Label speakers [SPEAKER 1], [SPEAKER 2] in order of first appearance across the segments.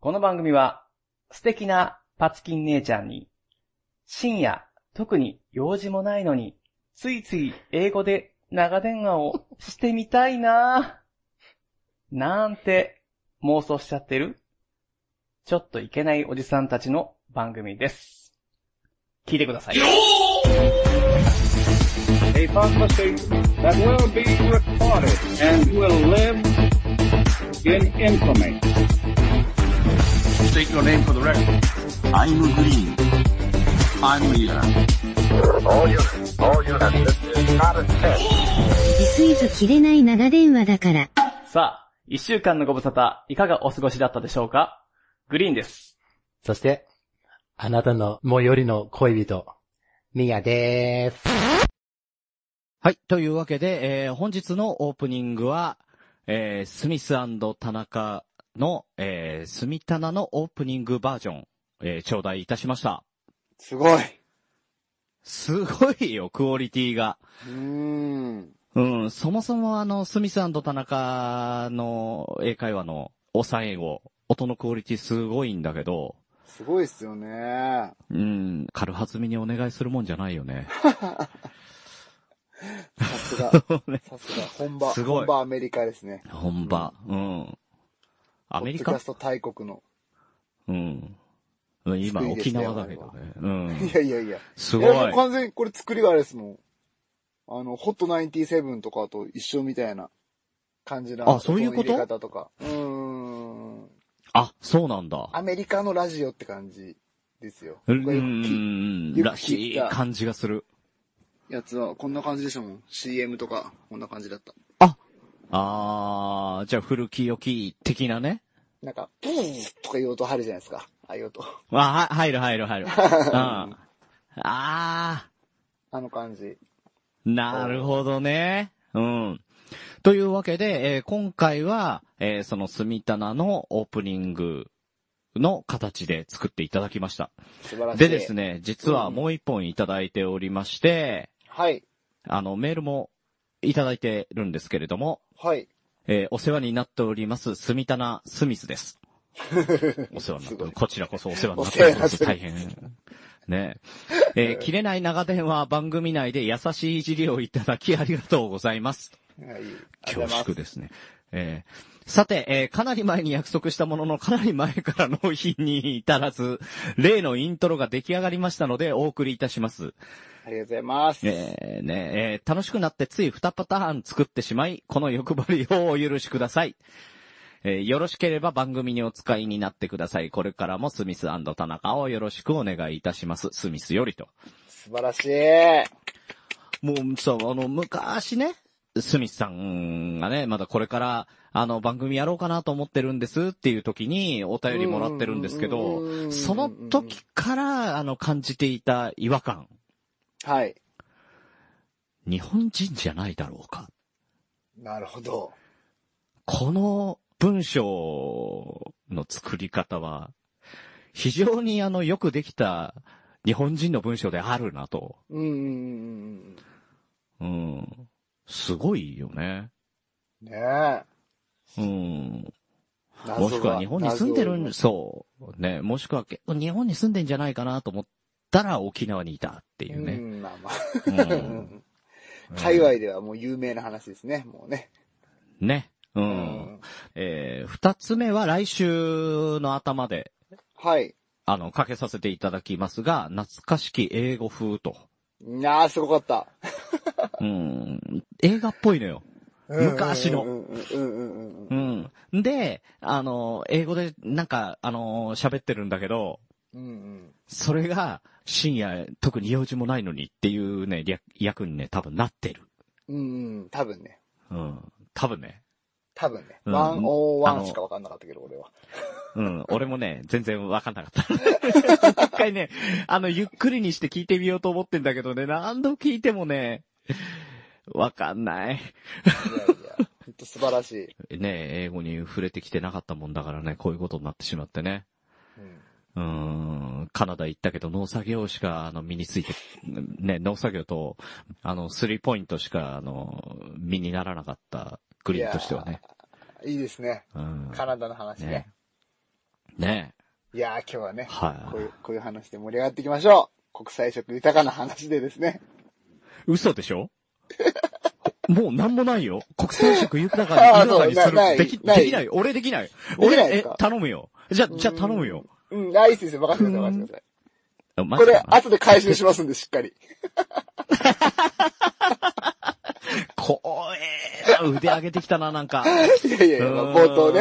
[SPEAKER 1] この番組は素敵なパツキン姉ちゃんに深夜特に用事もないのについつい英語で長電話をしてみたいなぁ。なんて妄想しちゃってるちょっといけないおじさんたちの番組です。聞いてください。
[SPEAKER 2] a conversation that will be recorded and will live in infamy. State your name for the record.
[SPEAKER 3] I'm green. I'm here.
[SPEAKER 4] All units, all units, this is not a test.
[SPEAKER 5] リスイズ切れない長電話だから。
[SPEAKER 1] さあ、一週間のご無沙汰、いかがお過ごしだったでしょうかグリーンです。
[SPEAKER 6] そして、あなたの最寄りの恋人、ミヤでーす。
[SPEAKER 7] はい。というわけで、えー本日のオープニングは、えースミス田中の、えースミタナのオープニングバージョン、えー頂戴いたしました。
[SPEAKER 8] すごい。
[SPEAKER 7] すごいよ、クオリティが。
[SPEAKER 8] うーん。
[SPEAKER 7] うん、そもそもあの、スミス田中の英会話のおさえを、音のクオリティすごいんだけど、
[SPEAKER 8] すごいっすよね。
[SPEAKER 7] うん、軽はずみにお願いするもんじゃないよ ね。
[SPEAKER 8] さす が。
[SPEAKER 7] ね
[SPEAKER 8] さすが。本場、
[SPEAKER 7] すごい
[SPEAKER 8] 本場アメリカですね。
[SPEAKER 7] 本場、うん。アメリ
[SPEAKER 8] ポッ
[SPEAKER 7] カ
[SPEAKER 8] ドキャスト大国の。
[SPEAKER 7] うん。今、
[SPEAKER 8] 救いです
[SPEAKER 7] 沖
[SPEAKER 8] ね
[SPEAKER 7] 縄だけどね。う
[SPEAKER 8] い
[SPEAKER 7] ん。
[SPEAKER 8] やいやいや。
[SPEAKER 7] す
[SPEAKER 8] い
[SPEAKER 7] ご
[SPEAKER 8] やもう
[SPEAKER 7] い。
[SPEAKER 8] 完全にこれ作りがあれですもん。あの、ホットナインティセブンとかと一緒みたいな感じな。
[SPEAKER 7] あそういうこと
[SPEAKER 8] 音の入れ方とか。うーん。
[SPEAKER 7] あ、そうなんだ。
[SPEAKER 8] アメリカのラジオって感じですよ。
[SPEAKER 7] う
[SPEAKER 8] これき
[SPEAKER 7] ん。
[SPEAKER 8] よく聞いた
[SPEAKER 7] らしい感じがする。
[SPEAKER 8] やつはこんな感じでしたもん。CM とか、こんな感じだった。
[SPEAKER 7] あー、じゃあ古き良き的なね。
[SPEAKER 8] なんか、プーとかいう音入るじゃないですか。ああいう音。
[SPEAKER 7] あ、は入る入る 入る。うん。 あー、
[SPEAKER 8] あの感じ。
[SPEAKER 7] なるほどね。うん。というわけで、えー今回は、えーその住棚のオープニングの形で作っていただきました。
[SPEAKER 8] 素晴らしい。
[SPEAKER 7] でです。ね、実はもう一本いただいておりまして、
[SPEAKER 8] はい。
[SPEAKER 7] あの、メールもいただいてるんですけれども、
[SPEAKER 8] はい。
[SPEAKER 7] えーお世話になっております、住棚スミス です。お世話になっ
[SPEAKER 8] す
[SPEAKER 7] て
[SPEAKER 8] ご
[SPEAKER 7] お
[SPEAKER 8] い
[SPEAKER 7] りこちらこそお世話になっ
[SPEAKER 8] お
[SPEAKER 7] て
[SPEAKER 8] 世
[SPEAKER 7] お
[SPEAKER 8] 話
[SPEAKER 7] り
[SPEAKER 8] にな
[SPEAKER 7] ま
[SPEAKER 8] って
[SPEAKER 7] す。大変。ねえ。えー切れない長電話番組内で優しいいじりをいただきありがとうございます。
[SPEAKER 8] はい。。
[SPEAKER 7] 恐縮ですすね。えーさて、えーかなり前に約束したものの、かなり前から納品に至らず、例のイントロが出来上がりましたので、お送りいたします。
[SPEAKER 8] ありがとうございます。
[SPEAKER 7] えーねえー楽しくなってつい2パターン作ってしまい、この欲張りをお許しください。えーよろしければ番組にお使いになってください。これからもスミス田中をよろしくお願いいたします。スミスよりと。
[SPEAKER 8] 素晴らしい。
[SPEAKER 7] もうさ、あの、昔ね、スミスさんがね、まだこれから、あの、番組やろうかなと思ってるんですっていう時にお便りもらってるんですけ
[SPEAKER 8] うんうんうんうん
[SPEAKER 7] ど、その時から、あの、感じていた違和感。
[SPEAKER 8] はい。
[SPEAKER 7] 日本人じゃないだろうか。
[SPEAKER 8] なるほど。
[SPEAKER 7] この文章の作り方は、非常にあの、よくできた日本人の文章であるなと。
[SPEAKER 8] うんうんうん
[SPEAKER 7] うん。すごいよね。
[SPEAKER 8] うん。ね
[SPEAKER 7] うん。
[SPEAKER 8] え。
[SPEAKER 7] もしくは日本に住んでるん、そう。ね、もしくはけ日本に住んでんじゃないかなと思ったら沖縄にいたって
[SPEAKER 8] て
[SPEAKER 7] いうね。
[SPEAKER 8] ん、まあまあ。
[SPEAKER 7] うん
[SPEAKER 8] 海外ではもう有名な話ですね、もうね。
[SPEAKER 7] ね。う。。
[SPEAKER 8] うん
[SPEAKER 7] えー二つ目は来週の頭で、
[SPEAKER 8] はい。
[SPEAKER 7] あの、かけさせていただきますが、懐かしき英語風と。
[SPEAKER 8] なあ、すごかった。
[SPEAKER 7] うん。映画っぽいのよ。昔の
[SPEAKER 8] うんうんうんうんうんう
[SPEAKER 7] うんん。で、あの、英語でなんか、あの、喋ってるんだけど、
[SPEAKER 8] うんうん。
[SPEAKER 7] それが深夜、特に用事もないのにっていうね、略役にね、多分なってる。
[SPEAKER 8] うんうん。多分ね。
[SPEAKER 7] うん。多分ね。
[SPEAKER 8] 多分ね。
[SPEAKER 7] うん
[SPEAKER 8] 101しかわかんなかったけど、俺は。
[SPEAKER 7] うん。俺もね、全然わかんなかった。 一回ね、あの、ゆっくりにして聞いてみようと思ってんだけどね、何度聞いてもね、わかんない。
[SPEAKER 8] いやいや。ほんと素晴らしい。
[SPEAKER 7] ね英語に触れてきてなかったもんだからね、こういうことになってしまってね。
[SPEAKER 8] うん
[SPEAKER 7] うーん、カナダ行ったけど農作業しか、あの、身について、ね、農作業と、あの、スリーポイントしか、あの、身にならなかったグリーンとしてはね。
[SPEAKER 8] いいですね。
[SPEAKER 7] うん。
[SPEAKER 8] カナダの話ね。
[SPEAKER 7] ねね
[SPEAKER 8] いやー今日はね、
[SPEAKER 7] はい
[SPEAKER 8] こういう、こういう話で盛り上がっていきましょう。国際色豊かな話でですね。
[SPEAKER 7] 嘘でし ょもうなんもないよ。国際色豊かに、豊かにす
[SPEAKER 8] あそうなな
[SPEAKER 7] る。
[SPEAKER 8] い
[SPEAKER 7] でき、
[SPEAKER 8] ない
[SPEAKER 7] できない。俺できない。
[SPEAKER 8] できない
[SPEAKER 7] 俺、
[SPEAKER 8] です
[SPEAKER 7] え
[SPEAKER 8] か、
[SPEAKER 7] 頼むよ。じゃ、じゃあ頼むよ。
[SPEAKER 8] うん、あ、いいですよ、任せてください、任せてください。
[SPEAKER 7] マ
[SPEAKER 8] こ
[SPEAKER 7] ジ
[SPEAKER 8] れ、
[SPEAKER 7] かな
[SPEAKER 8] 後で回収しますんで、しっかり。
[SPEAKER 7] 怖えな腕上げてきたな、なん か。
[SPEAKER 8] いやいやいや、まあ冒頭ね。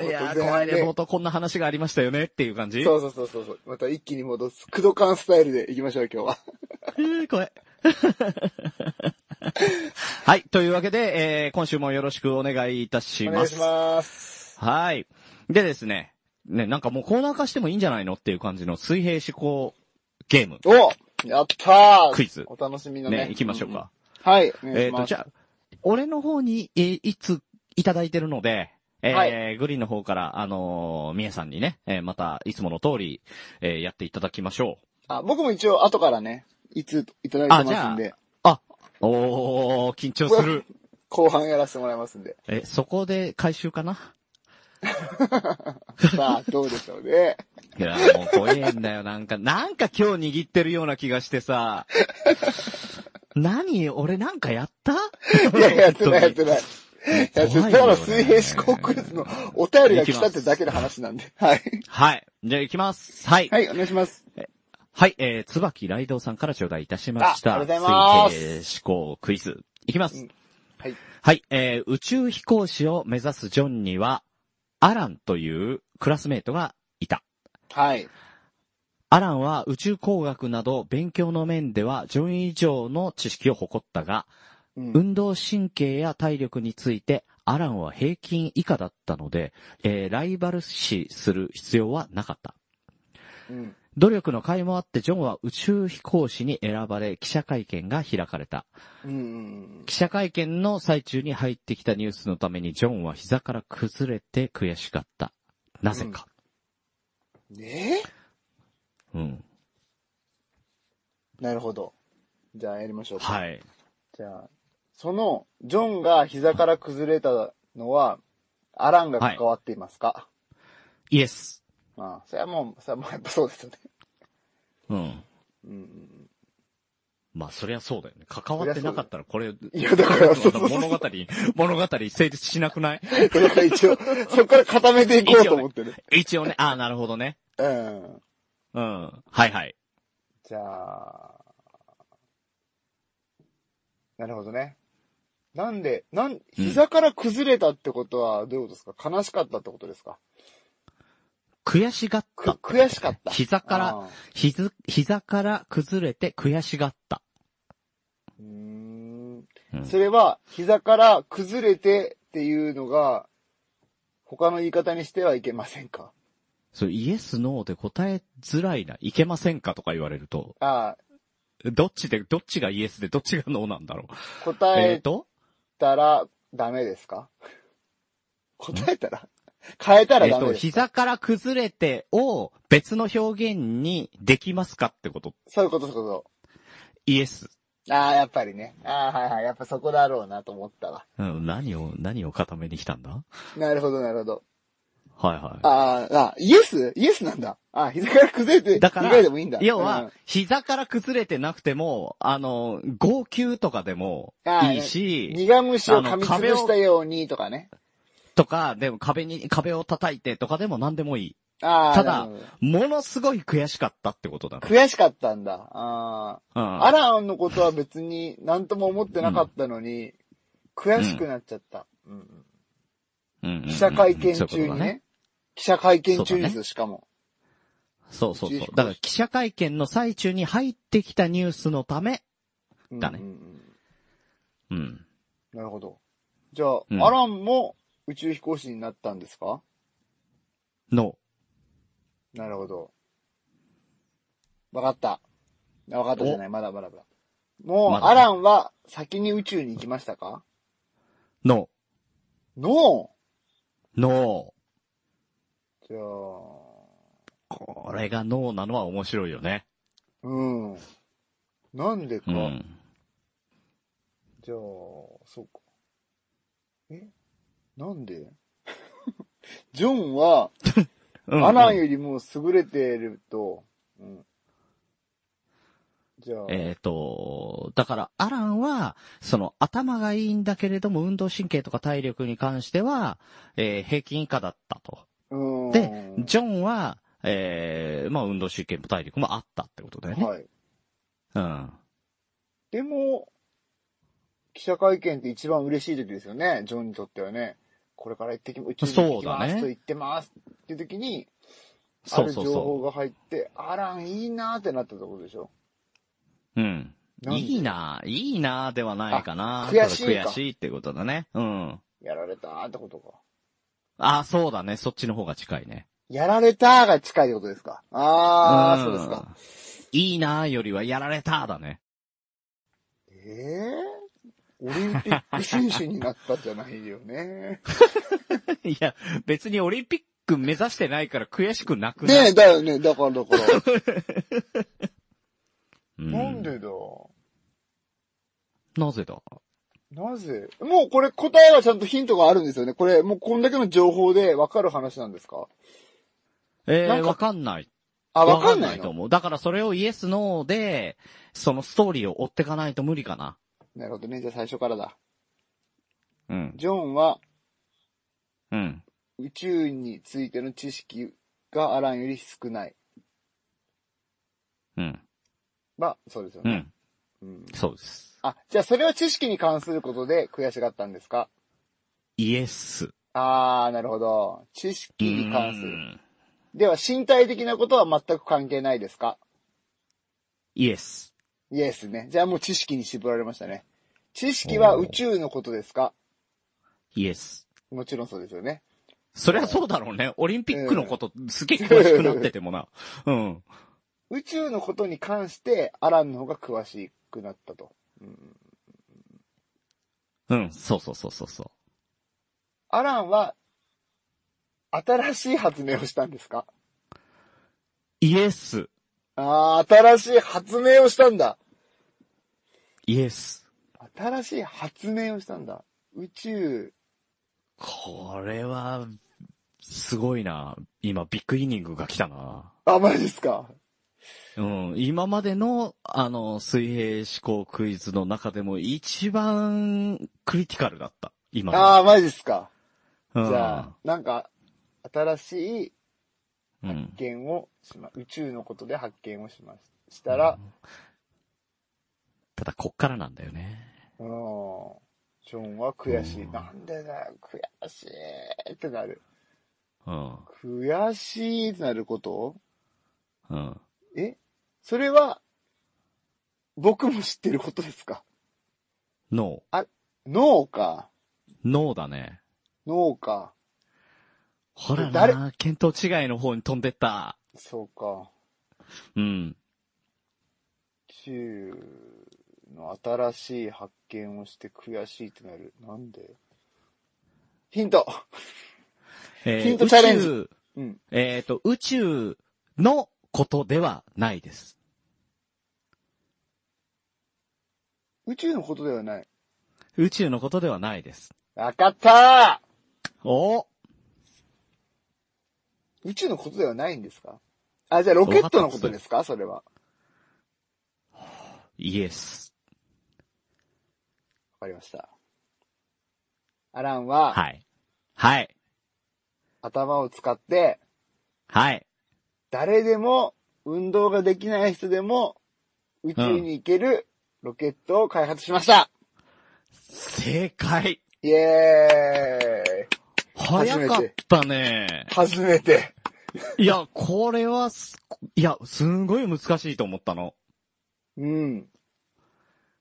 [SPEAKER 7] ねいや
[SPEAKER 8] 冒頭
[SPEAKER 7] ー、
[SPEAKER 8] 前半ね
[SPEAKER 7] この間冒頭こんな話がありましたよねっていう感じ
[SPEAKER 8] そうそうそうそうそう。また一気に戻す。クドカンスタイルで行きましょう、今日は。
[SPEAKER 7] えー怖い。 はい。というわけで、えー今週もよろしくお願いいたし
[SPEAKER 8] お
[SPEAKER 7] ま
[SPEAKER 8] 願い
[SPEAKER 7] す。
[SPEAKER 8] します。
[SPEAKER 7] はい。でですね。ね、なんかもうコーナー化してもいいんじゃないのっていう感じの水平思考ゲーム。
[SPEAKER 8] おやったー
[SPEAKER 7] クイズ
[SPEAKER 8] お楽しみのね。
[SPEAKER 7] ね、行きましょうか。
[SPEAKER 8] うん。はい、お願い
[SPEAKER 7] えっ、
[SPEAKER 8] し
[SPEAKER 7] と、
[SPEAKER 8] ます。
[SPEAKER 7] じゃあ、俺の方に、えーいつ、いただいてるので、えー
[SPEAKER 8] は
[SPEAKER 7] グリーンの方から、あのー、みやさんにね、えーまた、いつもの通り、えーやっていただきましょう。
[SPEAKER 8] あ、僕も一応後からね、いついただいてますん
[SPEAKER 7] あじ
[SPEAKER 8] で、
[SPEAKER 7] あ、おー、緊張する。
[SPEAKER 8] 後半やらせてもらいますんで。
[SPEAKER 7] え、そこで回収かな
[SPEAKER 8] さあ、どうでしょうね。
[SPEAKER 7] いや、もう怖えんだよ、なんか。なんか今日握ってるような気がして さ。何俺なんかやった
[SPEAKER 8] いや、やってない、やってない。や
[SPEAKER 7] 怖
[SPEAKER 8] ってないい。
[SPEAKER 7] よ
[SPEAKER 8] だ
[SPEAKER 7] ね
[SPEAKER 8] から水平思考クイズのお便りが来たってだけの話なんで。はい。
[SPEAKER 7] はい。じゃあ行きます。はい。は。
[SPEAKER 8] はいい、お願いします。
[SPEAKER 7] えー、椿雷道さんから頂戴いたしました。
[SPEAKER 8] あありがとうございます
[SPEAKER 7] 水平思考クイズ。いきます。
[SPEAKER 8] うんはい。
[SPEAKER 7] はい。えー、宇宙飛行士を目指すジョンには、アランというクラスメイトがいた。
[SPEAKER 8] はい。
[SPEAKER 7] アランは宇宙工学など勉強の面ではジョン以上の知識を誇ったが、
[SPEAKER 8] うん
[SPEAKER 7] 運動神経や体力についてアランは平均以下だったので、えーライバル視する必要はなかった。
[SPEAKER 8] うん。
[SPEAKER 7] 努力の甲斐もあってジョンは宇宙飛行士に選ばれ記者会見が開かれた。
[SPEAKER 8] うんうんうん。
[SPEAKER 7] 記者会見の最中に入ってきたニュースのためにジョンは膝から崩れて悔しかった。なぜか。
[SPEAKER 8] ね
[SPEAKER 7] うん。
[SPEAKER 8] えなるほど。じゃあやりましょうか。
[SPEAKER 7] はい。
[SPEAKER 8] じゃあ、その、ジョンが膝から崩れたのは、アランが関わっていますか、
[SPEAKER 7] イエス。
[SPEAKER 8] まあ、それはもう、それはもうやっぱそうですよね。
[SPEAKER 7] うん。
[SPEAKER 8] うんうんうん。
[SPEAKER 7] まあ、そりゃそうだよね。関わってなかったら、これ、
[SPEAKER 8] いやだからそうそうそう
[SPEAKER 7] 物語、物語成立しなくない
[SPEAKER 8] だから一応、そこから固めて いこうと思ってる。
[SPEAKER 7] 一応ね、ああ、なるほどね。
[SPEAKER 8] うん。
[SPEAKER 7] うん。はいはい。
[SPEAKER 8] じゃあ、なるほどね。なんで、なん、膝から崩れたってことはどういうことですか悲しかったってことですか
[SPEAKER 7] 悔しがっ
[SPEAKER 8] く、
[SPEAKER 7] た。
[SPEAKER 8] 悔しかった。
[SPEAKER 7] 膝か
[SPEAKER 8] あ
[SPEAKER 7] ら
[SPEAKER 8] ー、
[SPEAKER 7] 膝、膝から崩れて悔しがった。
[SPEAKER 8] うーん
[SPEAKER 7] うん
[SPEAKER 8] それは、膝から崩れてっていうのが、他の言い方にしてはいけませんか
[SPEAKER 7] そう、イエス、ノーで答えづらいな。いけませんかとか言われると、
[SPEAKER 8] あ
[SPEAKER 7] どっちで、どっちがイエスで、どっちがノーなんだろう。
[SPEAKER 8] あ、答
[SPEAKER 7] えっ、
[SPEAKER 8] え
[SPEAKER 7] と、
[SPEAKER 8] たらダメですか、答えたら変えたら
[SPEAKER 7] えっ、
[SPEAKER 8] ダメ
[SPEAKER 7] と、
[SPEAKER 8] です。
[SPEAKER 7] 膝から崩れてを別の表現にできますかってこと。
[SPEAKER 8] そういうこと、そういうこ
[SPEAKER 7] イエス。
[SPEAKER 8] と。ああ、やっぱりね。ああ、はいはい。やっぱそこだろうなと思ったわ。
[SPEAKER 7] うん、何を、何を固めに来たんだ
[SPEAKER 8] なるほど、なるほど。
[SPEAKER 7] はいはい。
[SPEAKER 8] あーあ、イエスイエスなんだ。あー膝から崩れて、
[SPEAKER 7] だから
[SPEAKER 8] 以外でもいいんだ。
[SPEAKER 7] 要
[SPEAKER 8] うん
[SPEAKER 7] は、膝から崩れてなくても、あの、号泣とかでも
[SPEAKER 8] あー
[SPEAKER 7] いいし、
[SPEAKER 8] 苦虫を
[SPEAKER 7] あ
[SPEAKER 8] 噛
[SPEAKER 7] の
[SPEAKER 8] み
[SPEAKER 7] 壁
[SPEAKER 8] 潰
[SPEAKER 7] を
[SPEAKER 8] したようにとかね。
[SPEAKER 7] とか、でも壁に、壁を叩いてとかでも何でもいい。
[SPEAKER 8] ああ、
[SPEAKER 7] た
[SPEAKER 8] なる
[SPEAKER 7] だ
[SPEAKER 8] ほど、
[SPEAKER 7] ものすごい悔しかったってことだね。
[SPEAKER 8] 悔しかったんだ。あ
[SPEAKER 7] う
[SPEAKER 8] あ、
[SPEAKER 7] ん
[SPEAKER 8] アランのことは別に何とも思ってなかったのに、悔しくなっちゃった。うんうん
[SPEAKER 7] うんうん。
[SPEAKER 8] 記者会見
[SPEAKER 7] そうい
[SPEAKER 8] 中
[SPEAKER 7] うこと
[SPEAKER 8] に
[SPEAKER 7] だ
[SPEAKER 8] ね。。記者会見中にですよ、しかも。
[SPEAKER 7] そうそう
[SPEAKER 8] 宇宙
[SPEAKER 7] そ
[SPEAKER 8] 飛行
[SPEAKER 7] う。
[SPEAKER 8] 士
[SPEAKER 7] だから記者会見の最中に入ってきたニュースのため、だね
[SPEAKER 8] うんうんうん
[SPEAKER 7] うん。
[SPEAKER 8] なるほど。じゃあ、
[SPEAKER 7] うん
[SPEAKER 8] アランも宇宙飛行士になったんですか
[SPEAKER 7] の、
[SPEAKER 8] なるほど。わかった。あわかったじゃない、まだまだまだ。もう、
[SPEAKER 7] まだね
[SPEAKER 8] アランは先に宇宙に行きましたか
[SPEAKER 7] の、
[SPEAKER 8] ノ
[SPEAKER 7] の、
[SPEAKER 8] ーじゃあ、
[SPEAKER 7] これが脳なのは面白いよね。
[SPEAKER 8] うん。なんでか、
[SPEAKER 7] うん。
[SPEAKER 8] じゃあ、そうか。 えなんでジョンは、
[SPEAKER 7] うん
[SPEAKER 8] アナンよりも優れてると、うん。じゃあ、
[SPEAKER 7] えっ、と、だから、アランは、その、頭がいいんだけれども、運動神経とか体力に関しては、えー平均以下だったと。
[SPEAKER 8] うん。
[SPEAKER 7] で、ジョンは、えーまあ、運動神経も体力もあったってことだよね。
[SPEAKER 8] はい。
[SPEAKER 7] うん。
[SPEAKER 8] でも、記者会見って一番嬉しい時ですよね、ジョンにとってはね。これから行ってき、宇宙に行ってきま
[SPEAKER 7] そうだ
[SPEAKER 8] す
[SPEAKER 7] ね
[SPEAKER 8] と言ってますっていう時に、あ
[SPEAKER 7] そう
[SPEAKER 8] る
[SPEAKER 7] そ
[SPEAKER 8] 情
[SPEAKER 7] う
[SPEAKER 8] 報
[SPEAKER 7] そ
[SPEAKER 8] が入って、アランいいなーってなったってことでしょ。
[SPEAKER 7] う。うん。
[SPEAKER 8] なんで
[SPEAKER 7] いいなぁ、いいなぁではないかな
[SPEAKER 8] あ悔しいか
[SPEAKER 7] ただ悔しいってことだね。うん。
[SPEAKER 8] やられたーってことか。
[SPEAKER 7] あ、そうだね。そっちの方が近いね。
[SPEAKER 8] やられたーが近いってことですか。あー、
[SPEAKER 7] ん
[SPEAKER 8] そうですか。。
[SPEAKER 7] いいなぁよりはやられただね。
[SPEAKER 8] えー、オリンピック選手になったじゃないよ ね。
[SPEAKER 7] いや、別にオリンピック目指してないから悔しくなくな
[SPEAKER 8] ね
[SPEAKER 7] い
[SPEAKER 8] え、だよね、だからだか ら。
[SPEAKER 7] う
[SPEAKER 8] なんでだ
[SPEAKER 7] なぜだ
[SPEAKER 8] なぜもうこれ答えはちゃんとヒントがあるんですよね。これ、もうこんだけの情報でわかる話なんですか
[SPEAKER 7] え
[SPEAKER 8] な
[SPEAKER 7] ー、
[SPEAKER 8] んか
[SPEAKER 7] わかんない。
[SPEAKER 8] あ、わかんない
[SPEAKER 7] と
[SPEAKER 8] の
[SPEAKER 7] 思う。だからそれをイエス、ノーで、そのストーリーを追ってかないと無理かな。
[SPEAKER 8] なるほどね。じゃあ最初からだ。
[SPEAKER 7] うん。
[SPEAKER 8] ジョンは
[SPEAKER 7] うん。
[SPEAKER 8] 宇宙についての知識がアランより少ない。
[SPEAKER 7] うん。
[SPEAKER 8] まあ、そうですよ
[SPEAKER 7] う
[SPEAKER 8] ね。
[SPEAKER 7] ん。
[SPEAKER 8] うん
[SPEAKER 7] そうです。
[SPEAKER 8] あ、じゃあそれは知識に関することで悔しがったんですか
[SPEAKER 7] イエス。
[SPEAKER 8] あー、なるほど。知識に関す
[SPEAKER 7] う
[SPEAKER 8] る。
[SPEAKER 7] ん
[SPEAKER 8] では身体的なことは全く関係ないですか
[SPEAKER 7] イエス。
[SPEAKER 8] イエスね。じゃあもう知識に絞られましたね。知識は宇宙のことですか
[SPEAKER 7] イエス。
[SPEAKER 8] もちろんそうですよね。
[SPEAKER 7] そりゃそうだろうね。オリンピックのこと、すげえ詳しくなっててもな。うん。
[SPEAKER 8] 宇宙のことに関して、アランの方が詳しくなったと。
[SPEAKER 7] うん。そうそうそうそうそ
[SPEAKER 8] アランは、新しい発明をしたんですか
[SPEAKER 7] う。イエス。
[SPEAKER 8] ああ、新しい発明をしたんだ。
[SPEAKER 7] イエス。
[SPEAKER 8] 新しい発明をしたんだ。宇宙。
[SPEAKER 7] これは、すごいな。今、ビッグイニングが来たな。
[SPEAKER 8] あ、マジっすか。
[SPEAKER 7] うん、今までの、あの、水平思考クイズの中でも一番クリティカルだった。今の。
[SPEAKER 8] ああ、マジっすか。
[SPEAKER 7] う
[SPEAKER 8] じ
[SPEAKER 7] ん、
[SPEAKER 8] ゃあ、なんか、新しい
[SPEAKER 7] うん。
[SPEAKER 8] 発見をしま、宇宙のことで発見をしまししたら、
[SPEAKER 7] ただ、こっからなんだよね。
[SPEAKER 8] うん、ジョンは悔しい。なんでだよ、悔しいってなる。
[SPEAKER 7] うん。
[SPEAKER 8] 悔しいってなること
[SPEAKER 7] うん。
[SPEAKER 8] えそれは、僕も知ってることですか
[SPEAKER 7] ノ
[SPEAKER 8] 脳か。
[SPEAKER 7] ー。ノーだね。
[SPEAKER 8] 脳か。
[SPEAKER 7] ほら
[SPEAKER 8] 誰
[SPEAKER 7] な、見当違いの方に飛んでった。
[SPEAKER 8] そうか。
[SPEAKER 7] うん。
[SPEAKER 8] 中の新しい発見をして悔しいってなる。なんでヒント
[SPEAKER 7] え
[SPEAKER 8] ヒントチャレンジ
[SPEAKER 7] 宇宙、
[SPEAKER 8] うん。
[SPEAKER 7] えっ、と、宇宙のことではないです。
[SPEAKER 8] 宇宙のことではない。
[SPEAKER 7] 宇宙のことではないです。
[SPEAKER 8] わかった
[SPEAKER 7] お
[SPEAKER 8] ー宇宙のことではないんですかあ、じゃあロケットのことですかそれは。わ
[SPEAKER 7] イエス。
[SPEAKER 8] かりました。アランは、
[SPEAKER 7] はい。はい。
[SPEAKER 8] 頭を使って、
[SPEAKER 7] はい。
[SPEAKER 8] 誰でも、運動ができない人でも、宇宙に行けるロケットを開発しました、
[SPEAKER 7] 正解。
[SPEAKER 8] イエーイ
[SPEAKER 7] 早かったね。
[SPEAKER 8] 初めて。
[SPEAKER 7] いや、これはす、いや、すんごい難しいと思ったの。
[SPEAKER 8] うん。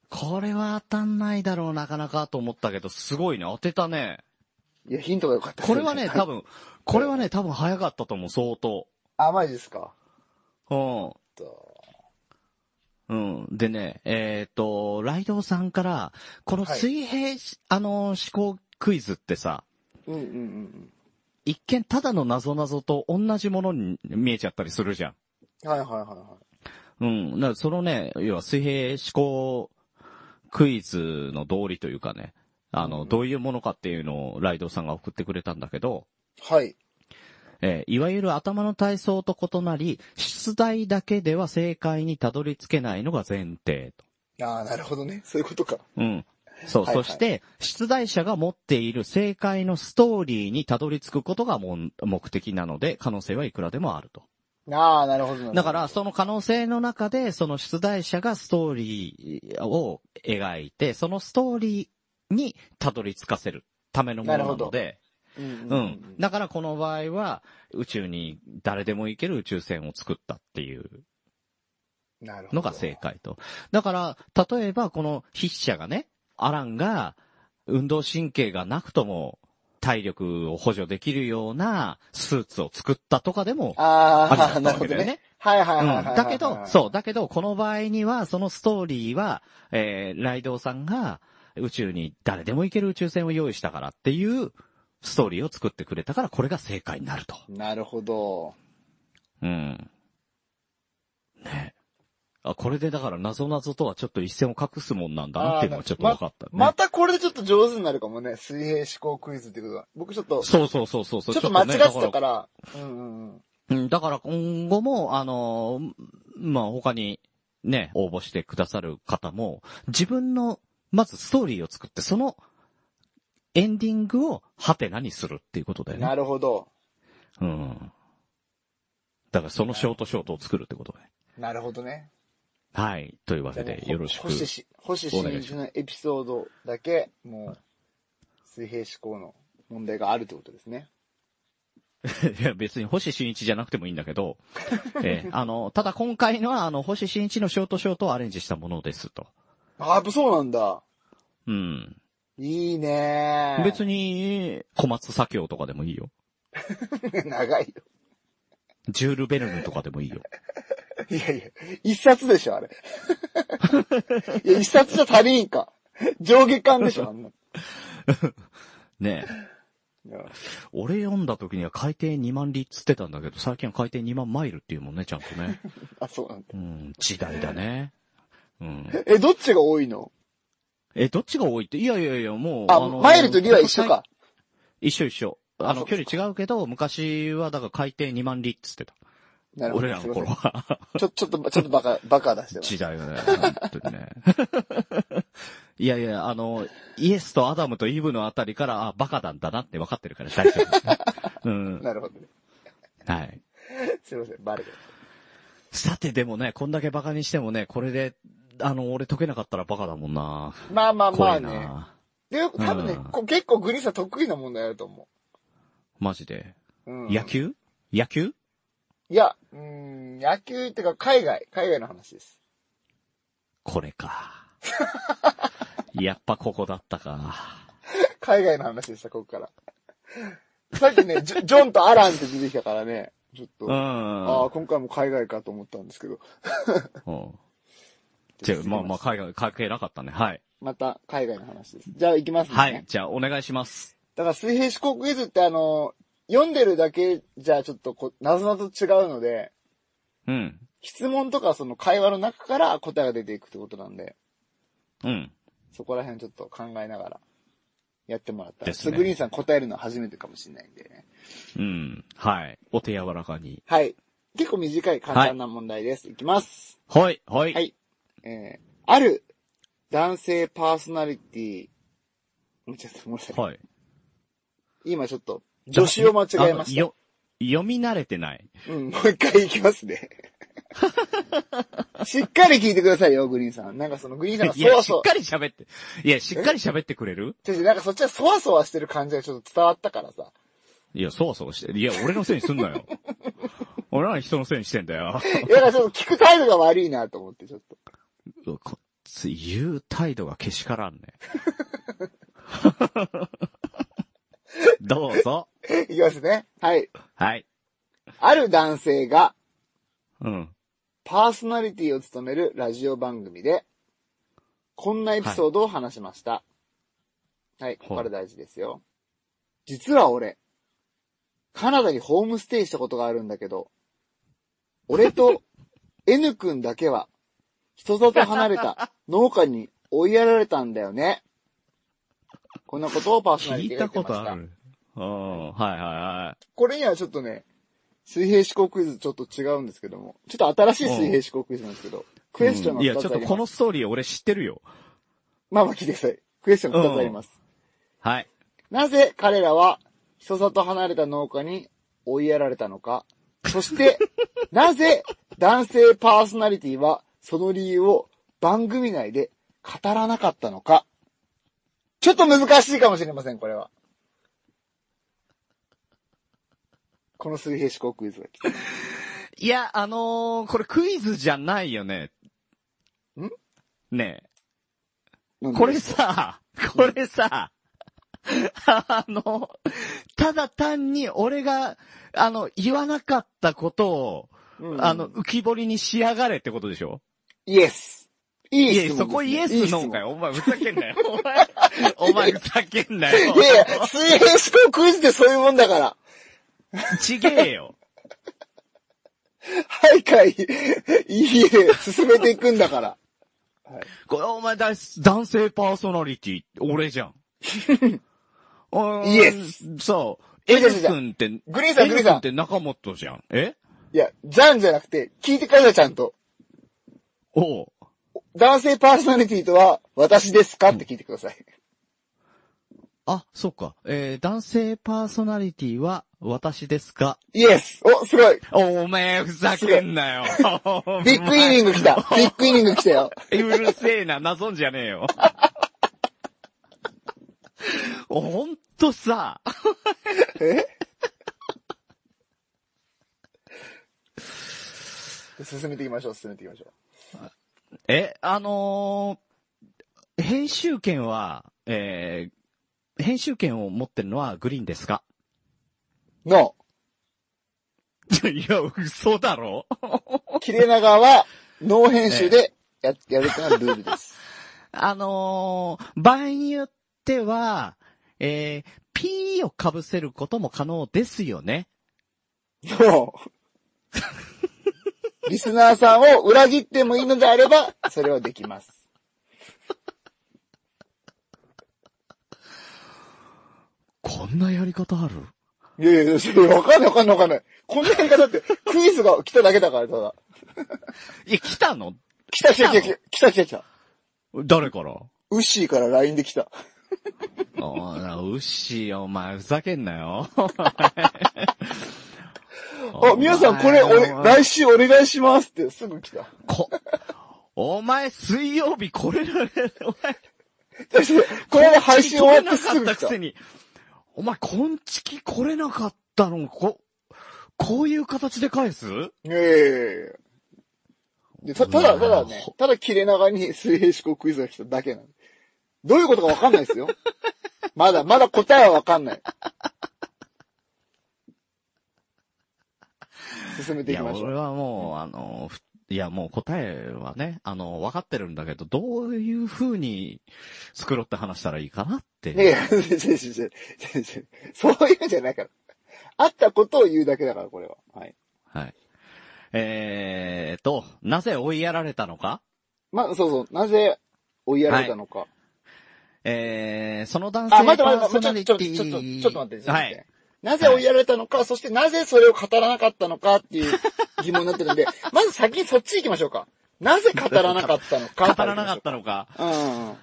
[SPEAKER 7] これは当たんないだろう、なかなかと思ったけど、すごいね、当てたね。
[SPEAKER 8] いや、ヒントが良かったです、
[SPEAKER 7] これはね、多分、これはね、多分早かったと思う、相当。
[SPEAKER 8] あ、マジですか。
[SPEAKER 7] うん。
[SPEAKER 8] と
[SPEAKER 7] うん。でね、えっ、と、ライドウさんから、この
[SPEAKER 8] はい
[SPEAKER 7] 水平し、あの、思考クイズってさ、
[SPEAKER 8] うんうんうん
[SPEAKER 7] 一見ただの謎々と同じものに見えちゃったりするじゃん。
[SPEAKER 8] うん。はいはいはいは
[SPEAKER 7] うん。だからそのね、要は水平思考クイズの道理というかね、あの、どういうものかっていうのをライドウさんが送ってくれたんだけど、
[SPEAKER 8] い。はい。
[SPEAKER 7] えーいわゆる頭の体操と異なり、出題だけでは正解にたどり着けないのが前提と。
[SPEAKER 8] ああ、なるほどね。そういうことか。
[SPEAKER 7] うん。そう、
[SPEAKER 8] はいはい
[SPEAKER 7] そして、出題者が持っている正解のストーリーにたどり着くことがもん目的なので、可能性はいくらでもあると。
[SPEAKER 8] ああ、なるほどなるほど。
[SPEAKER 7] だから、その可能性の中で、その出題者がストーリーを描いて、そのストーリーにたどり着かせるためのものなので、
[SPEAKER 8] うんうんう、
[SPEAKER 7] うんん。だからこの場合は、宇宙に誰でも行ける宇宙船を作ったっていう
[SPEAKER 8] なるほど。
[SPEAKER 7] のが正解と。だから、例えばこの筆者がね、アランが運動神経がなくとも体力を補助できるようなスーツを作ったとかでも
[SPEAKER 8] あ
[SPEAKER 7] あ
[SPEAKER 8] あ、
[SPEAKER 7] りだ
[SPEAKER 8] な
[SPEAKER 7] ったわ
[SPEAKER 8] るほ
[SPEAKER 7] け
[SPEAKER 8] ど
[SPEAKER 7] だよ
[SPEAKER 8] ね
[SPEAKER 7] ね。
[SPEAKER 8] はいはいはいはいはい
[SPEAKER 7] うん。
[SPEAKER 8] はい。
[SPEAKER 7] だけど、そう、だけど、この場合には、そのストーリーは、えー、ライドウさんが宇宙に誰でも行ける宇宙船を用意したからっていうストーリーを作ってくれたから、これが正解になると。
[SPEAKER 8] なるほど。
[SPEAKER 7] うん。ねあ、これでだから、謎々とはちょっと一線を隠すもんなんだなっていうのがちょっと分かった、ね
[SPEAKER 8] またこれでちょっと上手になるかもね。水平思考クイズってことは。僕ちょっと、ち
[SPEAKER 7] そうそうそうそうそ
[SPEAKER 8] ょ
[SPEAKER 7] う。
[SPEAKER 8] っと間違っ
[SPEAKER 7] ね
[SPEAKER 8] て
[SPEAKER 7] だ
[SPEAKER 8] た
[SPEAKER 7] ら
[SPEAKER 8] から。うんうんうん。
[SPEAKER 7] うん、だから今後も、あのーまあ、他にね、応募してくださる方も、自分の、まずストーリーを作って、その、エンディングをハテナにするっていうことだよね
[SPEAKER 8] な。るほど。
[SPEAKER 7] うん。だからそのショートショートを作るってことね。
[SPEAKER 8] なるほどね。
[SPEAKER 7] はい。というわけ
[SPEAKER 8] じゃあも
[SPEAKER 7] で、
[SPEAKER 8] う
[SPEAKER 7] よろしく。
[SPEAKER 8] 星し、星新一のエピソードだけ、もう、水平思考の問題があるってことですね。
[SPEAKER 7] いや、別に星新一じゃなくてもいいんだけ ど、えーあの、ただ今回のは、あの、星新一のショートショートをアレンジしたものですと。
[SPEAKER 8] ああ、そうなんだ。
[SPEAKER 7] うん。
[SPEAKER 8] いいねー
[SPEAKER 7] 別に、小松左京とかでもいいよ。
[SPEAKER 8] 長いよ。
[SPEAKER 7] ジュール・ベルヌとかでもいい よ。
[SPEAKER 8] いやいや、一冊でしょ、あれ。 いや、一冊じゃ足りんか。上下巻でしょ、あんな。
[SPEAKER 7] ね
[SPEAKER 8] いや
[SPEAKER 7] え。俺読んだ時には海底2万里っつってたんだけど、最近は海底2万マイルっていうもんね、ちゃんとね。
[SPEAKER 8] あ、そうなんだ。
[SPEAKER 7] うん、時代だね。うん。
[SPEAKER 8] え、どっちが多いの
[SPEAKER 7] え、どっちが多いっていやいやいや、もう、
[SPEAKER 8] あ、
[SPEAKER 7] の
[SPEAKER 8] マイルとリは一緒か。。
[SPEAKER 7] 一緒一緒。あの、
[SPEAKER 8] あそ
[SPEAKER 7] 距
[SPEAKER 8] っか
[SPEAKER 7] 離違うけど、昔はだから海底2万里っつってた。
[SPEAKER 8] なるほど。
[SPEAKER 7] 俺らの
[SPEAKER 8] すい
[SPEAKER 7] 頃
[SPEAKER 8] ま
[SPEAKER 7] は。
[SPEAKER 8] せんちょ、ちょっと、ちょっとバカ、バカ出してま す。
[SPEAKER 7] 時代がね、本当にね。 いやいや、あの、イエスとアダムとイブのあたりから、あ、バカなんだなって分かってるから大丈夫です ね。うん。
[SPEAKER 8] なるほどね。
[SPEAKER 7] はい。
[SPEAKER 8] すいません、バレた。
[SPEAKER 7] さてでもね、こんだけバカにしてもね、これで、あの、俺解けなかったらバカだもんな。
[SPEAKER 8] まあまあま
[SPEAKER 7] 怖
[SPEAKER 8] あ
[SPEAKER 7] い
[SPEAKER 8] ね。
[SPEAKER 7] な。
[SPEAKER 8] で、多分ね
[SPEAKER 7] うん、
[SPEAKER 8] こう結構グリーンさん得意な問題あると思
[SPEAKER 7] マジで。
[SPEAKER 8] う。うん。
[SPEAKER 7] 野球野球
[SPEAKER 8] いや、うーん、野球ってか海外、海外の話です。
[SPEAKER 7] これか。やっぱここだったか。
[SPEAKER 8] 海外の話でした、ここから。さっきね、ジョ ジョンとアランって出てきたからね、ちょっと。
[SPEAKER 7] うん。
[SPEAKER 8] ああ、今回も海外かと思ったんですけど。
[SPEAKER 7] うんじゃあ、まあまあ、海外、関係なかったね。はい。
[SPEAKER 8] また海外の話です。じゃあ行きますね。
[SPEAKER 7] はい。じゃあ、お願いします。
[SPEAKER 8] だから水平思考クイズってあの、読んでるだけじゃちょっとこう、なぞなぞ違うので、
[SPEAKER 7] うん。
[SPEAKER 8] 質問とかその会話の中から答えが出ていくってことなんで、
[SPEAKER 7] うん。
[SPEAKER 8] そこら辺ちょっと考えながらやってもらったら。
[SPEAKER 7] で
[SPEAKER 8] ちょ
[SPEAKER 7] す
[SPEAKER 8] っ
[SPEAKER 7] ね
[SPEAKER 8] とグリーンさん答えるのは初めてかもしれないんでね。
[SPEAKER 7] うん。はい。お手柔らかに。
[SPEAKER 8] はい。結構短い簡単な問題です。いきます。
[SPEAKER 7] はい、はい。
[SPEAKER 8] はいえーある男性パーソナリティ、んちょっとごめんなさい。
[SPEAKER 7] はい。
[SPEAKER 8] 今ちょっと、助詞を間違えま
[SPEAKER 7] あの
[SPEAKER 8] した。
[SPEAKER 7] よ、読み慣れてない。
[SPEAKER 8] うん、もう一回いきま すね。しっかり聞いてくださいよ、グリーンさん。なんかそのグリーンさんが
[SPEAKER 7] い
[SPEAKER 8] そ
[SPEAKER 7] や、
[SPEAKER 8] わ
[SPEAKER 7] し
[SPEAKER 8] そ
[SPEAKER 7] っ
[SPEAKER 8] わ
[SPEAKER 7] かり喋って。いや、しっかり喋ってくれる
[SPEAKER 8] ちょちょ、なんかそっちはそわそわしてる感じがちょっと伝わったからさ。
[SPEAKER 7] いや、そうそうして。いや、俺のせいにすんなよ。 俺らに人のせいにしてんだよ。
[SPEAKER 8] いや、だからちょっと聞く態度が悪いなと思って、ちょっと。
[SPEAKER 7] うわこっち言う態度がけし からんね。どうぞ。
[SPEAKER 8] いきますね。はい。
[SPEAKER 7] はい。
[SPEAKER 8] ある男性が
[SPEAKER 7] うん。
[SPEAKER 8] パーソナリティを務めるラジオ番組で、こんなエピソードを話しました。はい、ここから大事ですよ。実は俺、カナダにホームステイしたことがあるんだけど、俺と N 君だけは、人里離 れた農家に追いやられたんだよね。こんなことをパーソナ
[SPEAKER 7] 聞
[SPEAKER 8] リティ
[SPEAKER 7] い
[SPEAKER 8] が言
[SPEAKER 7] た
[SPEAKER 8] って
[SPEAKER 7] こ
[SPEAKER 8] ました。
[SPEAKER 7] とある。うん。はいはいはい。
[SPEAKER 8] これにはちょっとね、水平思考クイズちょっと違うんですけども。ちょっと新しい水平思考クイズなんですけど。クエスチョン
[SPEAKER 7] う
[SPEAKER 8] が
[SPEAKER 7] んい
[SPEAKER 8] 2
[SPEAKER 7] や、
[SPEAKER 8] つ
[SPEAKER 7] ちょっ
[SPEAKER 8] あ
[SPEAKER 7] と
[SPEAKER 8] り
[SPEAKER 7] こ
[SPEAKER 8] ま
[SPEAKER 7] の
[SPEAKER 8] す。
[SPEAKER 7] ストーリー俺知ってるよ。
[SPEAKER 8] まあまあ聞いてください。クエスチョン2つあります。
[SPEAKER 7] はい。
[SPEAKER 8] なぜ彼らは人里離れた農家に追いやられたのか。そして、なぜ男性パーソナリティはその理由を番組内で語らなかったのか。ちょっと難しいかもしれません、これは。この水平思考クイズが来た。
[SPEAKER 7] いや、あのー、これクイズじゃないよね。
[SPEAKER 8] ん
[SPEAKER 7] ね
[SPEAKER 8] な
[SPEAKER 7] え。
[SPEAKER 8] んで
[SPEAKER 7] これさ、これさ、あの、ただ単に俺が、あの、言わなかったことを、
[SPEAKER 8] うん
[SPEAKER 7] あの、浮き彫りにしやがれってことでしょ
[SPEAKER 8] イエス。いい
[SPEAKER 7] いや、
[SPEAKER 8] 質問ですね
[SPEAKER 7] そこイエ
[SPEAKER 8] いい
[SPEAKER 7] ス
[SPEAKER 8] 質
[SPEAKER 7] ノ
[SPEAKER 8] 問
[SPEAKER 7] ーかよ。お前、ふざけんな よ。お前、お前、ふざけんなよ
[SPEAKER 8] い。やいや、水平思考クイズってそういうもんだから。
[SPEAKER 7] ちげえよ。
[SPEAKER 8] はいかい。いいえ、進めていくんだから。
[SPEAKER 7] これ、お前だ、男性パーソナリティ、俺じゃん。
[SPEAKER 8] イエス。
[SPEAKER 7] そう。
[SPEAKER 8] 違う
[SPEAKER 7] エ
[SPEAKER 8] 違う違う
[SPEAKER 7] ル君って、
[SPEAKER 8] グリーンさん
[SPEAKER 7] エル
[SPEAKER 8] グリーン
[SPEAKER 7] 君
[SPEAKER 8] さん
[SPEAKER 7] って中本じゃん。え
[SPEAKER 8] いや、じゃんじゃなくて、聞いてください、ちゃんと。
[SPEAKER 7] おう。
[SPEAKER 8] 男性パーソナリティとは、私ですかって聞いてください。
[SPEAKER 7] あ、そっか。えー、男性パーソナリティは私ですか
[SPEAKER 8] イエス。お、すごい。
[SPEAKER 7] おめえ、ふざけんな よ。
[SPEAKER 8] ビッグイニング 来た。ビッグイニング来たよ。
[SPEAKER 7] うるせえな、なぞんじゃねえよ。ほんとさ、
[SPEAKER 8] 進めていきましょう、進めていきましょ
[SPEAKER 7] え、あのー編集権は、えー編集権を持ってるのはグリーンですか
[SPEAKER 8] う。の、
[SPEAKER 7] いや、嘘だろ
[SPEAKER 8] 切れ長は、ノー編集でや、やるってのがルールです。
[SPEAKER 7] あのー場合によっては、えー、P を被せることも可能ですよね。
[SPEAKER 8] の、リスナーさんを裏切ってもいいのであれば、それはできます。
[SPEAKER 7] こんなやり方ある
[SPEAKER 8] いやいや、それわかんないわかんないわかんない。こんなやり方だって、クイズが来ただけだから、ただ。
[SPEAKER 7] え、来たの
[SPEAKER 8] 来た来た来た来た来た来た来た。
[SPEAKER 7] 誰から
[SPEAKER 8] ウッシーから LINE で来た。
[SPEAKER 7] おいウッシー、お前、ふざけんなよ。
[SPEAKER 8] あ、皆さんこれ、
[SPEAKER 7] お前
[SPEAKER 8] 俺、来週お願いしますって、すぐ来 た。
[SPEAKER 7] こ、お前、水曜日これられ、お前、
[SPEAKER 8] これで配信終わってすぐ
[SPEAKER 7] こんちき来れなかった
[SPEAKER 8] 来た
[SPEAKER 7] くせ。に、お前、こんちき来れなかったの、こ、こういう形で返す
[SPEAKER 8] いやいやいやいやでたただ、ただね、ただ切れ長に水平思考クイズが来ただけなんで。どういうことかわかんないですよ。まだ、まだ答えはわかんない。進め
[SPEAKER 7] い
[SPEAKER 8] ていき
[SPEAKER 7] や、
[SPEAKER 8] ましょう
[SPEAKER 7] 俺。はもう、あの、ふいや、もう答えはね、あの、分かってるんだけど、どういう風に作ろうって話したらいいかなって。
[SPEAKER 8] ねえ、違う違う違う違う違うそういうんじゃないから。あったことを言うだけだから、これは。はい。
[SPEAKER 7] はい。えーと、なぜ追いやられたのか
[SPEAKER 8] まあ、そうそう。なぜ追いやられたのか。
[SPEAKER 7] えー、その男性
[SPEAKER 8] あ、待って
[SPEAKER 7] パ
[SPEAKER 8] 待
[SPEAKER 7] ー
[SPEAKER 8] って
[SPEAKER 7] ソ
[SPEAKER 8] 待
[SPEAKER 7] ナ
[SPEAKER 8] って、
[SPEAKER 7] リ
[SPEAKER 8] ち
[SPEAKER 7] テ
[SPEAKER 8] ょっと、
[SPEAKER 7] ィ
[SPEAKER 8] ちょっと、ちょっと待って。ちょっと
[SPEAKER 7] は
[SPEAKER 8] 待って
[SPEAKER 7] い。
[SPEAKER 8] なぜ追いやられたのか、そしてなぜそれを語らなかったのかっていう疑問になって るんで、まず先にそっち行きましょうか。なぜ語らなかったのか。
[SPEAKER 7] 語らなかったのか。
[SPEAKER 8] た。うんうん。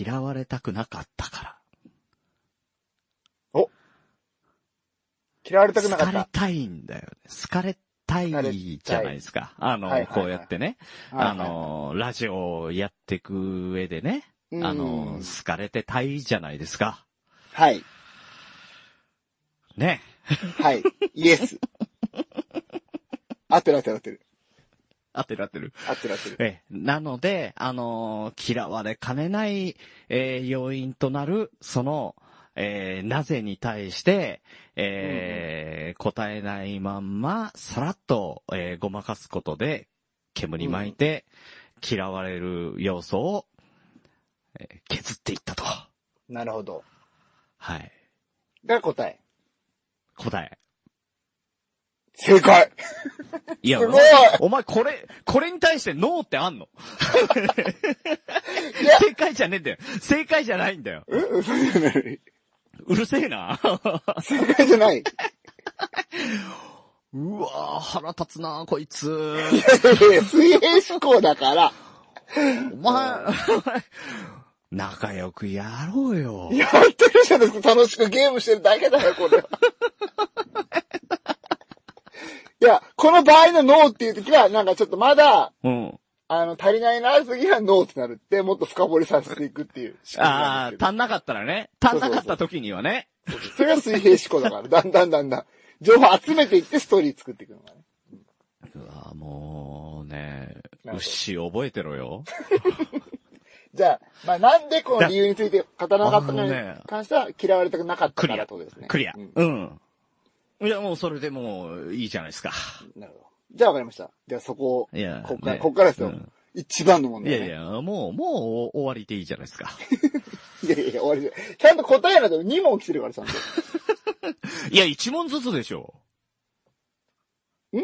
[SPEAKER 7] 嫌われたくなかったか
[SPEAKER 8] 嫌われ
[SPEAKER 7] ら。
[SPEAKER 8] たくなか
[SPEAKER 7] 好
[SPEAKER 8] っ
[SPEAKER 7] かれ
[SPEAKER 8] た。
[SPEAKER 7] たいんだよね。好かれたいじゃないですか。あの、
[SPEAKER 8] はいはいはい
[SPEAKER 7] こうやってね、
[SPEAKER 8] はい
[SPEAKER 7] あの、ラジオをやっていく上でね、
[SPEAKER 8] うん
[SPEAKER 7] あの、好かれてたいじゃないですか。
[SPEAKER 8] はい。
[SPEAKER 7] ね。
[SPEAKER 8] はい。イエス。 合ってる合ってる合ってる。
[SPEAKER 7] 合ってる合ってる。
[SPEAKER 8] 合ってる合ってる。
[SPEAKER 7] ええ、なので、あのー嫌われかねない、えー要因となる、その、えーなぜに対して、えー答えないまんま、さらっと、えーごまかすことで、煙に巻いて、嫌われる要素を、えー削っていったと。
[SPEAKER 8] なるほど。
[SPEAKER 7] はい。
[SPEAKER 8] が答え。
[SPEAKER 7] 答え。
[SPEAKER 8] 正解
[SPEAKER 7] いや、
[SPEAKER 8] すごい
[SPEAKER 7] お前これ、これに対してノーってあんの
[SPEAKER 8] や
[SPEAKER 7] 正解じゃねえんだよ。正解じゃないんだよ。
[SPEAKER 8] え嘘じゃない。
[SPEAKER 7] うるせえな。
[SPEAKER 8] 正解じゃない。
[SPEAKER 7] うわぁ、腹立つなぁ、こいつ。
[SPEAKER 8] いや水平思考だから、
[SPEAKER 7] お前、仲良くやろうよ。
[SPEAKER 8] やってるじゃないですか。楽しくゲームしてるだけだよ、これは。 いや、この場合のノーっていう時は、なんかちょっとまだ、
[SPEAKER 7] うん。
[SPEAKER 8] あの、足りないな、次はノーってなるって、もっと深掘りさせていくっていう仕組みな
[SPEAKER 7] あ
[SPEAKER 8] んです
[SPEAKER 7] あ、足んなかったらね。足んなかった時にはね。
[SPEAKER 8] けど。それが水平思考だから、だんだんだんだん、情報集めていってストーリー作っていくのがね。
[SPEAKER 7] うわぁ、もうね、
[SPEAKER 8] なるほど
[SPEAKER 7] 牛覚えてろよ。
[SPEAKER 8] じゃあ、まあなんでこの理由について語らなかったのに
[SPEAKER 7] あのね
[SPEAKER 8] 関しては嫌われたくなかったからってことですね。
[SPEAKER 7] クリア
[SPEAKER 8] うん。
[SPEAKER 7] うん。いや、もうそれでもういいじゃないですか。
[SPEAKER 8] なるほど。じゃあわかりました。じゃあそこを、
[SPEAKER 7] いや
[SPEAKER 8] こっから、
[SPEAKER 7] ね
[SPEAKER 8] こっからですよ。
[SPEAKER 7] うん
[SPEAKER 8] 一番の問
[SPEAKER 7] い
[SPEAKER 8] 題、ね。
[SPEAKER 7] やいや、もう、もう終わりでいいじゃないです か。
[SPEAKER 8] いやいやいや、終わりじゃないちゃんと答えなと2問来てるからちゃんと。
[SPEAKER 7] いや、一問ずつでしょ。
[SPEAKER 8] ん
[SPEAKER 7] い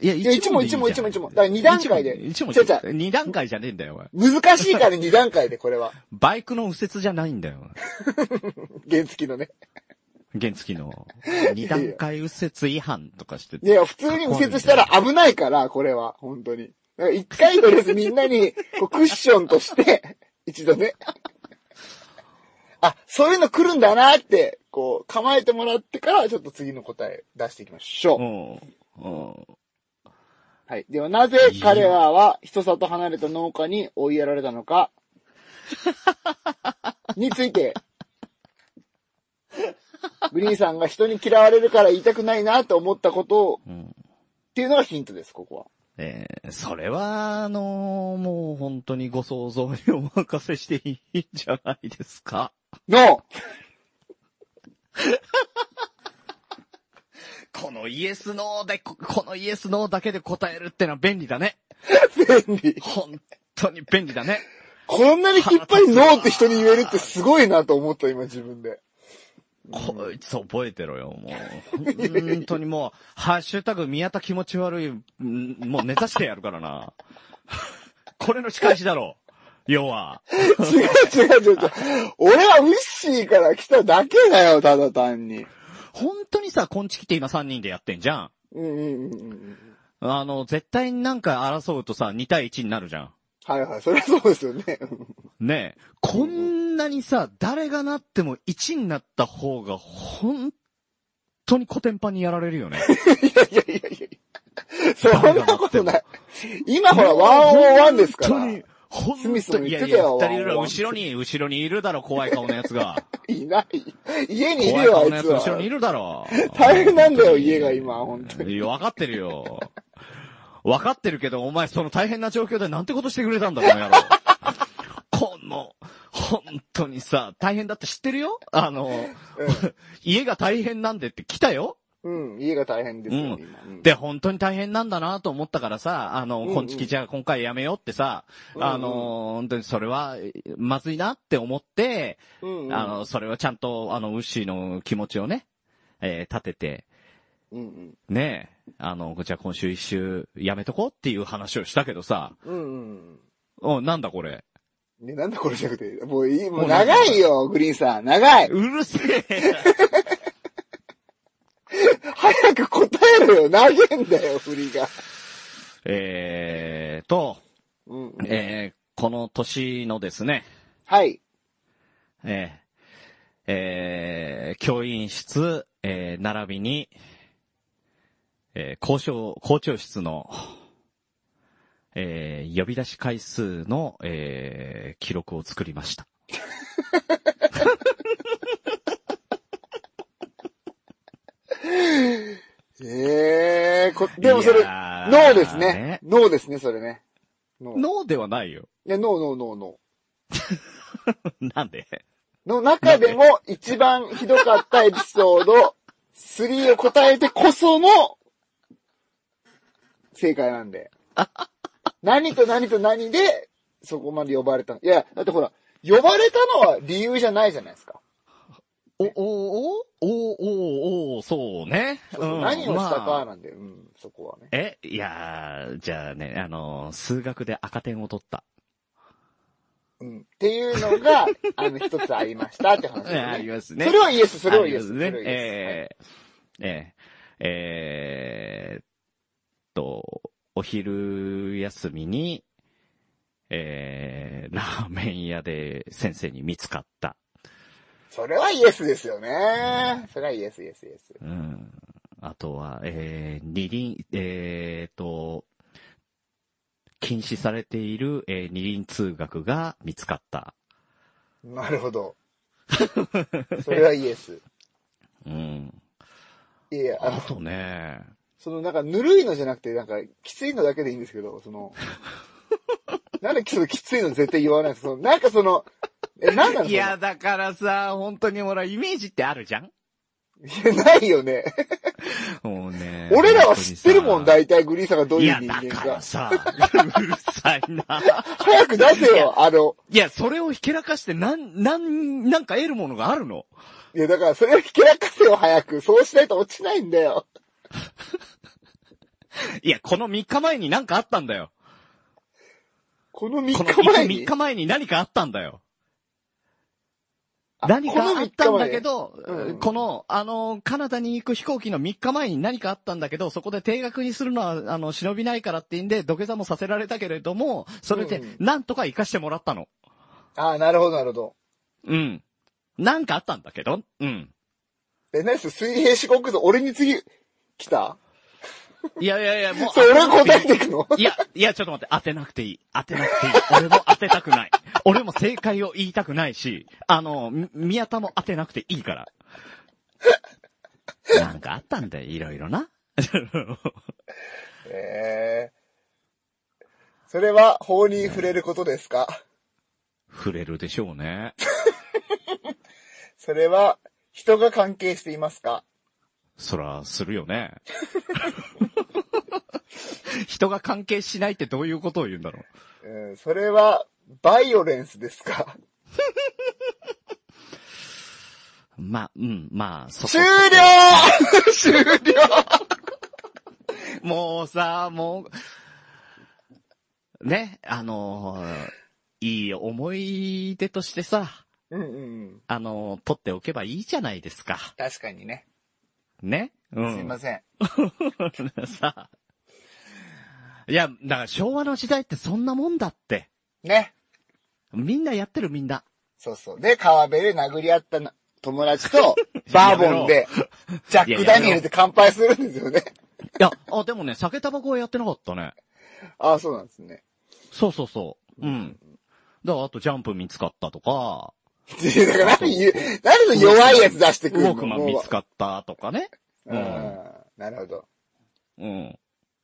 [SPEAKER 7] や、
[SPEAKER 8] や
[SPEAKER 7] 一問でいいじゃん。
[SPEAKER 8] 一問一問一問だから二段階で
[SPEAKER 7] 一問
[SPEAKER 8] 違う違う
[SPEAKER 7] 一問二段階じゃねえんだよ、お前。
[SPEAKER 8] 難しいから2段階でこれは。
[SPEAKER 7] バイクの右折じゃないんだよ、お前
[SPEAKER 8] 原付きのね。
[SPEAKER 7] 原付の。 二段階右折違反とかして
[SPEAKER 8] い。や、普通に右折したら危ないから、これは、本当に。だから一回とりあえずみんなに、こうクッションとして、一度ね。あ、そういうの来るんだなって、こう、構えてもらってから、ちょっと次の答え出していきましょう。
[SPEAKER 7] うん。うん。
[SPEAKER 8] はい。では、なぜ彼らは人里離れた農家に追いやられたの か、について、グリーンさんが人に嫌われるから言いたくないなと思ったことを、
[SPEAKER 7] うん
[SPEAKER 8] っていうのがヒントです、ここは。
[SPEAKER 7] えーそれは、あのーもう本当にご想像にお任せしていいんじゃないですか。
[SPEAKER 8] の、
[SPEAKER 7] このイエスノーで、ここのイエスノーだけで答えるってのは便利だね。
[SPEAKER 8] 便利。
[SPEAKER 7] 本当に便利だね。
[SPEAKER 8] こんなにきっぱりノーって人に言えるってすごいなと思った、今自分で。
[SPEAKER 7] こいつ覚えてろよ、もう。本当にもう、ハッシュタグ宮田気持ち悪い、んもうネタしてやるからな。これの仕返しだろ。要は。
[SPEAKER 8] 違う違う違う違う。俺はウッシーから来ただけだよ、ただ単に。
[SPEAKER 7] 本当にさ、コンチキって今3人でやってんじゃん。
[SPEAKER 8] うんうんうんうんうん。
[SPEAKER 7] あの、絶対になんか争うとさ、2対1になるじゃん。
[SPEAKER 8] はいはい、それはそうですよね。
[SPEAKER 7] ねえ。こんなにさ、誰がなっても1になった方が、本当にコテンパンにやられるよね。
[SPEAKER 8] いやいやいやいや。そんなことない。 今ほら、ワンオンワンですから。
[SPEAKER 7] 本当に、
[SPEAKER 8] スミス
[SPEAKER 7] 本当
[SPEAKER 8] も
[SPEAKER 7] に、い
[SPEAKER 8] 言っ
[SPEAKER 7] や
[SPEAKER 8] て
[SPEAKER 7] い
[SPEAKER 8] た
[SPEAKER 7] や、
[SPEAKER 8] よ
[SPEAKER 7] 二人いる
[SPEAKER 8] ワンオンワン
[SPEAKER 7] 後ろに、後ろにいるだろ、怖い顔のやつ が。
[SPEAKER 8] いない。家にい
[SPEAKER 7] 怖
[SPEAKER 8] る
[SPEAKER 7] い
[SPEAKER 8] よ、あ
[SPEAKER 7] 顔の
[SPEAKER 8] い
[SPEAKER 7] や
[SPEAKER 8] つ
[SPEAKER 7] つ
[SPEAKER 8] は。
[SPEAKER 7] 後ろにいるだろ。
[SPEAKER 8] 大変なんだよ、家が今、本当に。
[SPEAKER 7] いや、わかってるよ。わかってるけど、お前その大変な状況でなんてことしてくれたんだ、この野郎。この、本当にさ、大変だって知ってるよあの、 家が大変なんでって来たよ
[SPEAKER 8] うん、うん家が大変ですよ、
[SPEAKER 7] うん
[SPEAKER 8] 今。うん
[SPEAKER 7] で、本当に大変なんだなと思ったからさ、あの、
[SPEAKER 8] うんうん
[SPEAKER 7] こんちきじゃあ今回やめようってさ、
[SPEAKER 8] うんうん
[SPEAKER 7] あの、本当にそれは、まずいなって思って、
[SPEAKER 8] うんうん
[SPEAKER 7] あの、それはちゃんと、あの、ウッシーの気持ちをね、えー立てて、
[SPEAKER 8] うん
[SPEAKER 7] ねえ、あの、じゃあ今週一周やめとこうっていう話をしたけどさ、
[SPEAKER 8] うん。うんうん。
[SPEAKER 7] うん、なんだこれ。
[SPEAKER 8] ね、なんだこれじゃなくて。もういい、も
[SPEAKER 7] も
[SPEAKER 8] う
[SPEAKER 7] うなんだ
[SPEAKER 8] 長いよ、グリーンさん。長い。
[SPEAKER 7] うるせえ
[SPEAKER 8] 早く答えろよ、投げんだよ、振りが。
[SPEAKER 7] えーと、
[SPEAKER 8] うん。
[SPEAKER 7] えー、この年のですね、
[SPEAKER 8] はい。
[SPEAKER 7] えーえー教員室、えー並びに、えー校長、校長室の、えー呼び出し回数の、えー記録を作りました。
[SPEAKER 8] ええこ、でもそれ、
[SPEAKER 7] い
[SPEAKER 8] ノ
[SPEAKER 7] やー
[SPEAKER 8] ーですね
[SPEAKER 7] ね。
[SPEAKER 8] ノーですね、それね。ノー。
[SPEAKER 7] ノーではないよ。
[SPEAKER 8] いや、ノーノーノーノー。
[SPEAKER 7] なんで
[SPEAKER 8] の中でも一番ひどかったエピソード3を答えてこその正解なんで。何と何と何でそこまで呼ばれたのいや、だってほら、呼ばれたのは理由じゃないじゃないですか。
[SPEAKER 7] お、お、お、お、お、お、そうね。うん
[SPEAKER 8] 何をした
[SPEAKER 7] ま
[SPEAKER 8] か
[SPEAKER 7] あ
[SPEAKER 8] なんで、うん、そこはね。
[SPEAKER 7] え、いやー、じゃあね、あのー数学で赤点を取った。
[SPEAKER 8] うん。っていうのが、あの、一つありましたって話で す
[SPEAKER 7] あ
[SPEAKER 8] ね
[SPEAKER 7] り。ますね。
[SPEAKER 8] それはイエス、それはイ
[SPEAKER 7] あり
[SPEAKER 8] エス。
[SPEAKER 7] ます
[SPEAKER 8] それ
[SPEAKER 7] ね。
[SPEAKER 8] はイエス
[SPEAKER 7] えええ、えーっと、お昼休みに、えー、ラーメン屋で先生に見つかった。
[SPEAKER 8] それはイエスですよね。それはイエス、イエス、イエス。
[SPEAKER 7] うん。あとは、えー、二輪、えーっと、禁止されている、えー二輪通学が見つかった。
[SPEAKER 8] なる ほど。それはイエス。
[SPEAKER 7] うん。
[SPEAKER 8] いやいや、あ
[SPEAKER 7] あ
[SPEAKER 8] の、
[SPEAKER 7] とね、
[SPEAKER 8] そのなんかぬるいのじゃなくて、なんかきついのだけでいいんですけど、その、なんでそのきついの絶対言わないんですかそのなんかその、え、なんなの
[SPEAKER 7] いや、、だからさ、本当にほら、イメージってあるじゃん
[SPEAKER 8] そのいやないよね。
[SPEAKER 7] もうね。
[SPEAKER 8] 俺らは知ってるもん、
[SPEAKER 7] 本当に
[SPEAKER 8] 大体グリーンさんがど
[SPEAKER 7] さ
[SPEAKER 8] う
[SPEAKER 7] い
[SPEAKER 8] いう
[SPEAKER 7] や、
[SPEAKER 8] 人
[SPEAKER 7] だ
[SPEAKER 8] 間
[SPEAKER 7] か。
[SPEAKER 8] から
[SPEAKER 7] さ、 うるさいな。
[SPEAKER 8] 早く出せ
[SPEAKER 7] いや
[SPEAKER 8] よ、あの、
[SPEAKER 7] いや、それをひけらかして、なん、なん、なんか得るものがあるの
[SPEAKER 8] いや、だからそれをひけらかせよ、早く。そうしないと落ちないんだよ。
[SPEAKER 7] いや、この3日前になんかあったんだよ。
[SPEAKER 8] この
[SPEAKER 7] こ
[SPEAKER 8] 3
[SPEAKER 7] の
[SPEAKER 8] 日前
[SPEAKER 7] 3日。
[SPEAKER 8] に
[SPEAKER 7] 前に何かあったんだよ。
[SPEAKER 8] あ
[SPEAKER 7] 何かあったんだけ。
[SPEAKER 8] この
[SPEAKER 7] ど、こ
[SPEAKER 8] この三日前うん
[SPEAKER 7] の、あの、カナダに行く飛行機の3日前に何かあったんだけど、そこで定額にするのは、あの、忍びないからっていうんで、土下座もさせられたけれども、それで
[SPEAKER 8] うん、
[SPEAKER 7] なんとか行かしてもらったの。
[SPEAKER 8] ああ、なるほど、なるほど。
[SPEAKER 7] うん。なんかあったんだけど、うん。
[SPEAKER 8] え、何す水平四国像、俺に次、来た
[SPEAKER 7] いやいやいや、もう。
[SPEAKER 8] それ俺答えて
[SPEAKER 7] い
[SPEAKER 8] いくの
[SPEAKER 7] いや、いや、ちょっと待って、当てなくていい。当てなくていい。俺も当てたくない。俺も正解を言いたくないし、あの、み宮田も当てなくていいから。なんかあったんだよ、いろいろな。
[SPEAKER 8] ええそれは法に触れることですか
[SPEAKER 7] 触れるでしょうね。
[SPEAKER 8] それは人が関係していますか
[SPEAKER 7] そら、するよね。人が関係しないってどういうことを言うんだろう。
[SPEAKER 8] うん、それはバイオレンスですか
[SPEAKER 7] まあ、うん、まあ、そこ
[SPEAKER 8] 終了終了
[SPEAKER 7] もうさ、もう、ね、あのーいい思い出としてさ、
[SPEAKER 8] うんうんうん。
[SPEAKER 7] あのー取っておけばいいじゃないですか。
[SPEAKER 8] 確かにね。
[SPEAKER 7] ね。うん。
[SPEAKER 8] すいません。
[SPEAKER 7] せん。 さいや、だから昭和の時代ってそんなもんだって。
[SPEAKER 8] ね。
[SPEAKER 7] みんなやってるみんな。
[SPEAKER 8] そうそう。で、川辺で殴り合ったな友達と、 バーボンで、ジャック・ダニエルで乾杯するんですよね。
[SPEAKER 7] いや、あ、でもね、酒タバコはやってなかったね。
[SPEAKER 8] ああ、そうなんですね。
[SPEAKER 7] そうそうそう。うん。だからあとジャンプ見つかったとか、
[SPEAKER 8] いやだから何言う、何の弱いやつ出して
[SPEAKER 7] ウ
[SPEAKER 8] くるの
[SPEAKER 7] ォークマン見つかったとかね。
[SPEAKER 8] もううん。なるほど。
[SPEAKER 7] うん。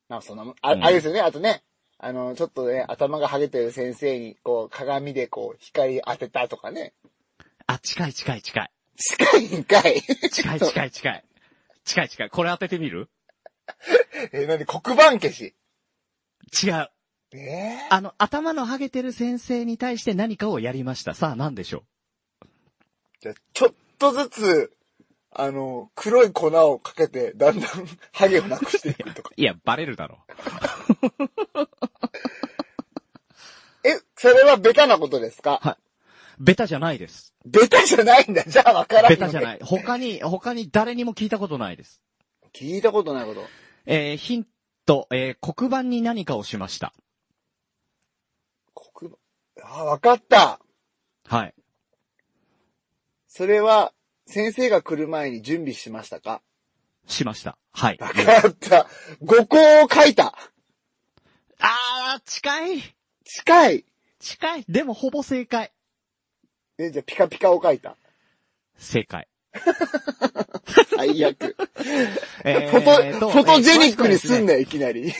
[SPEAKER 8] まあそんなもん、あ、あれですよね、あとね、あの、ちょっとね、頭がハゲてる先生に、こう、鏡でこう、光当てたとかね。
[SPEAKER 7] あ、近い近い近い。
[SPEAKER 8] 近いんかい。
[SPEAKER 7] 近い
[SPEAKER 8] そう
[SPEAKER 7] 近い近い。近い近い。これ当ててみる
[SPEAKER 8] え、なに、黒板消し。
[SPEAKER 7] 違う。
[SPEAKER 8] ええ
[SPEAKER 7] あの、頭のハゲてる先生に対して何かをやりました。さあ何でしょ
[SPEAKER 8] じゃあ、ちょっとずつ、あの、黒い粉をかけて、だん だん、ハゲをなくしていくとか。
[SPEAKER 7] ういや、バレるだろ。
[SPEAKER 8] え、それはベタなことですか
[SPEAKER 7] ベタじゃないです。
[SPEAKER 8] ベタじゃないんだ。じゃあわからん、。
[SPEAKER 7] ベタじゃないい。他に、他に誰にも聞いたことないです。
[SPEAKER 8] 聞いたことないこと。
[SPEAKER 7] えー、ヒント、えー、黒板に何かをしました。
[SPEAKER 8] 黒板。あ、わかった。
[SPEAKER 7] はい。
[SPEAKER 8] それは、先生が来る前に準備しましたか
[SPEAKER 7] しました。はい。
[SPEAKER 8] わかった。五行を書いた。
[SPEAKER 7] あー、近い
[SPEAKER 8] 近い。
[SPEAKER 7] 近いでもほぼ正解。
[SPEAKER 8] え、じゃあピカピカを書いた。
[SPEAKER 7] 正解。
[SPEAKER 8] 最悪。
[SPEAKER 7] え
[SPEAKER 8] フォ
[SPEAKER 7] ー
[SPEAKER 8] ト、
[SPEAKER 7] と
[SPEAKER 8] フォトジェニ
[SPEAKER 7] えー詳し
[SPEAKER 8] ックにすん
[SPEAKER 7] くはですね
[SPEAKER 8] なよ、いきなり。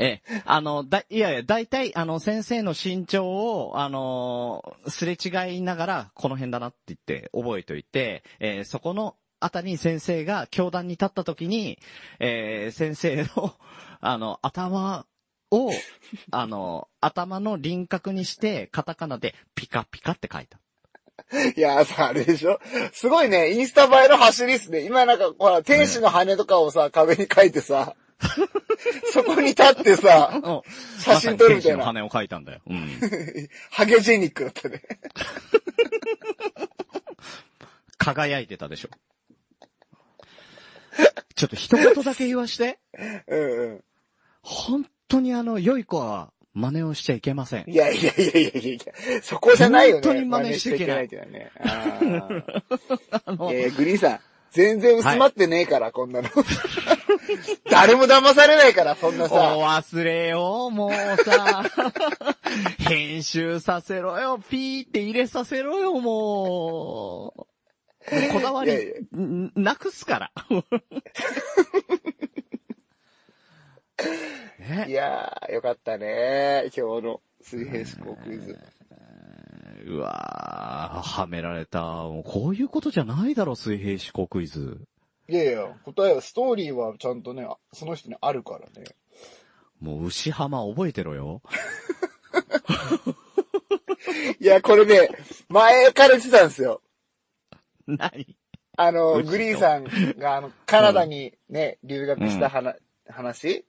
[SPEAKER 7] ええ、あの、だ、いやいや、だいたい、あの、先生の身長を、あのーすれ違いながら、この辺だなって言って、覚えておいて、えーそこのあたりに先生が教壇に立った時に、えー先生の、 あの、頭を、あの、頭の輪郭にして、カタカナで、ピカピカって書いた。
[SPEAKER 8] いやーさ、あれでしょすごいね、インスタ映えの走りっすね。今なんか、ほら、天使の羽とかをさ、壁に書い てさ、そこに立ってさ、
[SPEAKER 7] うん
[SPEAKER 8] 写真撮るみたいな
[SPEAKER 7] まさに天使の羽を書いたんだよ。うん。
[SPEAKER 8] ハゲジェニックだったね。
[SPEAKER 7] 輝いてたでしょ。ちょっと一言だけ言わして。
[SPEAKER 8] うんう
[SPEAKER 7] 本当にあの、良い子は真似をしちゃいけません
[SPEAKER 8] ん。い。やいやいやいやいやいや、そこじゃないよね。
[SPEAKER 7] 本当に真似しちゃいけない
[SPEAKER 8] 真似しちゃいけないっていうのはね。
[SPEAKER 7] あ
[SPEAKER 8] あ
[SPEAKER 7] の
[SPEAKER 8] ーいやいや、グリーンさん、全然薄まってねえから、こんなの。 誰も騙されないから、そんな
[SPEAKER 7] お
[SPEAKER 8] さ。
[SPEAKER 7] 忘れよ、もうさ。編集させろよ、ピーって入れさせろよ、もう。こだわり
[SPEAKER 8] いやいや、
[SPEAKER 7] んなくす から。
[SPEAKER 8] い
[SPEAKER 7] ね、
[SPEAKER 8] やー、よかったね。今日の水平思考クイズ。
[SPEAKER 7] うわーはめられた。もうこういうことじゃないだろ、水平思考クイズ。
[SPEAKER 8] いやいや、答えは、ストーリーはちゃんとね、その人にあるからね。
[SPEAKER 7] もう牛浜覚えてろよ。
[SPEAKER 8] いや、これね、前から言ってたんですよ。
[SPEAKER 7] 何
[SPEAKER 8] あの、
[SPEAKER 7] うちの
[SPEAKER 8] グリーンさんが、あの、カナダにね、留学した話、話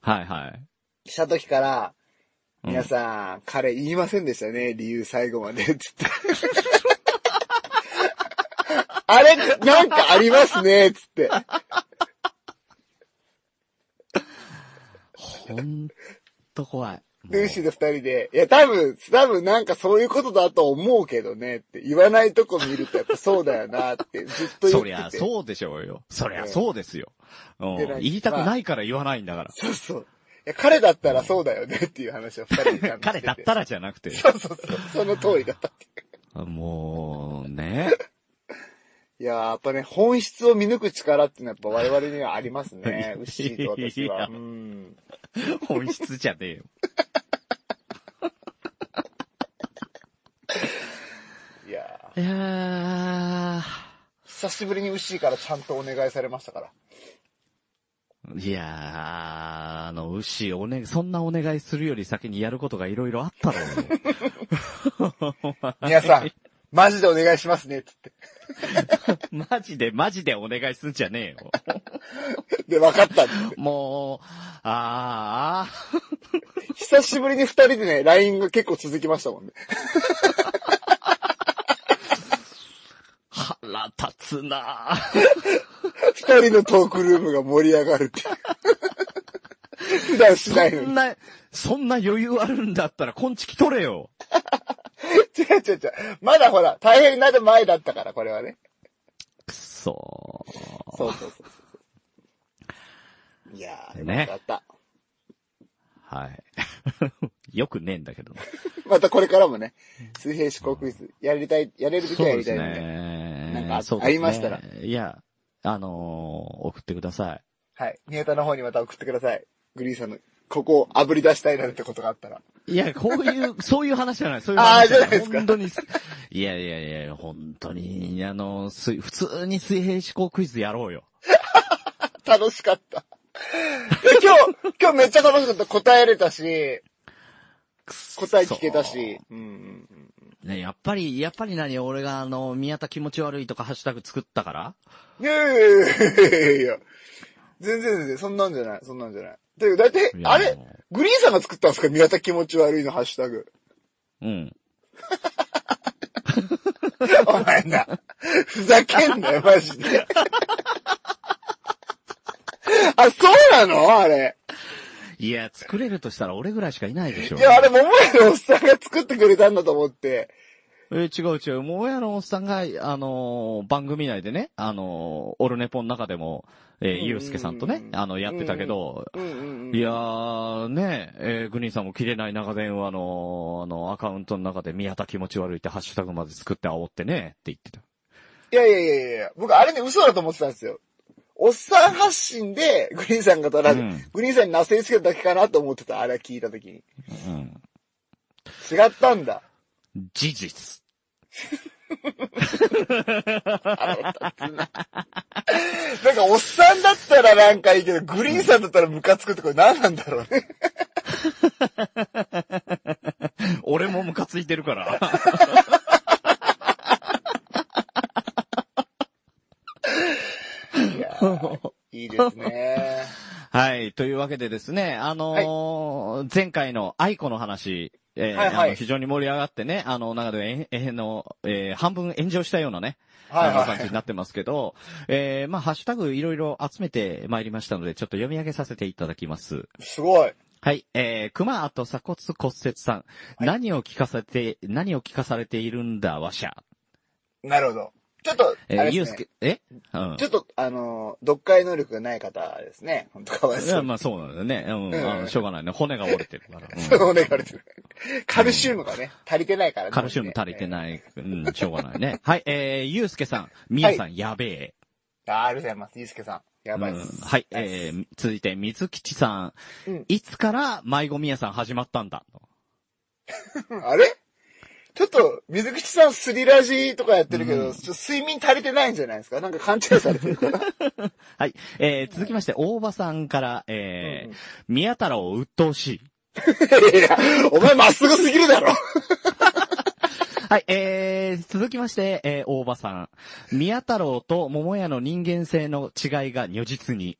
[SPEAKER 7] はいはい。
[SPEAKER 8] した時から、
[SPEAKER 7] うん
[SPEAKER 8] 皆さん、彼言いませんでしたね、理由最後 まで、つって。あれ、なんかありますね、つって。
[SPEAKER 7] ほんと怖い。もう
[SPEAKER 8] ルーシーと二人で、いや、多分、多分なんかそういうことだと思うけどね、って言わないとこ見るとやっぱそうだよな、ってずっと言
[SPEAKER 7] そ
[SPEAKER 8] ってて。
[SPEAKER 7] りゃそうでしょうよ。そりゃそうですよ。うん
[SPEAKER 8] でなんか
[SPEAKER 7] 言いたくないから言わないんだから。
[SPEAKER 8] そうそう。いや、彼だったらそうだよねっていう話を二人で多分してて
[SPEAKER 7] 彼だったらじゃなくて。
[SPEAKER 8] そうそうそう。その通りだったってい
[SPEAKER 7] もう、ね。
[SPEAKER 8] う。いやー、やっぱね、本質を見抜く力っていうのはやっぱ我々にはありま すね。ウッシーと私
[SPEAKER 7] いや
[SPEAKER 8] は。うん。
[SPEAKER 7] 本質じゃねえよ。
[SPEAKER 8] いやー
[SPEAKER 7] いや
[SPEAKER 8] 久しぶりにウッシーからちゃんとお願いされましたから。
[SPEAKER 7] ー。いやー、あの、牛、おね、そんなお願いするより先にやることがいろいろあったろう。
[SPEAKER 8] 皆さん、マジでお願いしますね、つって。
[SPEAKER 7] マジでマジでお願いすんじゃねえよ。
[SPEAKER 8] で、分かったっつって。
[SPEAKER 7] もう、あー、
[SPEAKER 8] 久しぶりに二人でね、LINE が結構続きましたもんね。
[SPEAKER 7] 腹立つなー。
[SPEAKER 8] 二人のトークルームが盛り上がるって いう。普段しないの
[SPEAKER 7] そ
[SPEAKER 8] に
[SPEAKER 7] ん。な、そんな余裕あるんだったら、こんちき取れよ。
[SPEAKER 8] 違う違う違う。まだほら、大変になる前だったから、これはね。
[SPEAKER 7] くそー
[SPEAKER 8] そうそうそうそう。いやー、
[SPEAKER 7] ね
[SPEAKER 8] よかった。
[SPEAKER 7] はい。 よくねえんだけど。
[SPEAKER 8] またこれからもね、水平思考クイズ、やりたい、やれる時はやりたいので。
[SPEAKER 7] ね
[SPEAKER 8] なんかあ
[SPEAKER 7] そうですね
[SPEAKER 8] ありましたら
[SPEAKER 7] いや、あのー送ってください。
[SPEAKER 8] はい。ネタの方にまた送ってください。グリーンさんの、ここを炙り出したいなんてことがあったら。
[SPEAKER 7] いや、こういう、 そういう話じゃない、そういう
[SPEAKER 8] あー
[SPEAKER 7] 話じゃない。
[SPEAKER 8] じゃないですか
[SPEAKER 7] 本当にす。いやいやいや、本当に、あの、す、普通に水平思考クイズやろうよ。
[SPEAKER 8] 楽しかった。いや今日、 今日めっちゃ楽しかった。答えれたし、
[SPEAKER 7] くっそ
[SPEAKER 8] 答え聞けたし。うんうんうん。
[SPEAKER 7] ね、やっぱり、やっぱり何俺があの、宮田気持ち悪いとかハッシュタグ作ったから
[SPEAKER 8] いやいやいやいやいや。全然全然、そんなんじゃない、そんなんじゃない。だけど、だいたい
[SPEAKER 7] い、や
[SPEAKER 8] あれグリーンさんが作ったんですか宮田気持ち悪いのハッシュタグ。
[SPEAKER 7] うん。
[SPEAKER 8] お前な、ふざけんなよ、マジで。あ、そうなのあれ。
[SPEAKER 7] いや、作れるとしたら俺ぐらいしかいないでしょ。
[SPEAKER 8] いや、あれ、桃屋のおっさんが作ってくれたんだと思って。
[SPEAKER 7] えー違う違う。もうやのおっさんが、あのー番組内でね、あのーオルネポの中でも、えー
[SPEAKER 8] うん
[SPEAKER 7] ゆうすけさんとね、あの、やってたけど、
[SPEAKER 8] うんうんうん。
[SPEAKER 7] いやー、ね、えー、グニーさんも切れない長電話の、あの、アカウントの中で宮田気持ち悪いってハッシュタグまで作って煽ってね、って言ってた。
[SPEAKER 8] いやいやいやいや、僕あれね、嘘だと思ってたんですよ。おっさん発信で、グリーンさんが取らず、
[SPEAKER 7] うん
[SPEAKER 8] グリーンさんになすりつけただけかなと思ってた、あれ聞いたときに。
[SPEAKER 7] うん。
[SPEAKER 8] 違ったんだ。
[SPEAKER 7] 事実。
[SPEAKER 8] なんか、おっさんだったらなんかいいけど、グリーンさんだったらムカつくってこれ何なんだろうね。
[SPEAKER 7] 俺もムカついてるから。
[SPEAKER 8] いやーいいですね。
[SPEAKER 7] はい。というわけでですね、あのー前回の愛子の話、えー
[SPEAKER 8] はいはい
[SPEAKER 7] あの非常に盛り上がってね、あの、中で、え、えの、えー半分炎上したようなね、
[SPEAKER 8] はい
[SPEAKER 7] あの
[SPEAKER 8] は
[SPEAKER 7] 感じ
[SPEAKER 8] い。
[SPEAKER 7] になってますけど、えーまあ、ハッシュタグいろいろ集めてまいりましたので、ちょっと読み上げさせていただきます。
[SPEAKER 8] すごい。
[SPEAKER 7] はい、えー、熊と鎖骨骨折さん、何を聞かされて、何を聞かされているんだ、わしゃ。
[SPEAKER 8] なるほど。ちょっと、
[SPEAKER 7] え
[SPEAKER 8] あ
[SPEAKER 7] ー、
[SPEAKER 8] れ
[SPEAKER 7] ゆ
[SPEAKER 8] で
[SPEAKER 7] う
[SPEAKER 8] す
[SPEAKER 7] す
[SPEAKER 8] ね。
[SPEAKER 7] け、えうん
[SPEAKER 8] ちょ。っと、あのー、読解能力がない方ですね。本当かわい
[SPEAKER 7] い
[SPEAKER 8] そ
[SPEAKER 7] や
[SPEAKER 8] う。
[SPEAKER 7] まあそうなんだよね。うん、
[SPEAKER 8] ん
[SPEAKER 7] あの、しょうがないね。骨が折れてるから。うん
[SPEAKER 8] そう、お願いされてる。カルシウムがね、足りてないからね。
[SPEAKER 7] カルシウム足りてない。うん、しょうがない ね。はい、えー、ゆうすけさん、みやさん、やべえ。
[SPEAKER 8] い。あーありがとうございます。ゆうすけさん。やばい
[SPEAKER 7] うん
[SPEAKER 8] です。
[SPEAKER 7] はい、えー、続いて、みずきちさん,、
[SPEAKER 8] うん
[SPEAKER 7] いつから迷子みやさん始まったんだと
[SPEAKER 8] うんあれちょっと、水口さんスリラジーとかやってるけど、ちょっと睡眠足りてないんじゃないですかなんか 勘違いされてるから。
[SPEAKER 7] はい、えー、続きまして、大場さんから、えー、みや太郎、うっとうしい。
[SPEAKER 8] いや、お前まっすぐすぎるだろ。
[SPEAKER 7] はい、えー、続きまして、えー、大場さん。宮太郎と桃屋の人間性の違いが如実に。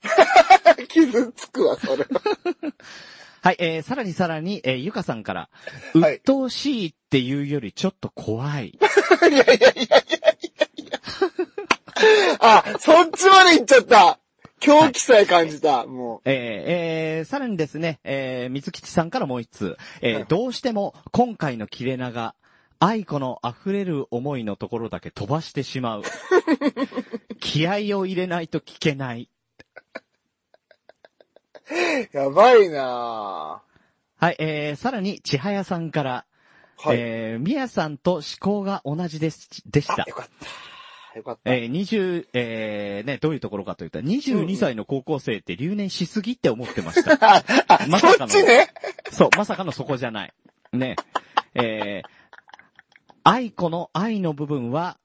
[SPEAKER 8] 傷つくわ、それ。
[SPEAKER 7] はい、えー、さらにさらに、えー、ゆかさんから、
[SPEAKER 8] はい
[SPEAKER 7] 鬱陶しいっていうよりちょっと怖い。
[SPEAKER 8] あ、そっちまで行っちゃった。狂気さえ感じた、も
[SPEAKER 7] えー、えー、さらにですね、えー、水吉さんからもう一つ。え
[SPEAKER 8] はい
[SPEAKER 7] ー、どうしても今回の切れ長、愛子の溢れる思いのところだけ飛ばしてし まう。気合を入れないと聞けない。
[SPEAKER 8] う。やばいな
[SPEAKER 7] はい、えー、さらに、千早さんから、
[SPEAKER 8] ぁはい。
[SPEAKER 7] えー、みやさんと思考が同じです、でし
[SPEAKER 8] あ
[SPEAKER 7] た
[SPEAKER 8] よ。かった。よかった。
[SPEAKER 7] えー、20、えー、ね、どういうところかというと、22歳の高校生って留年しすぎって思ってました。
[SPEAKER 8] あ、
[SPEAKER 7] まさか
[SPEAKER 8] そ
[SPEAKER 7] の
[SPEAKER 8] っちね。
[SPEAKER 7] そう、まさかのそこじゃない。ね。えー、愛子の愛の部分は、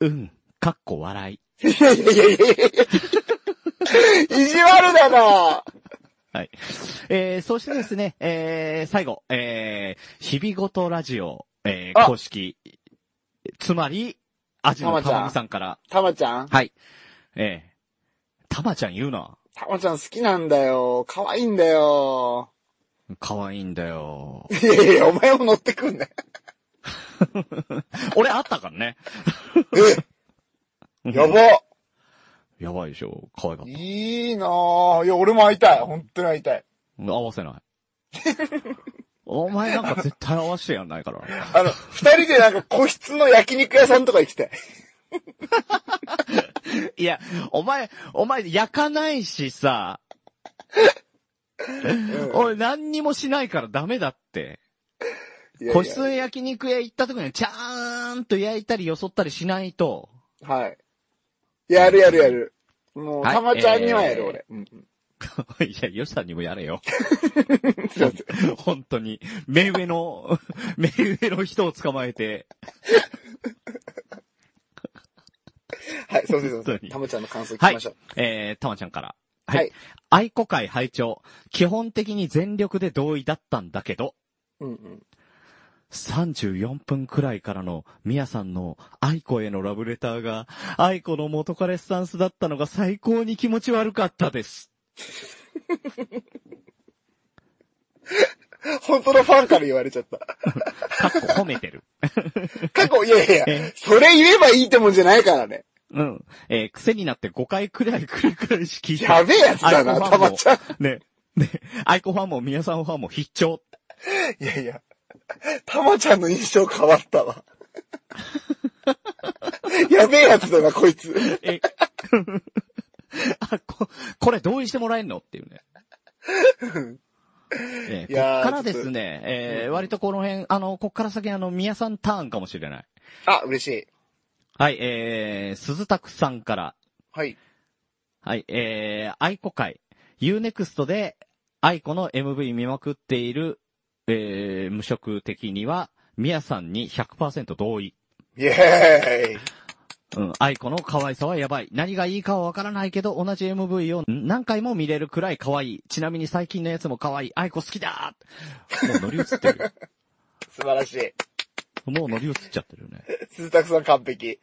[SPEAKER 7] うん、かっこ笑い。
[SPEAKER 8] いやいやいやいやい や意地悪だな
[SPEAKER 7] はい。えー、そしてですね、えー、最後、えー、日々ごとラジオ、えー、
[SPEAKER 8] あ
[SPEAKER 7] 公式、つまり、アジのたまみさんから、
[SPEAKER 8] たまちゃん
[SPEAKER 7] はい。ええたまちゃん言うな。
[SPEAKER 8] たまちゃん好きなんだよ。可愛いんだよ。
[SPEAKER 7] 可愛いんだ よ。
[SPEAKER 8] いやいやいや、お前も乗ってくんね。
[SPEAKER 7] 俺あったからね。
[SPEAKER 8] えやば
[SPEAKER 7] やばいでしょ。可愛かっ
[SPEAKER 8] いいなぁ。いや、俺も会いたい。本当に会いたい。
[SPEAKER 7] た。合わせない。お前なんか絶対合わせてやんないから。
[SPEAKER 8] あの、二人でなんか個室の焼肉屋さんとか行きたい。
[SPEAKER 7] いや、お前、お前焼かないしさ、俺何にもしないからダメだって。
[SPEAKER 8] いやいや
[SPEAKER 7] 個室へ焼肉へ行った時にちゃーんと焼いたりよそったりしないと、
[SPEAKER 8] はい。やるやるやる。もう、
[SPEAKER 7] はい
[SPEAKER 8] たまちゃんにはやる、
[SPEAKER 7] えー
[SPEAKER 8] 俺。うんうん。
[SPEAKER 7] いや、よしさんにもやれ よ。
[SPEAKER 8] すいません
[SPEAKER 7] 本当に。目上の、目上の人を捕まえて。
[SPEAKER 8] はい、すいませんすいませ
[SPEAKER 7] 本当
[SPEAKER 8] ん。
[SPEAKER 7] に
[SPEAKER 8] たまちゃんの感想聞
[SPEAKER 7] は
[SPEAKER 8] き
[SPEAKER 7] い
[SPEAKER 8] ましょう。。
[SPEAKER 7] えー、たまちゃんから。
[SPEAKER 8] はい。
[SPEAKER 7] 愛子会拝聴基本的に全力で同意だったんだけど、
[SPEAKER 8] うんうん。
[SPEAKER 7] 34分くらいからのみやさんの愛子へのラブレターが、愛子の元彼スタンスだったのが最高に気持ち悪かったです。
[SPEAKER 8] 本当のファンから言われちゃった。
[SPEAKER 7] かっこ褒めてる。
[SPEAKER 8] 過去、いやいやいや
[SPEAKER 7] え、
[SPEAKER 8] それ言えばいいってもんじゃないからね。
[SPEAKER 7] うん。えー癖になって5回くらい繰り返し聞いて。
[SPEAKER 8] やべえやつだ
[SPEAKER 7] アイ
[SPEAKER 8] な、
[SPEAKER 7] コフ
[SPEAKER 8] た
[SPEAKER 7] ァンも
[SPEAKER 8] まちゃん。
[SPEAKER 7] ね。ね。愛子ファンもみやさんファンも必聴。
[SPEAKER 8] いやいや、たまちゃんの印象変わった わ。やべえやつだな、こいつ。
[SPEAKER 7] え、 あ、こ、これ同意してもらえんのっていうね。えこ
[SPEAKER 8] いやー
[SPEAKER 7] っからですね、えー割とこの辺、あの、こっから先あの、宮さんターンかもしれない。
[SPEAKER 8] あ、嬉しい。
[SPEAKER 7] はい、えー、鈴拓さんから、
[SPEAKER 8] はい。
[SPEAKER 7] はい、えー、愛子会、Unext で愛子の MV 見まくっている、えー、無職的には、宮さんに100%同意。
[SPEAKER 8] イェーイ。
[SPEAKER 7] うん、アイコの可愛さはやばい。何がいいかはわからないけど、同じ MV を何回も見れるくらい可愛い。ちなみに最近のやつも可愛い。アイコ好きだもう乗り移ってる。
[SPEAKER 8] 素晴らしい。
[SPEAKER 7] もう乗り移っちゃってるよね。
[SPEAKER 8] 鈴田さん完璧。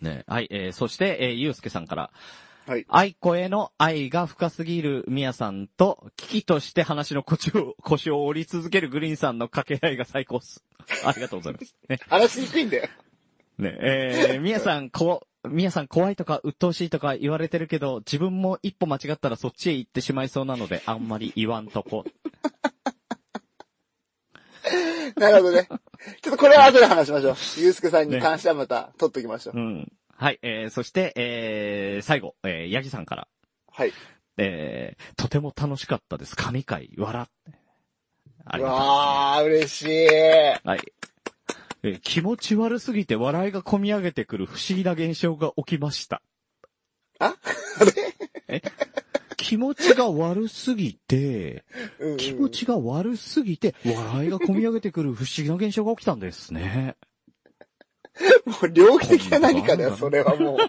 [SPEAKER 7] ねはい、えー、そして、えー、ゆうすけさんから。
[SPEAKER 8] はい。
[SPEAKER 7] 愛子への愛が深すぎるミヤさんと、危機として話の腰を、腰を折り続けるグリーンさんの掛け合いが最高っす。ありがとうございます。ね、
[SPEAKER 8] 話しにくいんだよ。
[SPEAKER 7] ねえー、ミヤさん、こ、ミヤさん怖いとか鬱陶しいとか言われてるけど、自分も一歩間違ったらそっちへ行ってしまいそうなので、あんまり言わんとこ。
[SPEAKER 8] なるほどね。ちょっとこれは後で話しましょう。ゆうすけさんに関してはまた取っときましょう。
[SPEAKER 7] うん。はい、えー、そして、えー、最後、えー、ヤギさんから。
[SPEAKER 8] はい。
[SPEAKER 7] えー、とても楽しかったです。神回、笑って。あ
[SPEAKER 8] う
[SPEAKER 7] りがとうございます。
[SPEAKER 8] わー、嬉しい。
[SPEAKER 7] はい。えー気持ち悪すぎて笑いが込み上げてくる不思議な現象が起きました。
[SPEAKER 8] あ
[SPEAKER 7] え気持ちが悪すぎて、
[SPEAKER 8] うんうん
[SPEAKER 7] 気持ちが悪すぎて、笑いが込み上げてくる不思議な現象が起きたんですね。
[SPEAKER 8] もう、猟奇的な何かだよ、それはもう。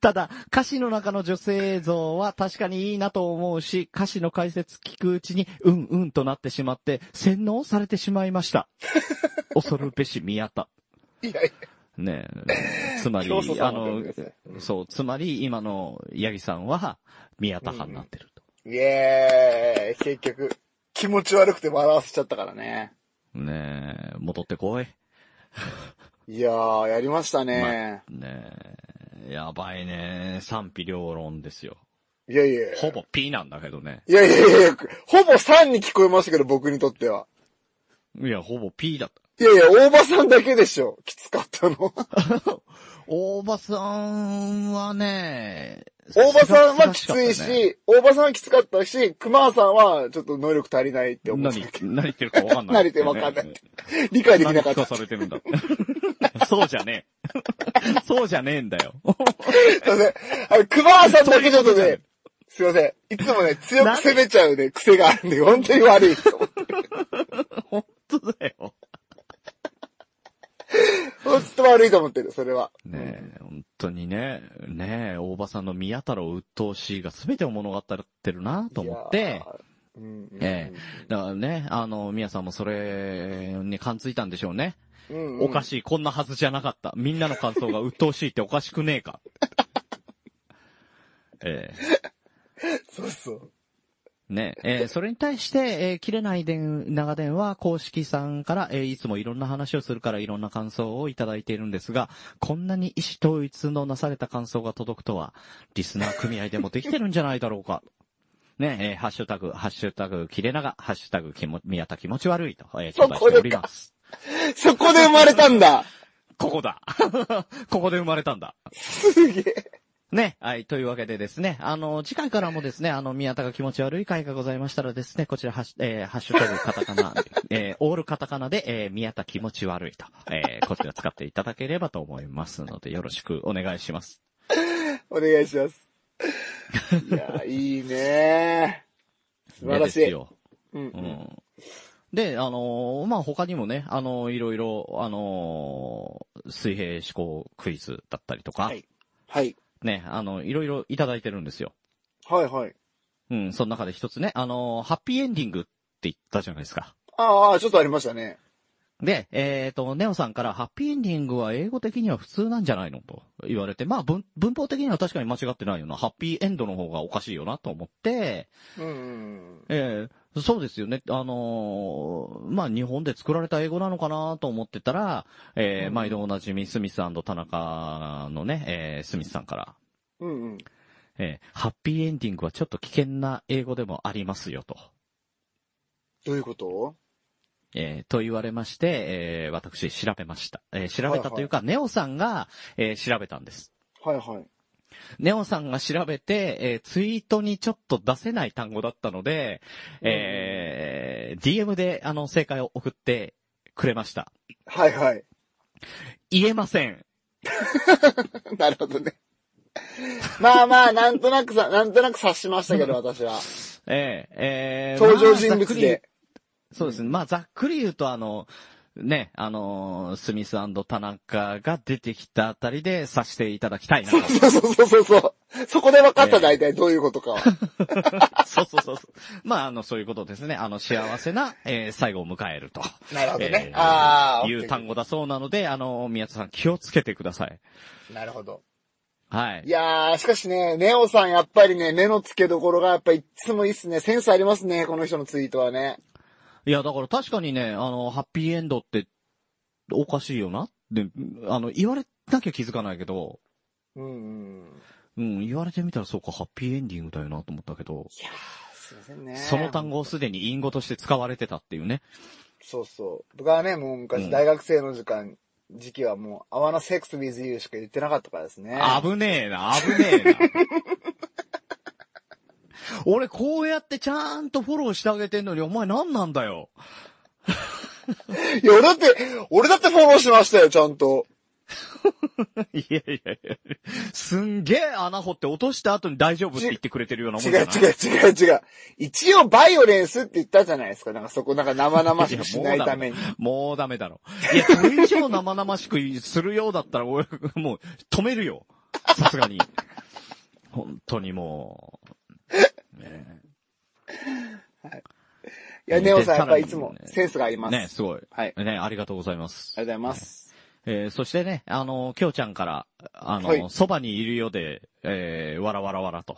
[SPEAKER 7] ただ、歌詞の中の女性像は確かにいいなと思うし、歌詞の解説聞くうちに、うんうんとなってしまって、洗脳されてしまいま した。恐るべし宮田。
[SPEAKER 8] いやい
[SPEAKER 7] ねえ。つまり、
[SPEAKER 8] 競争さ
[SPEAKER 7] あ
[SPEAKER 8] んは
[SPEAKER 7] の
[SPEAKER 8] やめてください、
[SPEAKER 7] そう、つまり今の八木さんは宮田派になってると。
[SPEAKER 8] や。イエーイ。結局、気持ち悪くて笑わせちゃったからね。
[SPEAKER 7] ねえ、戻ってこい。
[SPEAKER 8] いやー、やりましたね。
[SPEAKER 7] ねえ、やばいね。賛否両論ですよ。
[SPEAKER 8] いやいや。
[SPEAKER 7] ほぼ P なんだけどね。
[SPEAKER 8] いやいやいや、ほぼ3に聞こえましたけど、僕にとっては。
[SPEAKER 7] いや、ほぼ P だった。
[SPEAKER 8] いやいや、大場さんだけでしょ。きつかったの。
[SPEAKER 7] 大場さんはね、
[SPEAKER 8] 大場さんはきつい
[SPEAKER 7] すがすがし
[SPEAKER 8] し、大場さんはきつかったし、熊さんはちょっと能力足りないって
[SPEAKER 7] か
[SPEAKER 8] 思
[SPEAKER 7] った
[SPEAKER 8] って
[SPEAKER 7] ね、何、何言ってるかわかんない、
[SPEAKER 8] 何言ってるかわかんない理解でき
[SPEAKER 7] 何
[SPEAKER 8] なかっ
[SPEAKER 7] 聞
[SPEAKER 8] た
[SPEAKER 7] か。されてるんだ って。そうじゃねえ。そうじゃねえんだよ。
[SPEAKER 8] すいません。あの、熊さんだけちょっと
[SPEAKER 7] そういう
[SPEAKER 8] ね、すいません。いつもね、強く攻めちゃうね、癖があるんで、本当に悪い。
[SPEAKER 7] 本当だよ。
[SPEAKER 8] 本当悪いと思ってる、それは。
[SPEAKER 7] ねえ、本当にね、ねえ、大場さんの宮太郎鬱陶しいが全てを物語ってるなと思って、
[SPEAKER 8] いやー。うんうんうん
[SPEAKER 7] ええ、だからね、あの、宮さんもそれに感づいたんでしょうね。
[SPEAKER 8] うんうん
[SPEAKER 7] おかしい、こんなはずじゃなかった。みんなの感想が鬱陶しいっておかしくねえか。 え
[SPEAKER 8] そうそう。
[SPEAKER 7] えねえ、ええそれに対して、ええ切れない電、長電は公式さんから、ええいつもいろんな話をするからいろんな感想をいただいているんですが、こんなに意思統一のなされた感想が届くとは、リスナー組合でもできてるんじゃないだろうか。ねえええ、ハッシュタグ、ハッシュタグ、切れ長、ハッシュタグ、きも、宮田気持ち悪いと、ええ頂戴しております。
[SPEAKER 8] そこで生まれたんだ
[SPEAKER 7] ここだ ここで生まれたんだ。
[SPEAKER 8] すげえ。
[SPEAKER 7] ね。はい。というわけでですね、あの、次回からもですね、あの、宮田が気持ち悪い回がございましたらですね、こちら、ハッシュ、えーハッシュタグカタカナ、 えーオールカタカナで、えー宮田気持ち悪いと、えーこちら使っていただければと思いますので、よろしくお願いします。
[SPEAKER 8] お願いします。 いやー、いいねー。素晴らし
[SPEAKER 7] ねです
[SPEAKER 8] い。
[SPEAKER 7] よ。
[SPEAKER 8] うん
[SPEAKER 7] う。ん。で、あのーまあ、他にもね、あのーいろいろ、あのー水平思考クイズだったりとか、
[SPEAKER 8] はいはい。
[SPEAKER 7] ね、あの、いろいろいただいてるんですよ。
[SPEAKER 8] はいはい。
[SPEAKER 7] うん、その中で一つね、あのーハッピーエンディングって言ったじゃないですか。
[SPEAKER 8] ああ、ちょっとありましたね。
[SPEAKER 7] で、えっ、と、ネオさんからハッピーエンディングは英語的には普通なんじゃないのと言われて、まあ文、文法的には確かに間違ってないよな。ハッピーエンドの方がおかしいよなと思って、
[SPEAKER 8] うんうん
[SPEAKER 7] ええそうですよね。あのーまあ、日本で作られた英語なのかなと思ってたら、えー毎度おなじみスミス田中のね、えースミスさんから、
[SPEAKER 8] うん。うんうん。
[SPEAKER 7] えーハッピーエンディングはちょっと危険な英語でもありますよと。
[SPEAKER 8] どういうこと
[SPEAKER 7] えーと言われまして、えー私調べました。えー調べたというか、ネオさんが、えー調べたんです。
[SPEAKER 8] はいはい。
[SPEAKER 7] ネオさんが調べて、えーツイートにちょっと出せない単語だったので、えー DM であの正解を送ってくれました。
[SPEAKER 8] はいはい。
[SPEAKER 7] 言えません。
[SPEAKER 8] なるほどね。まあまあ、なんとなくさ、なんとなく察しましたけど、私は。
[SPEAKER 7] えーえー
[SPEAKER 8] 登場
[SPEAKER 7] ま
[SPEAKER 8] 人
[SPEAKER 7] あざっ
[SPEAKER 8] 物
[SPEAKER 7] くり
[SPEAKER 8] で。
[SPEAKER 7] そうですね。まあ、ざっくり言うと、あの、ね、あのースミス田中が出てきたあたりでさせていただきたいなと。
[SPEAKER 8] そう そうそうそうそう。そこで分かった、大体どういうことか は。
[SPEAKER 7] そうそうそうそう。まあ、あの、そういうことですね。あの、幸せな、えー最後を迎えると。
[SPEAKER 8] なるほどね。
[SPEAKER 7] えー
[SPEAKER 8] ああ、
[SPEAKER 7] いう単語だそうなので、あの、宮田さん気をつけてください。
[SPEAKER 8] なるほど。
[SPEAKER 7] はい
[SPEAKER 8] い。やー、しかしね、ネオさんやっぱりね、目の付けどころがやっぱいっつもいいっすね。センスありますね、この人のツイートはね。
[SPEAKER 7] いや、だから確かにね、あの、ハッピーエンドって、おかしいよなって、あの、言われなきゃ気づかないけど、
[SPEAKER 8] うんうん。
[SPEAKER 7] うん、言われてみたらそうか、ハッピーエンディングだよなと思ったけど、
[SPEAKER 8] いやー、すいませんね。
[SPEAKER 7] その単語をすでに隠語として使われてたっていうね。
[SPEAKER 8] そうそう。僕はね、もう
[SPEAKER 7] うん
[SPEAKER 8] 昔大学生の時間、時期はもう、I wanna sex with you しか言ってなかったからですね。
[SPEAKER 7] 危ねえな、危ねえな。 俺こうやってちゃんとフォローしてあげてんのに、お前何なんだよ。
[SPEAKER 8] いや、俺だって、俺だってフォローしましたよ、ちゃんと。
[SPEAKER 7] いやいやいや。すんげえ穴掘って落とした後に大丈夫って言ってくれてるようなも
[SPEAKER 8] 違
[SPEAKER 7] ん
[SPEAKER 8] う
[SPEAKER 7] じゃない
[SPEAKER 8] 違う違う違う。一応バイオレンスって言ったじゃないですか。なんかそこなんか生々しくしないために。
[SPEAKER 7] もうダメだろ。いや、それ以上生々しくするようだったら、俺、もう、止めるよ。さすがに。本当にもう。ね
[SPEAKER 8] いや、
[SPEAKER 7] で
[SPEAKER 8] ネオさんやっぱ
[SPEAKER 7] さらに
[SPEAKER 8] いつもセンスがあり
[SPEAKER 7] え
[SPEAKER 8] ます。
[SPEAKER 7] ねえすごい。
[SPEAKER 8] はい。
[SPEAKER 7] ねえありがとうございます
[SPEAKER 8] あ。りがとうございます。
[SPEAKER 7] えーそしてね、あの、きょうちゃんから、あの、
[SPEAKER 8] はい
[SPEAKER 7] そばにいるよで、えー、わらわらわらと。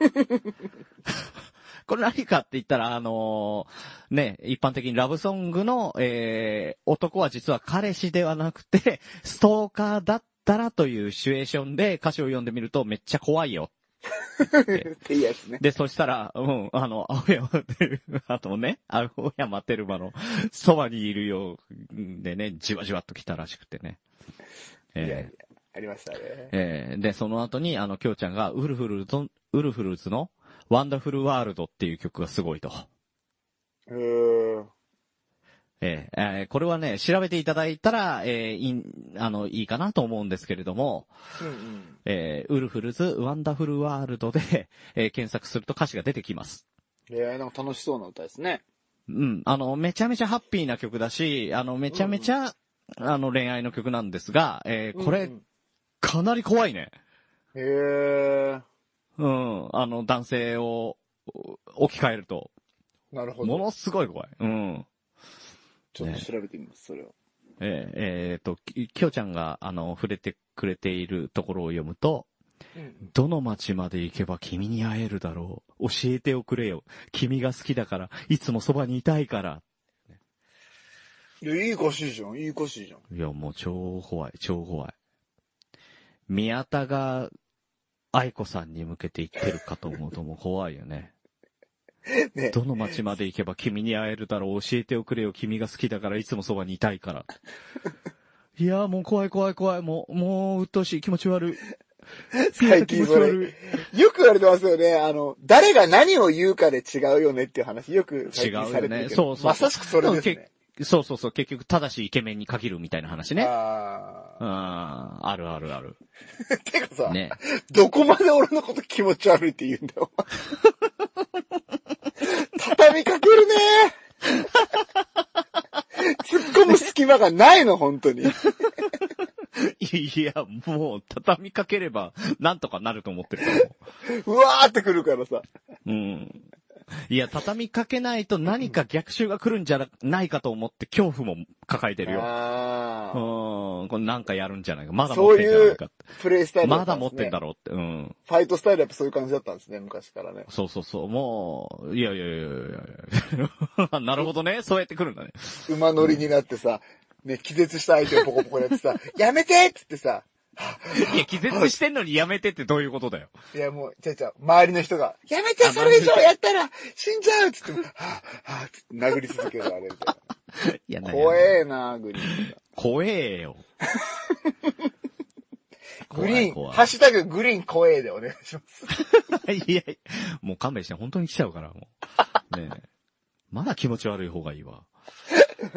[SPEAKER 7] これ何かって言ったら、あのーね、一般的にラブソングの、えー、男は実は彼氏ではなくて、ストーカーだったらというシチュエーションで歌詞を読んでみるとめっちゃ怖いよ。
[SPEAKER 8] って いいやつね。
[SPEAKER 7] で、そしたら、うん、あの、青山テルマ、あとね、青山テルマのそばにいるよでね、じわじわっと来たらしくてね。えー
[SPEAKER 8] いやいやありましたね。
[SPEAKER 7] えーで、その後に、あの、きょうちゃんが、ウルフルズの、ウルフルズの、ワンダフルワールドっていう曲がすごいと。
[SPEAKER 8] うーん。
[SPEAKER 7] えーえーこれはね、調べていただいたら、えーいん、あの、いいかなと思うんですけれども、
[SPEAKER 8] うんうん。
[SPEAKER 7] えーウルフルズ、ワンダフルワールドで、えー検索すると歌詞が出てきます。
[SPEAKER 8] いや、なんか楽しそうな歌ですね。
[SPEAKER 7] うん。あの、めちゃめちゃハッピーな曲だし、あの、めちゃめちゃ、あの、恋愛の曲なんですが、えーこ
[SPEAKER 8] う
[SPEAKER 7] れ
[SPEAKER 8] んうん、
[SPEAKER 7] かなり怖いね。
[SPEAKER 8] へえ。
[SPEAKER 7] うん。あの、男性を、置き換えると。
[SPEAKER 8] なるほ
[SPEAKER 7] も
[SPEAKER 8] ど。
[SPEAKER 7] のすごい怖い。うん。
[SPEAKER 8] ちょっと調べてみます、それを。
[SPEAKER 7] えーえーと、ききょうちゃんが、あの、触れてくれているところを読むと、
[SPEAKER 8] うん
[SPEAKER 7] どの町まで行けば君に会えるだろう。教えておくれよ。君が好きだから、いつもそばにいたいから。
[SPEAKER 8] いや、いい歌詞じゃん、いい歌詞じゃん。
[SPEAKER 7] いや、もう超怖い、超怖い。宮田が、愛子さんに向けて言ってるかと思うともう怖いよね。
[SPEAKER 8] ね
[SPEAKER 7] どの町まで行けば君に会えるだろう。教えておくれよ。君が好きだから、いつもそばにいたいから。いやーもう怖い怖い怖い。もう、もう、鬱陶しい。気持ち悪い。
[SPEAKER 8] 最近それ
[SPEAKER 7] 気持ち悪い
[SPEAKER 8] よく言われてますよね。あの、誰が何を言うかで違うよねっていう話、よく
[SPEAKER 7] 違う
[SPEAKER 8] 最近
[SPEAKER 7] よ
[SPEAKER 8] されて
[SPEAKER 7] ね。
[SPEAKER 8] るけど。
[SPEAKER 7] そうそうそう。
[SPEAKER 8] まさしくそれです
[SPEAKER 7] も
[SPEAKER 8] ね。
[SPEAKER 7] けそうそうそう。結局、ただしイケメンに限るみたいな話ね。
[SPEAKER 8] あ
[SPEAKER 7] うん。あるあるある。
[SPEAKER 8] ーてかさ、
[SPEAKER 7] ね。
[SPEAKER 8] どこまで俺のこと気持ち悪いって言うんだよ。畳みかけるね突っ込む隙間がないの、本当に。
[SPEAKER 7] いや、もう、畳みかければ、なんとかなると思ってるからも
[SPEAKER 8] うわーってくるからさ。
[SPEAKER 7] う。うん。いや、畳みかけないと何か逆襲が来るんじゃないかと思って恐怖も抱えてるよ。
[SPEAKER 8] あ
[SPEAKER 7] う
[SPEAKER 8] ー
[SPEAKER 7] ーん、これなんかやるんじゃないか。まだ持ってんじゃないかって。
[SPEAKER 8] プレイスタイルだ
[SPEAKER 7] ま
[SPEAKER 8] った
[SPEAKER 7] だ
[SPEAKER 8] ん
[SPEAKER 7] 持
[SPEAKER 8] で
[SPEAKER 7] っ
[SPEAKER 8] すね
[SPEAKER 7] てんだろうって。うん。
[SPEAKER 8] ファイトスタイルやっぱそういう感じだったんですね、昔からね。
[SPEAKER 7] そうそうそう。もう、いやいやいやいやいや なるほどね。そうやってくるんだね。
[SPEAKER 8] 馬乗りになってさ、ね、気絶した相手をポコポコやってさ、 やめてっつってさ、
[SPEAKER 7] いや、気絶してんのにやめてってどういうことだよ。
[SPEAKER 8] いやもう、ちゃうちゃう、周りの人が、やめてそれ以上やったら死んじゃうっつって、はぁ、はぁ、つって殴り続けるあれみたいな。
[SPEAKER 7] いや、なんや
[SPEAKER 8] 怖。えなグリーン。
[SPEAKER 7] 怖えよ。
[SPEAKER 8] グリー
[SPEAKER 7] 怖い
[SPEAKER 8] ン、
[SPEAKER 7] 怖い
[SPEAKER 8] ハッシュタググリーン怖えでお願いしま す。
[SPEAKER 7] いや、もう勘弁して、本当に来ちゃうから、もう。ねえ。まだ気持ち悪い方がいいわ。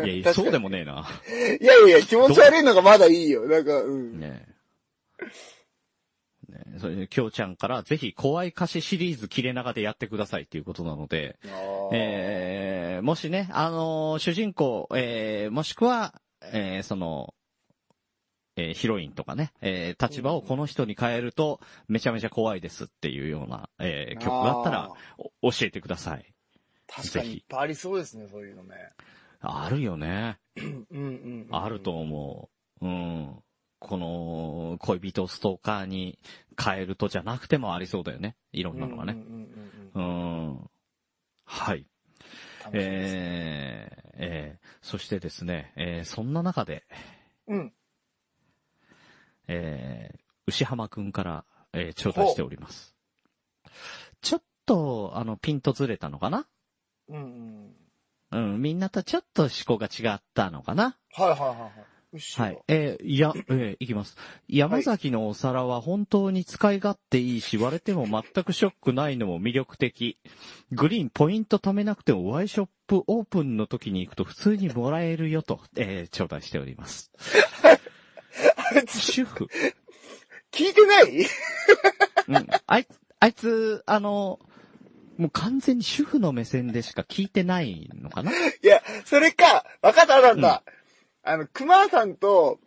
[SPEAKER 7] いやいや、
[SPEAKER 8] 確かに
[SPEAKER 7] そうでもねえな。
[SPEAKER 8] いや いやいや、気持ち悪いのがまだいいよ。なんか、うん。
[SPEAKER 7] ねえ。ねえ、それで、きょうちゃんから、ぜひ、怖い歌詞シリーズ切れ長でやってくださいっていうことなので、えーもしね、あのー主人公、えーもしくは、えーその、えーヒロインとかね、えー立場をこの人に変えると、めちゃめちゃ怖いですっていうような、えー曲があったら、お教えてください。
[SPEAKER 8] 確かにいっぱいありそうですね、そういうのね。
[SPEAKER 7] あるよね。
[SPEAKER 8] うんうんうん。
[SPEAKER 7] あると思う。うん。この、恋人をストーカーに変えるとじゃなくてもありそうだよね。いろんなのが
[SPEAKER 8] うん
[SPEAKER 7] ね。
[SPEAKER 8] うんうんう。
[SPEAKER 7] うんん。はい。
[SPEAKER 8] 楽しみですね
[SPEAKER 7] えー、えー、そしてですね、えー、そんな中で、
[SPEAKER 8] うん。
[SPEAKER 7] えー、牛浜くんから、えー、頂戴しております。ちょっと、あの、ピントずれたのかな
[SPEAKER 8] うんうん。
[SPEAKER 7] うん、みんなとちょっと思考が違ったのかな
[SPEAKER 8] はいはいはいはい。牛
[SPEAKER 7] はい。えーいや、えーいきます。山崎のお皿は本当に使い勝手いいし、割れても全くショックないのも魅力的。グリーンポイント貯めなくてもワイショップオープンの時に行くと普通にもらえるよと、えー頂戴しております。主婦。
[SPEAKER 8] 聞いてない
[SPEAKER 7] うん。あいつ、あいつ、あの、もう完全に主婦の目線でしか聞いてないのかない
[SPEAKER 8] や、それか、わかったわかった。あの、熊さんと、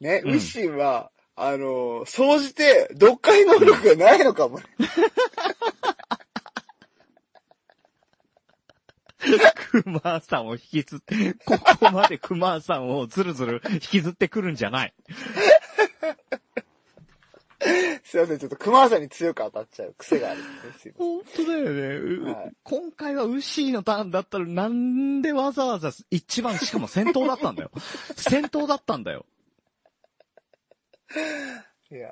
[SPEAKER 8] ね、
[SPEAKER 7] うん
[SPEAKER 8] ウッシーは、あの、総じて、読解能力がないのかもね。
[SPEAKER 7] 熊さんを引きずって、ここまで熊さんをずるずる引きずってくるんじゃない。
[SPEAKER 8] すいません、ちょっと熊さんに強く当たっちゃう癖があるんですね。
[SPEAKER 7] 本当だよね。う
[SPEAKER 8] はい
[SPEAKER 7] 今回はウッシーのターンだったらなんでわざわざ一番、しかも先頭だったん だよ。先頭だったんだよ。
[SPEAKER 8] すいませんいや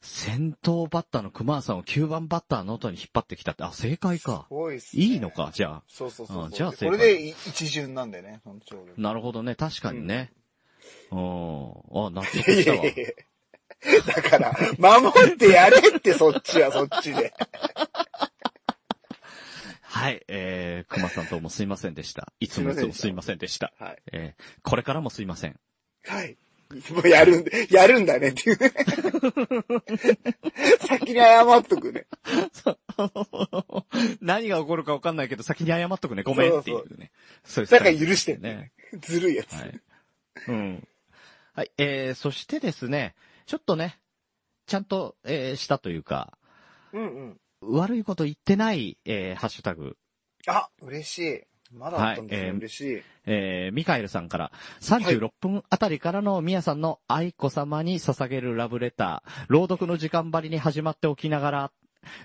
[SPEAKER 7] 先頭バッターの熊さんを9番バッターの音に引っ張ってきたって、あ、正解
[SPEAKER 8] ー
[SPEAKER 7] か。
[SPEAKER 8] すごいっすね。
[SPEAKER 7] いいのか、じゃあ。
[SPEAKER 8] そうそうそうそう
[SPEAKER 7] あじゃあ
[SPEAKER 8] これでい一巡なんでね、そのちょうど
[SPEAKER 7] なるほどね、確かにね。うん。あ、納得
[SPEAKER 8] い
[SPEAKER 7] した
[SPEAKER 8] や
[SPEAKER 7] わ。
[SPEAKER 8] いやいやだから、守ってやれって、そっちはそっちで。
[SPEAKER 7] はい、えー、熊さんどうもすいませんでした。いつもいつもすいませんでした。
[SPEAKER 8] はい。
[SPEAKER 7] えー、これからもすいません。
[SPEAKER 8] はい。もうやるんだ、やるんだねっていう ね。先に謝っとくね。
[SPEAKER 7] そう 何が起こるか分かんないけど、先に謝っとくね。ごめんっていうね。そう
[SPEAKER 8] だか
[SPEAKER 7] いう
[SPEAKER 8] ら
[SPEAKER 7] スタイル
[SPEAKER 8] 許してね。。ずるいやつ。
[SPEAKER 7] はい。うん。はい、えー、そしてですね、ちょっとね、ちゃんと、えー、したというか、
[SPEAKER 8] うんうん。
[SPEAKER 7] 悪いこと言ってない、えー、ハッシュタグ、
[SPEAKER 8] あ、嬉しい。まだあったんですね、
[SPEAKER 7] はいえー
[SPEAKER 8] 嬉しい。
[SPEAKER 7] えー、ミカエルさんから、36分あたりからのミヤさんの愛子様に捧げるラブレター、朗読の時間張りに始まっておきながら、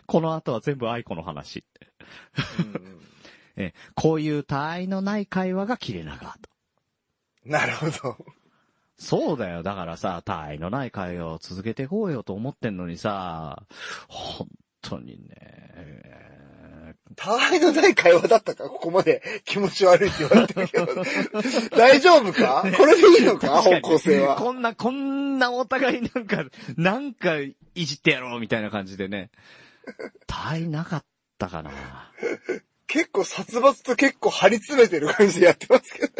[SPEAKER 7] この後は全部愛子の話。
[SPEAKER 8] うんうん
[SPEAKER 7] えーこういう他愛のない会話が切れ長と。
[SPEAKER 8] なるほど。
[SPEAKER 7] そうだよ。だからさ、他愛のない会話を続けていこうよと思ってんのにさ、本当にね、
[SPEAKER 8] たわいのない会話だったかここまで気持ち悪いって言われてるけど。 大丈夫かこれでいいのか
[SPEAKER 7] 確か
[SPEAKER 8] 方
[SPEAKER 7] に
[SPEAKER 8] 向性は。
[SPEAKER 7] こんな、こんなお互いなんか、なんかいじってやろうみたいな感じでね。たいなかったかな。
[SPEAKER 8] 結構殺伐と結構張り詰めてる感じでやってます けど。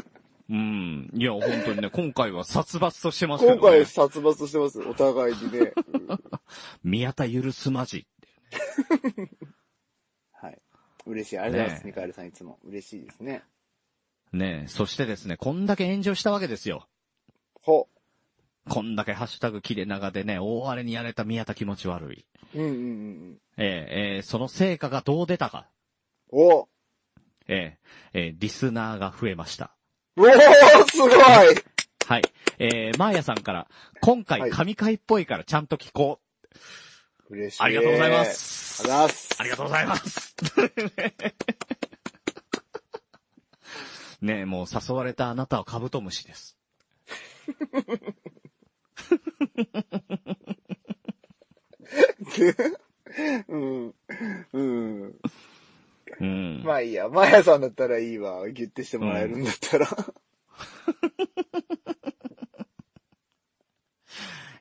[SPEAKER 7] うん。いや、本当にね、今回は殺伐としてますけど、
[SPEAKER 8] 今
[SPEAKER 7] ね。
[SPEAKER 8] 回殺伐としてます。お互いにね。うん
[SPEAKER 7] 宮田許すまじ。
[SPEAKER 8] はい。嬉しい。ありがとうございます。
[SPEAKER 7] ねえ
[SPEAKER 8] ミカエルさんいつも。嬉しいですね。
[SPEAKER 7] ねえ、そしてですね、こんだけ炎上したわけですよ。
[SPEAKER 8] ほ。
[SPEAKER 7] こんだけハッシュタグ切れ長でね、大荒れにやられた宮田気持ち悪い。
[SPEAKER 8] うんうんうんうん。
[SPEAKER 7] ええええその成果がどう出たか。
[SPEAKER 8] おお
[SPEAKER 7] ええええリスナーが増えました。
[SPEAKER 8] おーすごい
[SPEAKER 7] はい。えー、マーヤさんから、今
[SPEAKER 8] はい
[SPEAKER 7] 回神回っぽいからちゃんと聞こう。
[SPEAKER 8] 嬉しい。
[SPEAKER 7] ありがとうございま。
[SPEAKER 8] あ
[SPEAKER 7] す
[SPEAKER 8] り。がとうございます。
[SPEAKER 7] ありがとうございます。ねえ、もう誘われたあなたはカブトムシです。
[SPEAKER 8] うん。うん。
[SPEAKER 7] うん。
[SPEAKER 8] まあいいや。マヤさんだったらいいわ。ギュッてしてもらえるんだったら。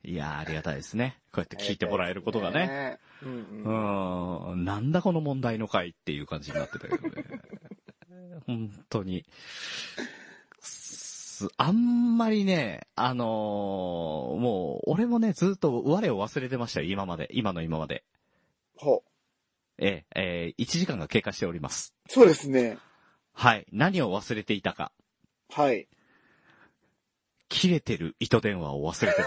[SPEAKER 7] いやーありがたいですね。こうやって聞いてもらえることがね。。う
[SPEAKER 8] うんうん。
[SPEAKER 7] ーん、なんだこの問題の回っていう感じになってたけどね。本当に。すあんまりね、あのーもう、俺もね、ずっと我を忘れてましたよ、今まで。今の今まで。
[SPEAKER 8] ほ。
[SPEAKER 7] ええ、ええ1時間が経過しております。
[SPEAKER 8] そうですね。
[SPEAKER 7] はい。何を忘れていたか。
[SPEAKER 8] はい。
[SPEAKER 7] 切れてる糸電話を忘れて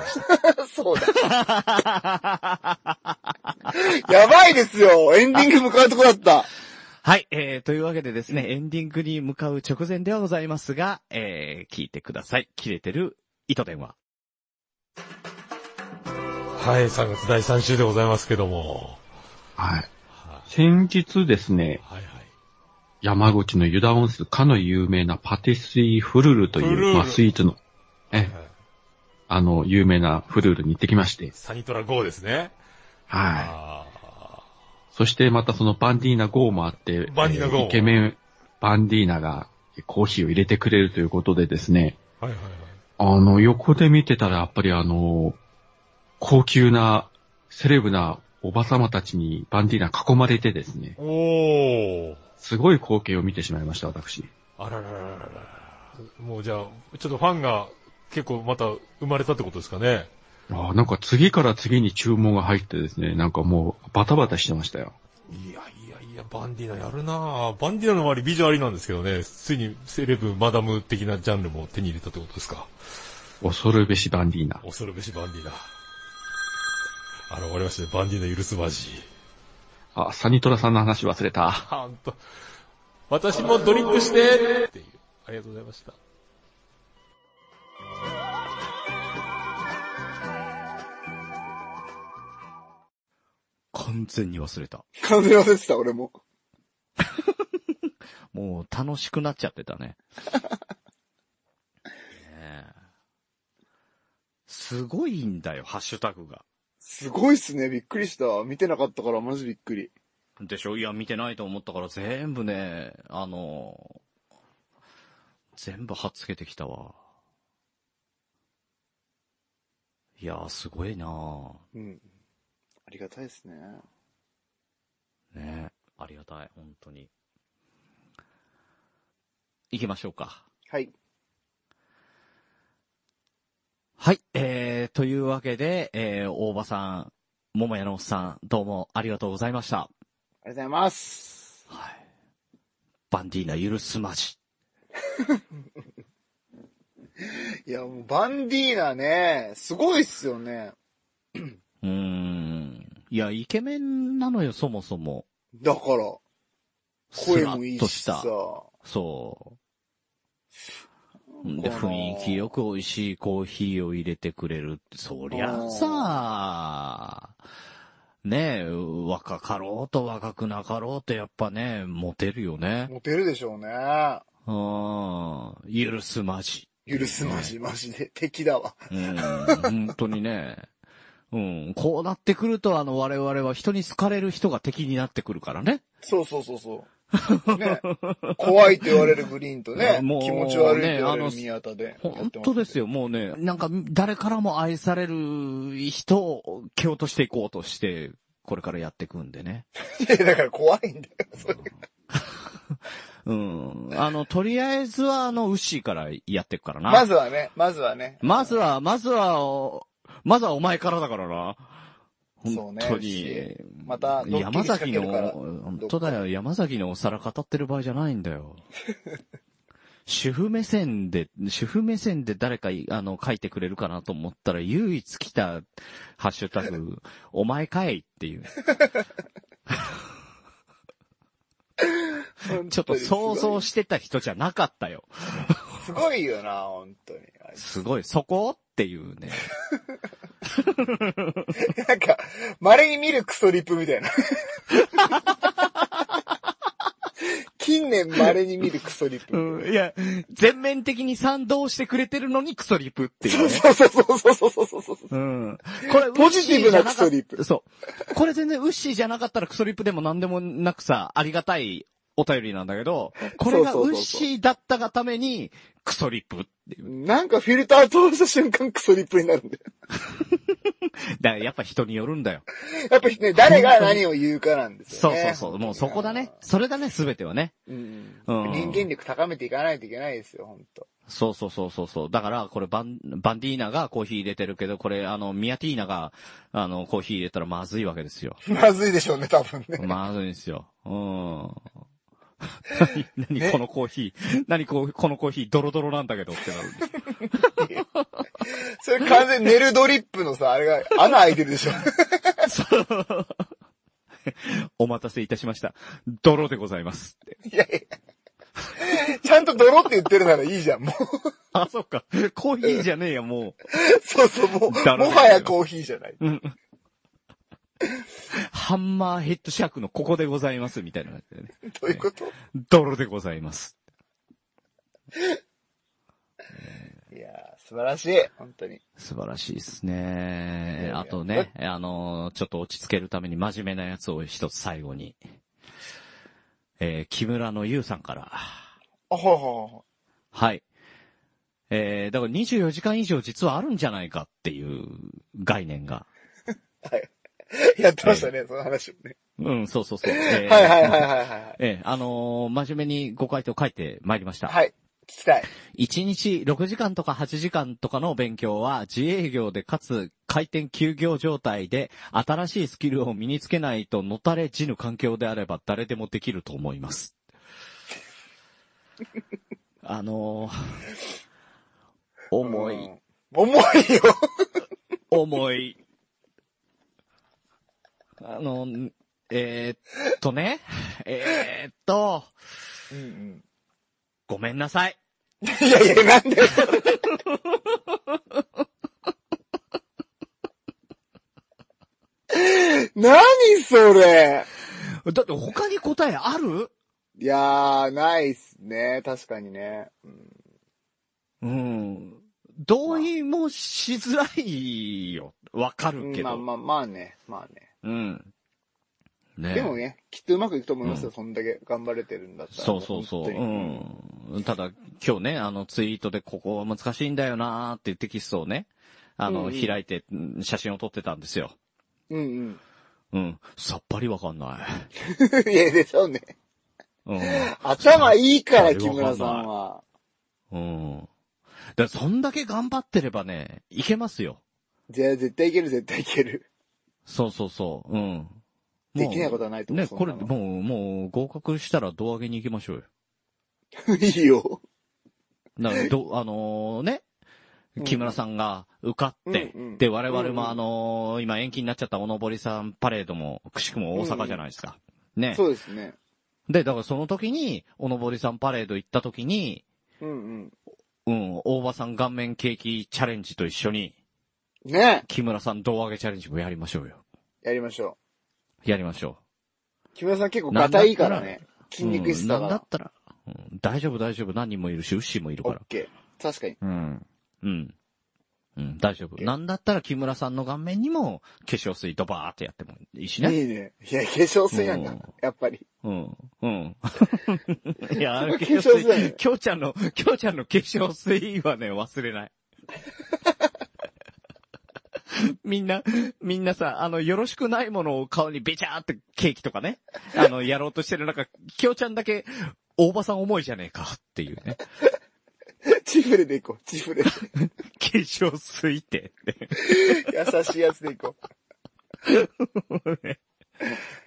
[SPEAKER 7] まし
[SPEAKER 8] そうだ。
[SPEAKER 7] た。
[SPEAKER 8] やばいですよエンディング向かうとこだった。
[SPEAKER 7] はい、えー、というわけでですね、エンディングに向かう直前ではございますが、えー、聞いてください。切れてる糸電話。
[SPEAKER 9] はい、3月第3週でございますけども。
[SPEAKER 10] はい。
[SPEAKER 9] は
[SPEAKER 10] 先日ですね
[SPEAKER 9] い、、はい、はい。
[SPEAKER 10] 山口の湯田温室かの有名なパティスリーフルルと
[SPEAKER 9] フル
[SPEAKER 10] い
[SPEAKER 9] ル
[SPEAKER 10] う、まあ、スイーツの、え、
[SPEAKER 9] はい
[SPEAKER 10] あの、有名なフルルに行ってきまして、
[SPEAKER 9] サニトラ GO ですね。
[SPEAKER 10] はい。
[SPEAKER 9] あ
[SPEAKER 10] そしてまたそのバンディーナ GO もあって、
[SPEAKER 9] バンディーナ GO
[SPEAKER 10] イケメン、バンディーナがコーヒーを入れてくれるということでですね、
[SPEAKER 9] ーはいはいはい。
[SPEAKER 10] あの、横で見てたらやっぱりあの、高級な、セレブなおば様たちにバンディーナ囲まれてですね、
[SPEAKER 9] おー。
[SPEAKER 10] すごい光景を見てしまいました、私。
[SPEAKER 9] あらららららら。もうじゃあ、ちょっとファンが結構また生まれたってことですかね。
[SPEAKER 10] ああ、なんか次から次に注文が入ってですね、なんかもうバタバタしてましたよ。
[SPEAKER 9] いやいやいや、バンディーナやるなぁバンディーナの周り美女ありなんですけどね、ついにセレブ、マダム的なジャンルも手に入れたってことですか。
[SPEAKER 10] 恐るべしバンディーナ。
[SPEAKER 9] 恐るべしバンディーナ。現れましたね、バンディーナ許すまじい。
[SPEAKER 10] あ、サニトラさんの話忘れた。
[SPEAKER 9] はんと。私もドリンクしてっていう。ありがとうございました。
[SPEAKER 7] 完全に忘れた。
[SPEAKER 8] 完全に忘れてた、俺も。
[SPEAKER 7] もう楽しくなっちゃってたね。ねえすごいんだよ、ハッシュタグが。
[SPEAKER 8] すごいっすね、びっくりした。見てなかったから、マジびっくり。
[SPEAKER 7] でしょいや、見てないと思ったから全部ね、あの、全部貼っつけてきたわ。いやー、すごいなー
[SPEAKER 8] うん。ありがたいですね。
[SPEAKER 7] ねありがたい、本当に。行きましょうか。
[SPEAKER 8] はい。
[SPEAKER 7] はい、えー、というわけで、えー、大場さん、桃屋のおっさん、どうもありがとうございました。
[SPEAKER 8] ありがとうございます。
[SPEAKER 7] はい。バンディーナ許すまじ。
[SPEAKER 8] いや、もうバンディーナね、すごいっすよね。
[SPEAKER 7] うーん。いや、イケメンなのよ、そもそも。
[SPEAKER 8] だから、
[SPEAKER 7] ス
[SPEAKER 8] 声
[SPEAKER 7] ラ
[SPEAKER 8] もい
[SPEAKER 7] ッ
[SPEAKER 8] い
[SPEAKER 7] と
[SPEAKER 8] し
[SPEAKER 7] した
[SPEAKER 8] さ。。
[SPEAKER 7] そう。で、
[SPEAKER 8] この
[SPEAKER 7] 雰囲気よく美味しいコーヒーを入れてくれるって、そりゃさ、ねえ、若かろうと若くなかろうとやっぱね、モテるよね。
[SPEAKER 8] モテるでしょうね。
[SPEAKER 7] うん。許すまじ。
[SPEAKER 8] 許すまじ、マジで。敵だわ。
[SPEAKER 7] うん。本当にね。うん。こうなってくると、あの、我々は人に好かれる人が敵になってくるからね。
[SPEAKER 8] そうそうそうそう。ね、怖いと言われるグリーンとね、
[SPEAKER 7] もう
[SPEAKER 8] 気持ち悪いと言われる宮田で。
[SPEAKER 7] 本当です
[SPEAKER 8] よ。
[SPEAKER 7] よ、もうね、なんか、誰からも愛される人を蹴落としていこうとして、これからやっていくんでね。
[SPEAKER 8] いやだから怖いんだよ。
[SPEAKER 7] うん。あの、とりあえずは、あの、ウッシーからやっていくからな。
[SPEAKER 8] まずはね、まずはね。
[SPEAKER 7] まずは、まずは、おまずはお前からだからな。
[SPEAKER 8] そう
[SPEAKER 7] 本
[SPEAKER 8] ね
[SPEAKER 7] 当
[SPEAKER 8] ウッシ
[SPEAKER 7] に。
[SPEAKER 8] またドッキリ
[SPEAKER 7] 山崎の、
[SPEAKER 8] 仕掛けるから
[SPEAKER 7] 本当だよ、山崎のお皿語ってる場合じゃないんだ よ。主婦目線で、主婦目線で誰かい、あの、書いてくれるかなと思ったら、唯一来たハッシュタ グ、お前かいっていう。ちょっと想像してた人じゃなかったよ。
[SPEAKER 8] すごいよな、本当に。
[SPEAKER 7] すごい、そこっていうね。
[SPEAKER 8] なんか、稀に見るクソリップみ たいな。近年稀に見るクソリッ プ。
[SPEAKER 7] うん、いや、全面的に賛同してくれてるのにクソリプっていう、ね。
[SPEAKER 8] そうそうそうそうそうそうそう。
[SPEAKER 7] うん。これ、
[SPEAKER 8] ポジティブなクソリップ
[SPEAKER 7] ウッシーじゃなかっそう。これ全然ウッシーじゃなかったらクソリップでも何でもなくさ、ありがたいお便りなんだけど、これが
[SPEAKER 8] そう
[SPEAKER 7] ウ
[SPEAKER 8] そうそうそう
[SPEAKER 7] ッシーだったがために、クソリップっていう。
[SPEAKER 8] なんかフィルター通した瞬間クソリップになるんだよ。
[SPEAKER 7] だからやっぱ人によるんだよ。
[SPEAKER 8] やっぱりね、誰が何を言うかなんです
[SPEAKER 7] そ
[SPEAKER 8] よ
[SPEAKER 7] う
[SPEAKER 8] ね。
[SPEAKER 7] そうそう。もうそこだね。それだね、すべてはね。
[SPEAKER 8] うん。
[SPEAKER 7] うん
[SPEAKER 8] 人間力高めていかないといけないですよ、本当
[SPEAKER 7] そうそうそうそうそう。だから、これバン、バンディーナがコーヒー入れてるけど、これ、あの、ミヤティーナが、あの、コーヒー入れたらまずいわけですよ。
[SPEAKER 8] まずいでしょうね、多分 ね。
[SPEAKER 7] まずいんですよ。うん。何、何このコーヒー。何こ、このコーヒー、ドロドロなんだけどってなる。
[SPEAKER 8] それ完全にネルドリップのさ、あれが、穴開いてるでしょ。
[SPEAKER 7] そうお待たせいたしました。泥でございます。
[SPEAKER 8] いやいや。ちゃんと泥って言ってるならいいじゃん、もう。
[SPEAKER 7] あ、そっか。コーヒーじゃねえや、も
[SPEAKER 8] そうそう、もう、も
[SPEAKER 7] だろうね
[SPEAKER 8] はやコーヒーじゃない。
[SPEAKER 7] う。うん。ハンマーヘッドシャークのここでございます、みたいな感じでね。
[SPEAKER 8] どういうこと
[SPEAKER 7] 泥でございます。
[SPEAKER 8] いやー、素晴らしい。本当に。
[SPEAKER 7] 素晴らしいです
[SPEAKER 8] いや
[SPEAKER 7] ね
[SPEAKER 8] い。や
[SPEAKER 7] あとね、あのー、ちょっと落ち着けるために真面目なやつを一つ最後に。えー、木村のゆうさんから。
[SPEAKER 8] あ、ほうほうほ
[SPEAKER 7] はい。えー、だから24時間以上実はあるんじゃないかっていう概念が。
[SPEAKER 8] う。はい。やってましたね、その話もね。
[SPEAKER 7] うん、そう そうそう。えー
[SPEAKER 8] はいはいはいはいはい。
[SPEAKER 7] ええあのー真面目にご回答書いてまいりました。
[SPEAKER 8] はい。聞きたい。
[SPEAKER 7] 1日6時間とか8時間とかの勉強は自営業でかつ回転休業状態で新しいスキルを身につけないとのたれ死ぬ環境であれば誰でもできると思います。 あのー重
[SPEAKER 8] う
[SPEAKER 7] い、
[SPEAKER 8] ん。重いよ。
[SPEAKER 7] 重い。あの、えーっとね、えーっと、
[SPEAKER 8] うんうん。
[SPEAKER 7] ごめんなさい。
[SPEAKER 8] いやいや、なんで何それ
[SPEAKER 7] だって他に答えある
[SPEAKER 8] いやー、ないっすね。確かにね。うん
[SPEAKER 7] うん。同意もしづらいよ。わかるけ
[SPEAKER 8] まあ
[SPEAKER 7] ど。
[SPEAKER 8] まあまあね。まあね。
[SPEAKER 7] うん。ね
[SPEAKER 8] でもね、きっとうまくいくと思いますよ。
[SPEAKER 7] うん
[SPEAKER 8] そんだけ頑張れてるんだったら。
[SPEAKER 7] そうそうそう。
[SPEAKER 8] 本当に
[SPEAKER 7] うん。ただ、今日ね、あの、ツイートでここは難しいんだよなーっていうテキストをね、あの、
[SPEAKER 8] うんうん
[SPEAKER 7] 開いてうん写真を撮ってたんですよ。
[SPEAKER 8] うん
[SPEAKER 7] うん。さっぱりわかんない。
[SPEAKER 8] うん。 いや、でしょうね。
[SPEAKER 7] うん。
[SPEAKER 8] 頭いいから、
[SPEAKER 7] そ
[SPEAKER 8] 木
[SPEAKER 7] れわかんない
[SPEAKER 8] 村さんは。
[SPEAKER 7] うん。だからそんだけ頑張ってればね、いけますよ。
[SPEAKER 8] じゃあ、絶対いける、絶対いける。
[SPEAKER 7] そうそうそう。うん。もう
[SPEAKER 8] できないことはないと思う。
[SPEAKER 7] ね、これ、
[SPEAKER 8] そんな
[SPEAKER 7] もう、もう、合格したら胴上げに行きましょうよ。
[SPEAKER 8] のいいよ。
[SPEAKER 7] だからど、あのーね、木村さんが受かって、
[SPEAKER 8] うんうん
[SPEAKER 7] で、我々
[SPEAKER 8] うんうん
[SPEAKER 7] もあのー今延期になっちゃったおのぼりさんパレードも、くしくも大阪じゃないですか。ね。
[SPEAKER 8] そうですね。
[SPEAKER 7] で、だからその時に、おのぼりさんパレード行った時に、
[SPEAKER 8] うんうん。
[SPEAKER 7] うん、大場さん顔面ケーキチャレンジと一緒に、
[SPEAKER 8] ね
[SPEAKER 7] 木村さん胴上げチャレンジもやりましょうよ。
[SPEAKER 8] やりましょ
[SPEAKER 7] やりましょ
[SPEAKER 8] う。木村さん結構ガタいいから
[SPEAKER 7] なん
[SPEAKER 8] ね。
[SPEAKER 7] う。
[SPEAKER 8] 筋肉質だ
[SPEAKER 7] うん
[SPEAKER 8] か
[SPEAKER 7] なんだ
[SPEAKER 8] ら
[SPEAKER 7] っ。たら、うん大丈夫大丈夫。何人もいるし、ウッシーもいる
[SPEAKER 8] オ
[SPEAKER 7] か
[SPEAKER 8] ッ
[SPEAKER 7] ら。
[SPEAKER 8] ケー。確かに。
[SPEAKER 7] うん。うん。うん、大丈夫。なんだったら木村さんの顔面にも化粧水ドバーってやってもいいしね。
[SPEAKER 8] いいね。いや、化粧水なんだ
[SPEAKER 7] うん。
[SPEAKER 8] やっぱり。
[SPEAKER 7] うん。うん。いや、あ
[SPEAKER 8] その
[SPEAKER 7] の化
[SPEAKER 8] 化粧
[SPEAKER 7] 粧
[SPEAKER 8] 水
[SPEAKER 7] 水、きょうちゃんの、きょうちゃんの化粧水はね、忘れない。みんな、みんなさ、あの、よろしくないものを顔にべちゃーってケーキとかね、あの、やろうとしてる中、きょうちゃんだけ、大場さん重いじゃねえかっていうね。
[SPEAKER 8] チフレでいこう。チフレで。
[SPEAKER 7] 化粧水って。
[SPEAKER 8] 優しいやつでいこう。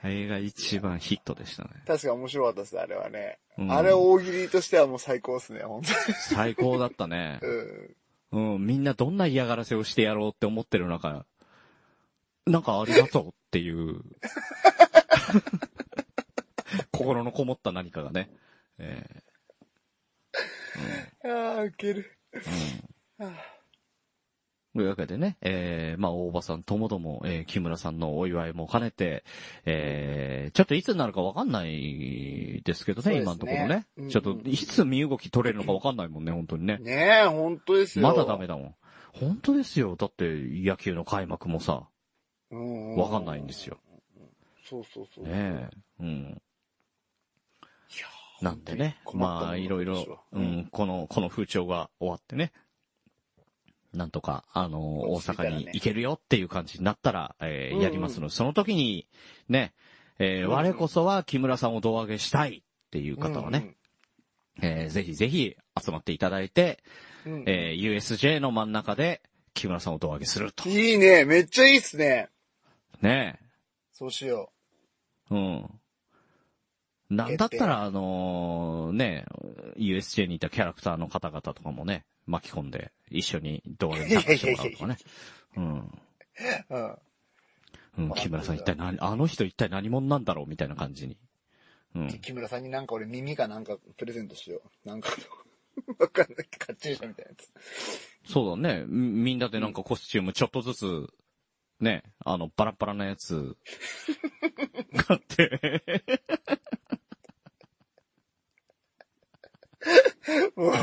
[SPEAKER 7] あれが一番ヒットでしたね。
[SPEAKER 8] 確か面白かったです、あれはね。
[SPEAKER 7] うん
[SPEAKER 8] あれ大喜利としてはもう最高ですね、本
[SPEAKER 7] 最高だったね
[SPEAKER 8] 当。に。うん。
[SPEAKER 7] うん、みんなどんな嫌がらせをしてやろうって思ってる中、なんかありがとうっていう、 心のこもった何かがね。え
[SPEAKER 8] ああ、ウケる。
[SPEAKER 7] ーうんというわけでね、えー、まあ、大場さんともども、えー、木村さんのお祝いも兼ねて、えー、ちょっといつになるかわかんないですけど
[SPEAKER 8] そう
[SPEAKER 7] ね、
[SPEAKER 8] です
[SPEAKER 7] 今
[SPEAKER 8] ね
[SPEAKER 7] のところね
[SPEAKER 8] うんうん。
[SPEAKER 7] ちょっと、いつ身動き取れるのかわかんないもんね、本当にね。
[SPEAKER 8] ねえ、本当ですよ。
[SPEAKER 7] まだダメ。だもん。本当ですよ。だって、野球の開幕もさ、
[SPEAKER 8] うんう
[SPEAKER 7] わかんないんです
[SPEAKER 8] よ。
[SPEAKER 7] よ。
[SPEAKER 8] そうそうそう。
[SPEAKER 7] ねえ。うん。なんでね。
[SPEAKER 8] 困ったもん
[SPEAKER 7] まあ、いろい
[SPEAKER 8] 私は
[SPEAKER 7] ろ、
[SPEAKER 8] う
[SPEAKER 7] うんん、この、この風潮が終わってね。なんとか、あの、大
[SPEAKER 8] 落ち着いたら
[SPEAKER 7] 阪
[SPEAKER 8] ね
[SPEAKER 7] に行けるよっていう感じになったら、え
[SPEAKER 8] う
[SPEAKER 7] ー、
[SPEAKER 8] んうん
[SPEAKER 7] やりますので、その時に、ね、えー
[SPEAKER 8] うん
[SPEAKER 7] 我こそは木村さんを胴上げしたいっていう方はね、えーぜひぜひ集まっていただいて、
[SPEAKER 8] うんうん。うん
[SPEAKER 7] えー USJ の真ん中で木村さんを胴上げすると。
[SPEAKER 8] いいね、めっちゃいいっすね。
[SPEAKER 7] ね
[SPEAKER 8] そうしよ
[SPEAKER 7] え。うん。なんだったら、あのーね、USJ にいたキャラクターの方々とかもね、巻き込んで、一緒に動画に参加してもらうとかね。 うん。
[SPEAKER 8] う。うん。
[SPEAKER 7] うん、木村さん一体何、あの人一体何者なんだろうみたいな感じにうん。
[SPEAKER 8] 木村さんになんか俺耳かなんかプレゼントしよう。なんか の、わかんない。かっちりしたみたいなやつ。
[SPEAKER 7] そうだね。みみんなでなんかコスチュームちょっとずつ、ね、あの、バラバラなやつ、買 って、
[SPEAKER 8] も、
[SPEAKER 7] あ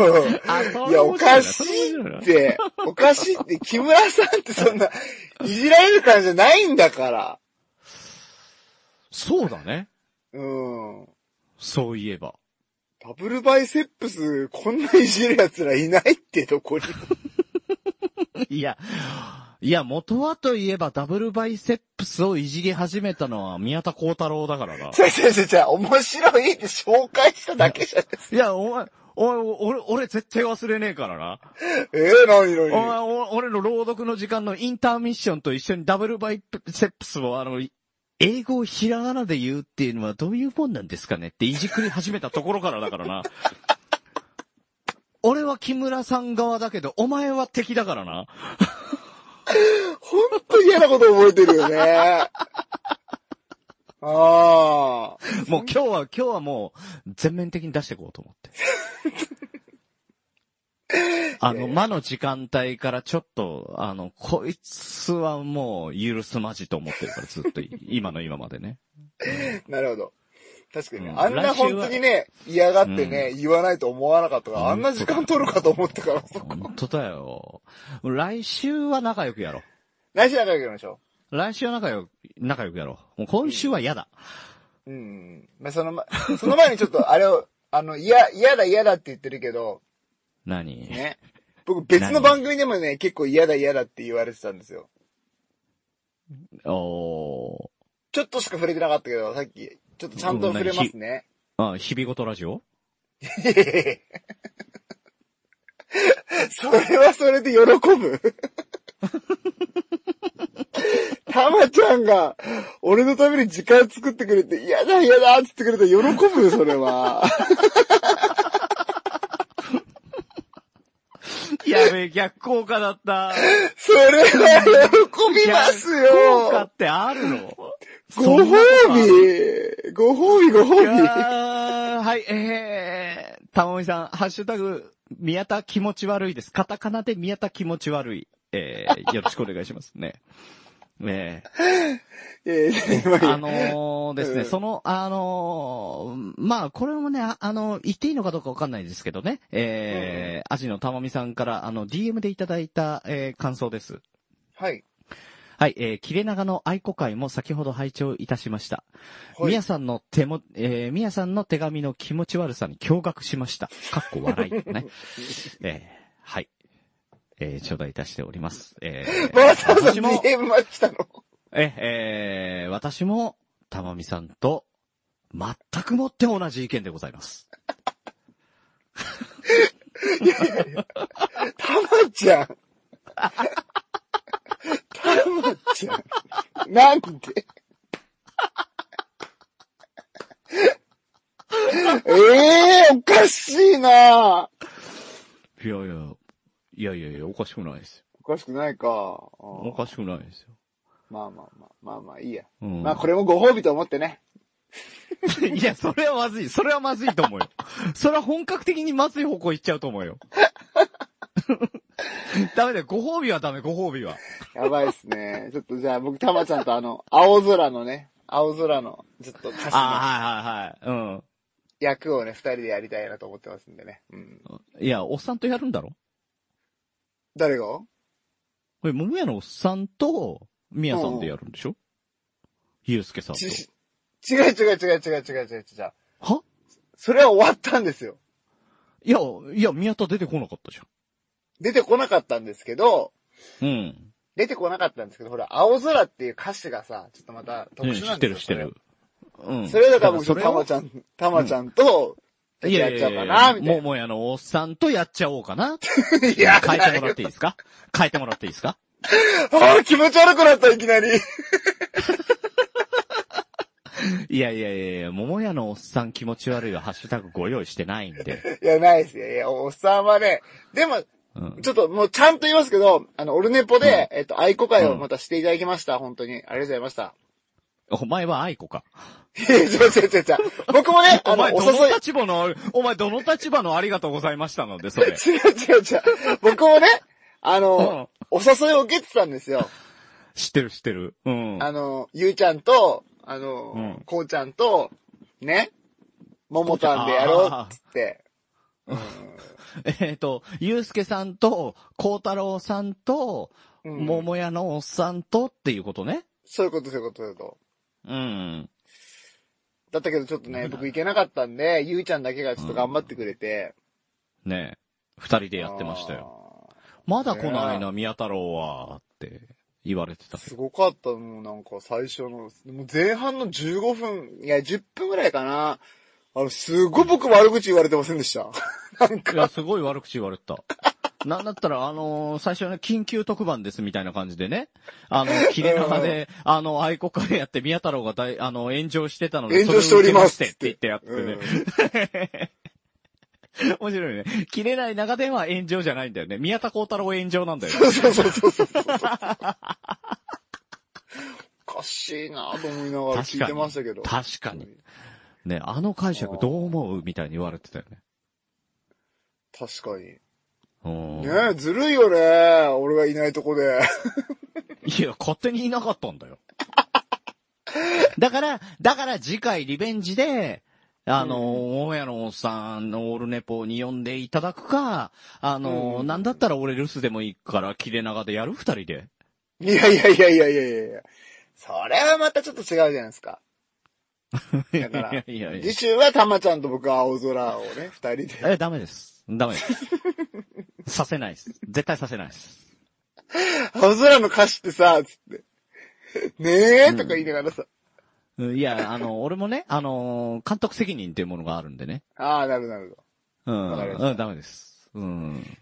[SPEAKER 7] そうう
[SPEAKER 8] いや、おかしいって、おかしいって、木村さんってそんな、いじられる感じじゃないんだから。
[SPEAKER 7] そうだね。
[SPEAKER 8] うん。
[SPEAKER 7] そういえば。
[SPEAKER 8] ダブルバイセップス、こんないじる奴らいないって、どこにも。
[SPEAKER 7] いや、いや、元はといえばダブルバイセップスをいじり始めたのは宮田幸太郎だからな。
[SPEAKER 8] ちゃちゃちゃちゃ、面白いって紹介しただけじゃない
[SPEAKER 7] いや、お前、お前、お俺、俺絶対忘れねえからな。
[SPEAKER 8] ええなにな
[SPEAKER 7] お前、お俺の朗読の時間のインターミッションと一緒にダブルバイセップスをあの、い英語をひらがなで言うっていうのはどういうもんなんですかねっていじくり始めたところからだから な。俺は木村さん側だけど、お前は敵だからな。
[SPEAKER 8] ほんと嫌なこと覚えてるよね。 ああ。
[SPEAKER 7] もう今日は、今日はもう、全面的に出していこうと思 って。あの、魔の時間帯からちょっと、あの、こいつはもう許すまじと思ってるから、ずっとい、 今の今までね。
[SPEAKER 8] なるほど。確かにね、
[SPEAKER 7] うん
[SPEAKER 8] あんな
[SPEAKER 7] 来週は
[SPEAKER 8] 本当にね、嫌がってね、言わないと思わなかったから、あんな時間取るかと思ったから、 そっか。
[SPEAKER 7] 本当だよ。来週は仲良くやろ
[SPEAKER 8] 来週仲良くやりましょ
[SPEAKER 7] う。来週は仲良く、仲良くやろう。もう今週は嫌だ。
[SPEAKER 8] う。うんうん。まあ、そのま、 その前にちょっと、あれを、あの、嫌、嫌だ嫌だって言ってるけど、
[SPEAKER 7] 何
[SPEAKER 8] ね。僕別の番組で もね、結構嫌だ嫌だって言われてたんですよ。
[SPEAKER 7] お
[SPEAKER 8] ちょっとしか触れてなかったけど、さっき、ちょっとちゃんと触れますね。
[SPEAKER 7] ー。あ、日々ごとラジオ
[SPEAKER 8] いやいやいや それはそれで喜ぶ。 たまちゃんが、俺のために時間作ってくれて、嫌だ嫌だって言ってくれたら喜ぶよ、それは。
[SPEAKER 7] やべえ、逆効果だった。
[SPEAKER 8] それは喜びます
[SPEAKER 7] 効果
[SPEAKER 8] よ。
[SPEAKER 7] ってあるの
[SPEAKER 8] ご褒美。ご褒美、ご
[SPEAKER 7] い
[SPEAKER 8] 褒美。
[SPEAKER 7] やーはい、えー、たまみさん、ハッシュタグ、宮田気持ち悪いです。カタカナで宮田気持ち悪い。えー、よろしくお願いしますね。ね
[SPEAKER 8] えーまあいいや
[SPEAKER 7] あのー、ですね、
[SPEAKER 8] うん
[SPEAKER 7] その、あのー、まあ、これもね、ああの、言っていいのかどうかわかんないですけどね、えー、アジのたまみさんから、あの、DM でいただいた、えー、感想です。
[SPEAKER 8] はい。
[SPEAKER 7] はい、えー、切れ長の愛子会も先ほど拝聴いたしました。
[SPEAKER 8] はい
[SPEAKER 7] みやさんの手も、えー、みやさんの手紙の気持ち悪さに驚愕しました。かっこ笑い。 ね。えー、はい。えー、頂戴いたしております。えー、
[SPEAKER 8] まささん
[SPEAKER 7] 私も、え
[SPEAKER 8] DM まで来たの。
[SPEAKER 7] ー、えー私も、たまみさんと、全くもって同じ意見でございます。
[SPEAKER 8] たまちゃん。たまちゃん。なんでええおかしいない
[SPEAKER 7] やいや、いやいやいや、おかしくないですよ。
[SPEAKER 8] おかしくないか。あ
[SPEAKER 7] お
[SPEAKER 8] ー
[SPEAKER 7] かしくないですよ。
[SPEAKER 8] まあまあまあ、まあまあいいや。
[SPEAKER 7] うん
[SPEAKER 8] まあこれもご褒美と思ってね。
[SPEAKER 7] いや、それはまずい。それはまずいと思うよ。 それは本格的にまずい方向行っちゃうと思う よ。ダメだよ。ご褒美はダメ、ご褒美は。
[SPEAKER 8] やばいっすね。ちょっとじゃあ僕たまちゃんとあの、青空のね、青空の、ちょっと歌詞の
[SPEAKER 7] ああ、はいはいはい。
[SPEAKER 8] 役をね、二人でやりたいなと思ってますんでね。うん。
[SPEAKER 7] うん。いや、おっさんとやるんだろ
[SPEAKER 8] 誰が
[SPEAKER 7] これ、桃屋のおっさんと、みやさんでやるんでしょゆうすけさんと。
[SPEAKER 8] ち違う違う違う違う違う違う違う違う。
[SPEAKER 7] は
[SPEAKER 8] それは終わったんですよ。
[SPEAKER 7] いや、いや、宮田出てこなかったじ
[SPEAKER 8] 出てこなかったんですけど、
[SPEAKER 7] ゃん。うん。
[SPEAKER 8] 出てこなかったんですけど、ほら、青空っていう歌詞がさ、ちょっとまた特
[SPEAKER 7] うん
[SPEAKER 8] 殊
[SPEAKER 7] 知
[SPEAKER 8] な
[SPEAKER 7] っ
[SPEAKER 8] ん
[SPEAKER 7] て
[SPEAKER 8] です
[SPEAKER 7] る
[SPEAKER 8] よ。
[SPEAKER 7] 知ってる。うん。
[SPEAKER 8] それ。それだから僕、
[SPEAKER 7] そ
[SPEAKER 8] た
[SPEAKER 7] れを
[SPEAKER 8] まちゃん、たまちゃんと、
[SPEAKER 7] いや
[SPEAKER 8] やっ
[SPEAKER 7] い
[SPEAKER 8] ちゃ
[SPEAKER 7] や
[SPEAKER 8] おう
[SPEAKER 7] い
[SPEAKER 8] か
[SPEAKER 7] や
[SPEAKER 8] な、みたいな。
[SPEAKER 7] 桃屋のおっさんとやっちゃおうかな。
[SPEAKER 8] いや、
[SPEAKER 7] 変えてもらっていいですか変えてもらっていいですか
[SPEAKER 8] ああ、気持ち悪くなった、いきなり。
[SPEAKER 7] いやいやいやいや、桃屋のおっさん気持ち悪いはハッシュタグご用意してないんで。
[SPEAKER 8] いや、ないですよ。いや、おっさんはね、でも、
[SPEAKER 7] うん。
[SPEAKER 8] ちょっともうちゃんと言いますけど、あの、オルネポで、 えっと、愛子会をまたしていただきました。本当に。ありがとうございました。
[SPEAKER 7] お前は愛子か。
[SPEAKER 8] や違う違う違う違う。僕もね、あ
[SPEAKER 7] お
[SPEAKER 8] の、
[SPEAKER 7] 前、
[SPEAKER 8] お
[SPEAKER 7] ど
[SPEAKER 8] 誘い
[SPEAKER 7] の、立場の、お前、どの立場のありがとうございましたので、そ れ。
[SPEAKER 8] 違う違う違う。僕もね、あ
[SPEAKER 7] う
[SPEAKER 8] の
[SPEAKER 7] ん、
[SPEAKER 8] お誘いを受けてたんですよ。
[SPEAKER 7] 知ってる知ってる。うん。
[SPEAKER 8] あの、ゆうちゃんと、あ
[SPEAKER 7] う
[SPEAKER 8] の
[SPEAKER 7] ん、
[SPEAKER 8] こうちゃんと、ね、ももたんでやろうっつって。
[SPEAKER 7] えっと、ゆうすけさんと、こうたろうさんと、
[SPEAKER 8] うん
[SPEAKER 7] ももやのおっさんとっていうことね。
[SPEAKER 8] そういうことそういうことそういうこと。
[SPEAKER 7] うん。
[SPEAKER 8] だったけどちょっとね、僕行けなかったんで、ゆうちゃんだけがちょっと頑張ってくれて。
[SPEAKER 7] ねえ。二人でやってましたよ。
[SPEAKER 8] よ。
[SPEAKER 7] まだ来ないな、宮太郎は、って言われてたけ
[SPEAKER 8] す
[SPEAKER 7] ど。
[SPEAKER 8] ごかった、もうなんか最初の、もう前半の15分、いや10分ぐらいかな。あの、すごい僕悪口言われてませんでした。なん
[SPEAKER 7] いや、
[SPEAKER 8] か、
[SPEAKER 7] すごい悪口言われてた。なんだったら、あのー最初の緊急特番ですみたいな感じでね。あの、切れ長で、あの、愛国会やって宮太郎が大、あの、炎上してたので、
[SPEAKER 8] 炎上しております
[SPEAKER 7] それを受けましてって言ってやってね。面白いね。切れない長電話炎上じゃないんだよね。宮田幸太郎炎上なんだよね。
[SPEAKER 8] そうそうそうそうそう。おかしいなと思いながら聞いてましたけど。
[SPEAKER 7] 確かに。ね、あの解釈どう思うみたいに言われてたよね。
[SPEAKER 8] 確かに。
[SPEAKER 7] うん。
[SPEAKER 8] ねえ、ずるいよね。俺がいないとこで。
[SPEAKER 7] いや、勝手にいなかったんだよ。 だから、だから次回リベンジで、あの、大家のおっさんのオールネポに呼んでいただくか、あの、なんだったら俺留守でもいいから切れ長でやる二人で。
[SPEAKER 8] いやいやいやいやいやいやそれはまたちょっと違うじゃないですか。だから
[SPEAKER 7] いやいやいや
[SPEAKER 8] 次。週はたまちゃんと僕は青空をね、二人で。
[SPEAKER 7] え、ダメです。 ダメです。させないです。絶対させないです。
[SPEAKER 8] 青空の歌詞ってさ、つって。ねえ、とか言いながらさ。
[SPEAKER 7] うんいや、あの、俺もね、あの、監督責任っていうものがあるんでね。
[SPEAKER 8] ああ、なるなるほど。
[SPEAKER 7] うん。
[SPEAKER 8] わかりました
[SPEAKER 7] うん、ダメです。うん。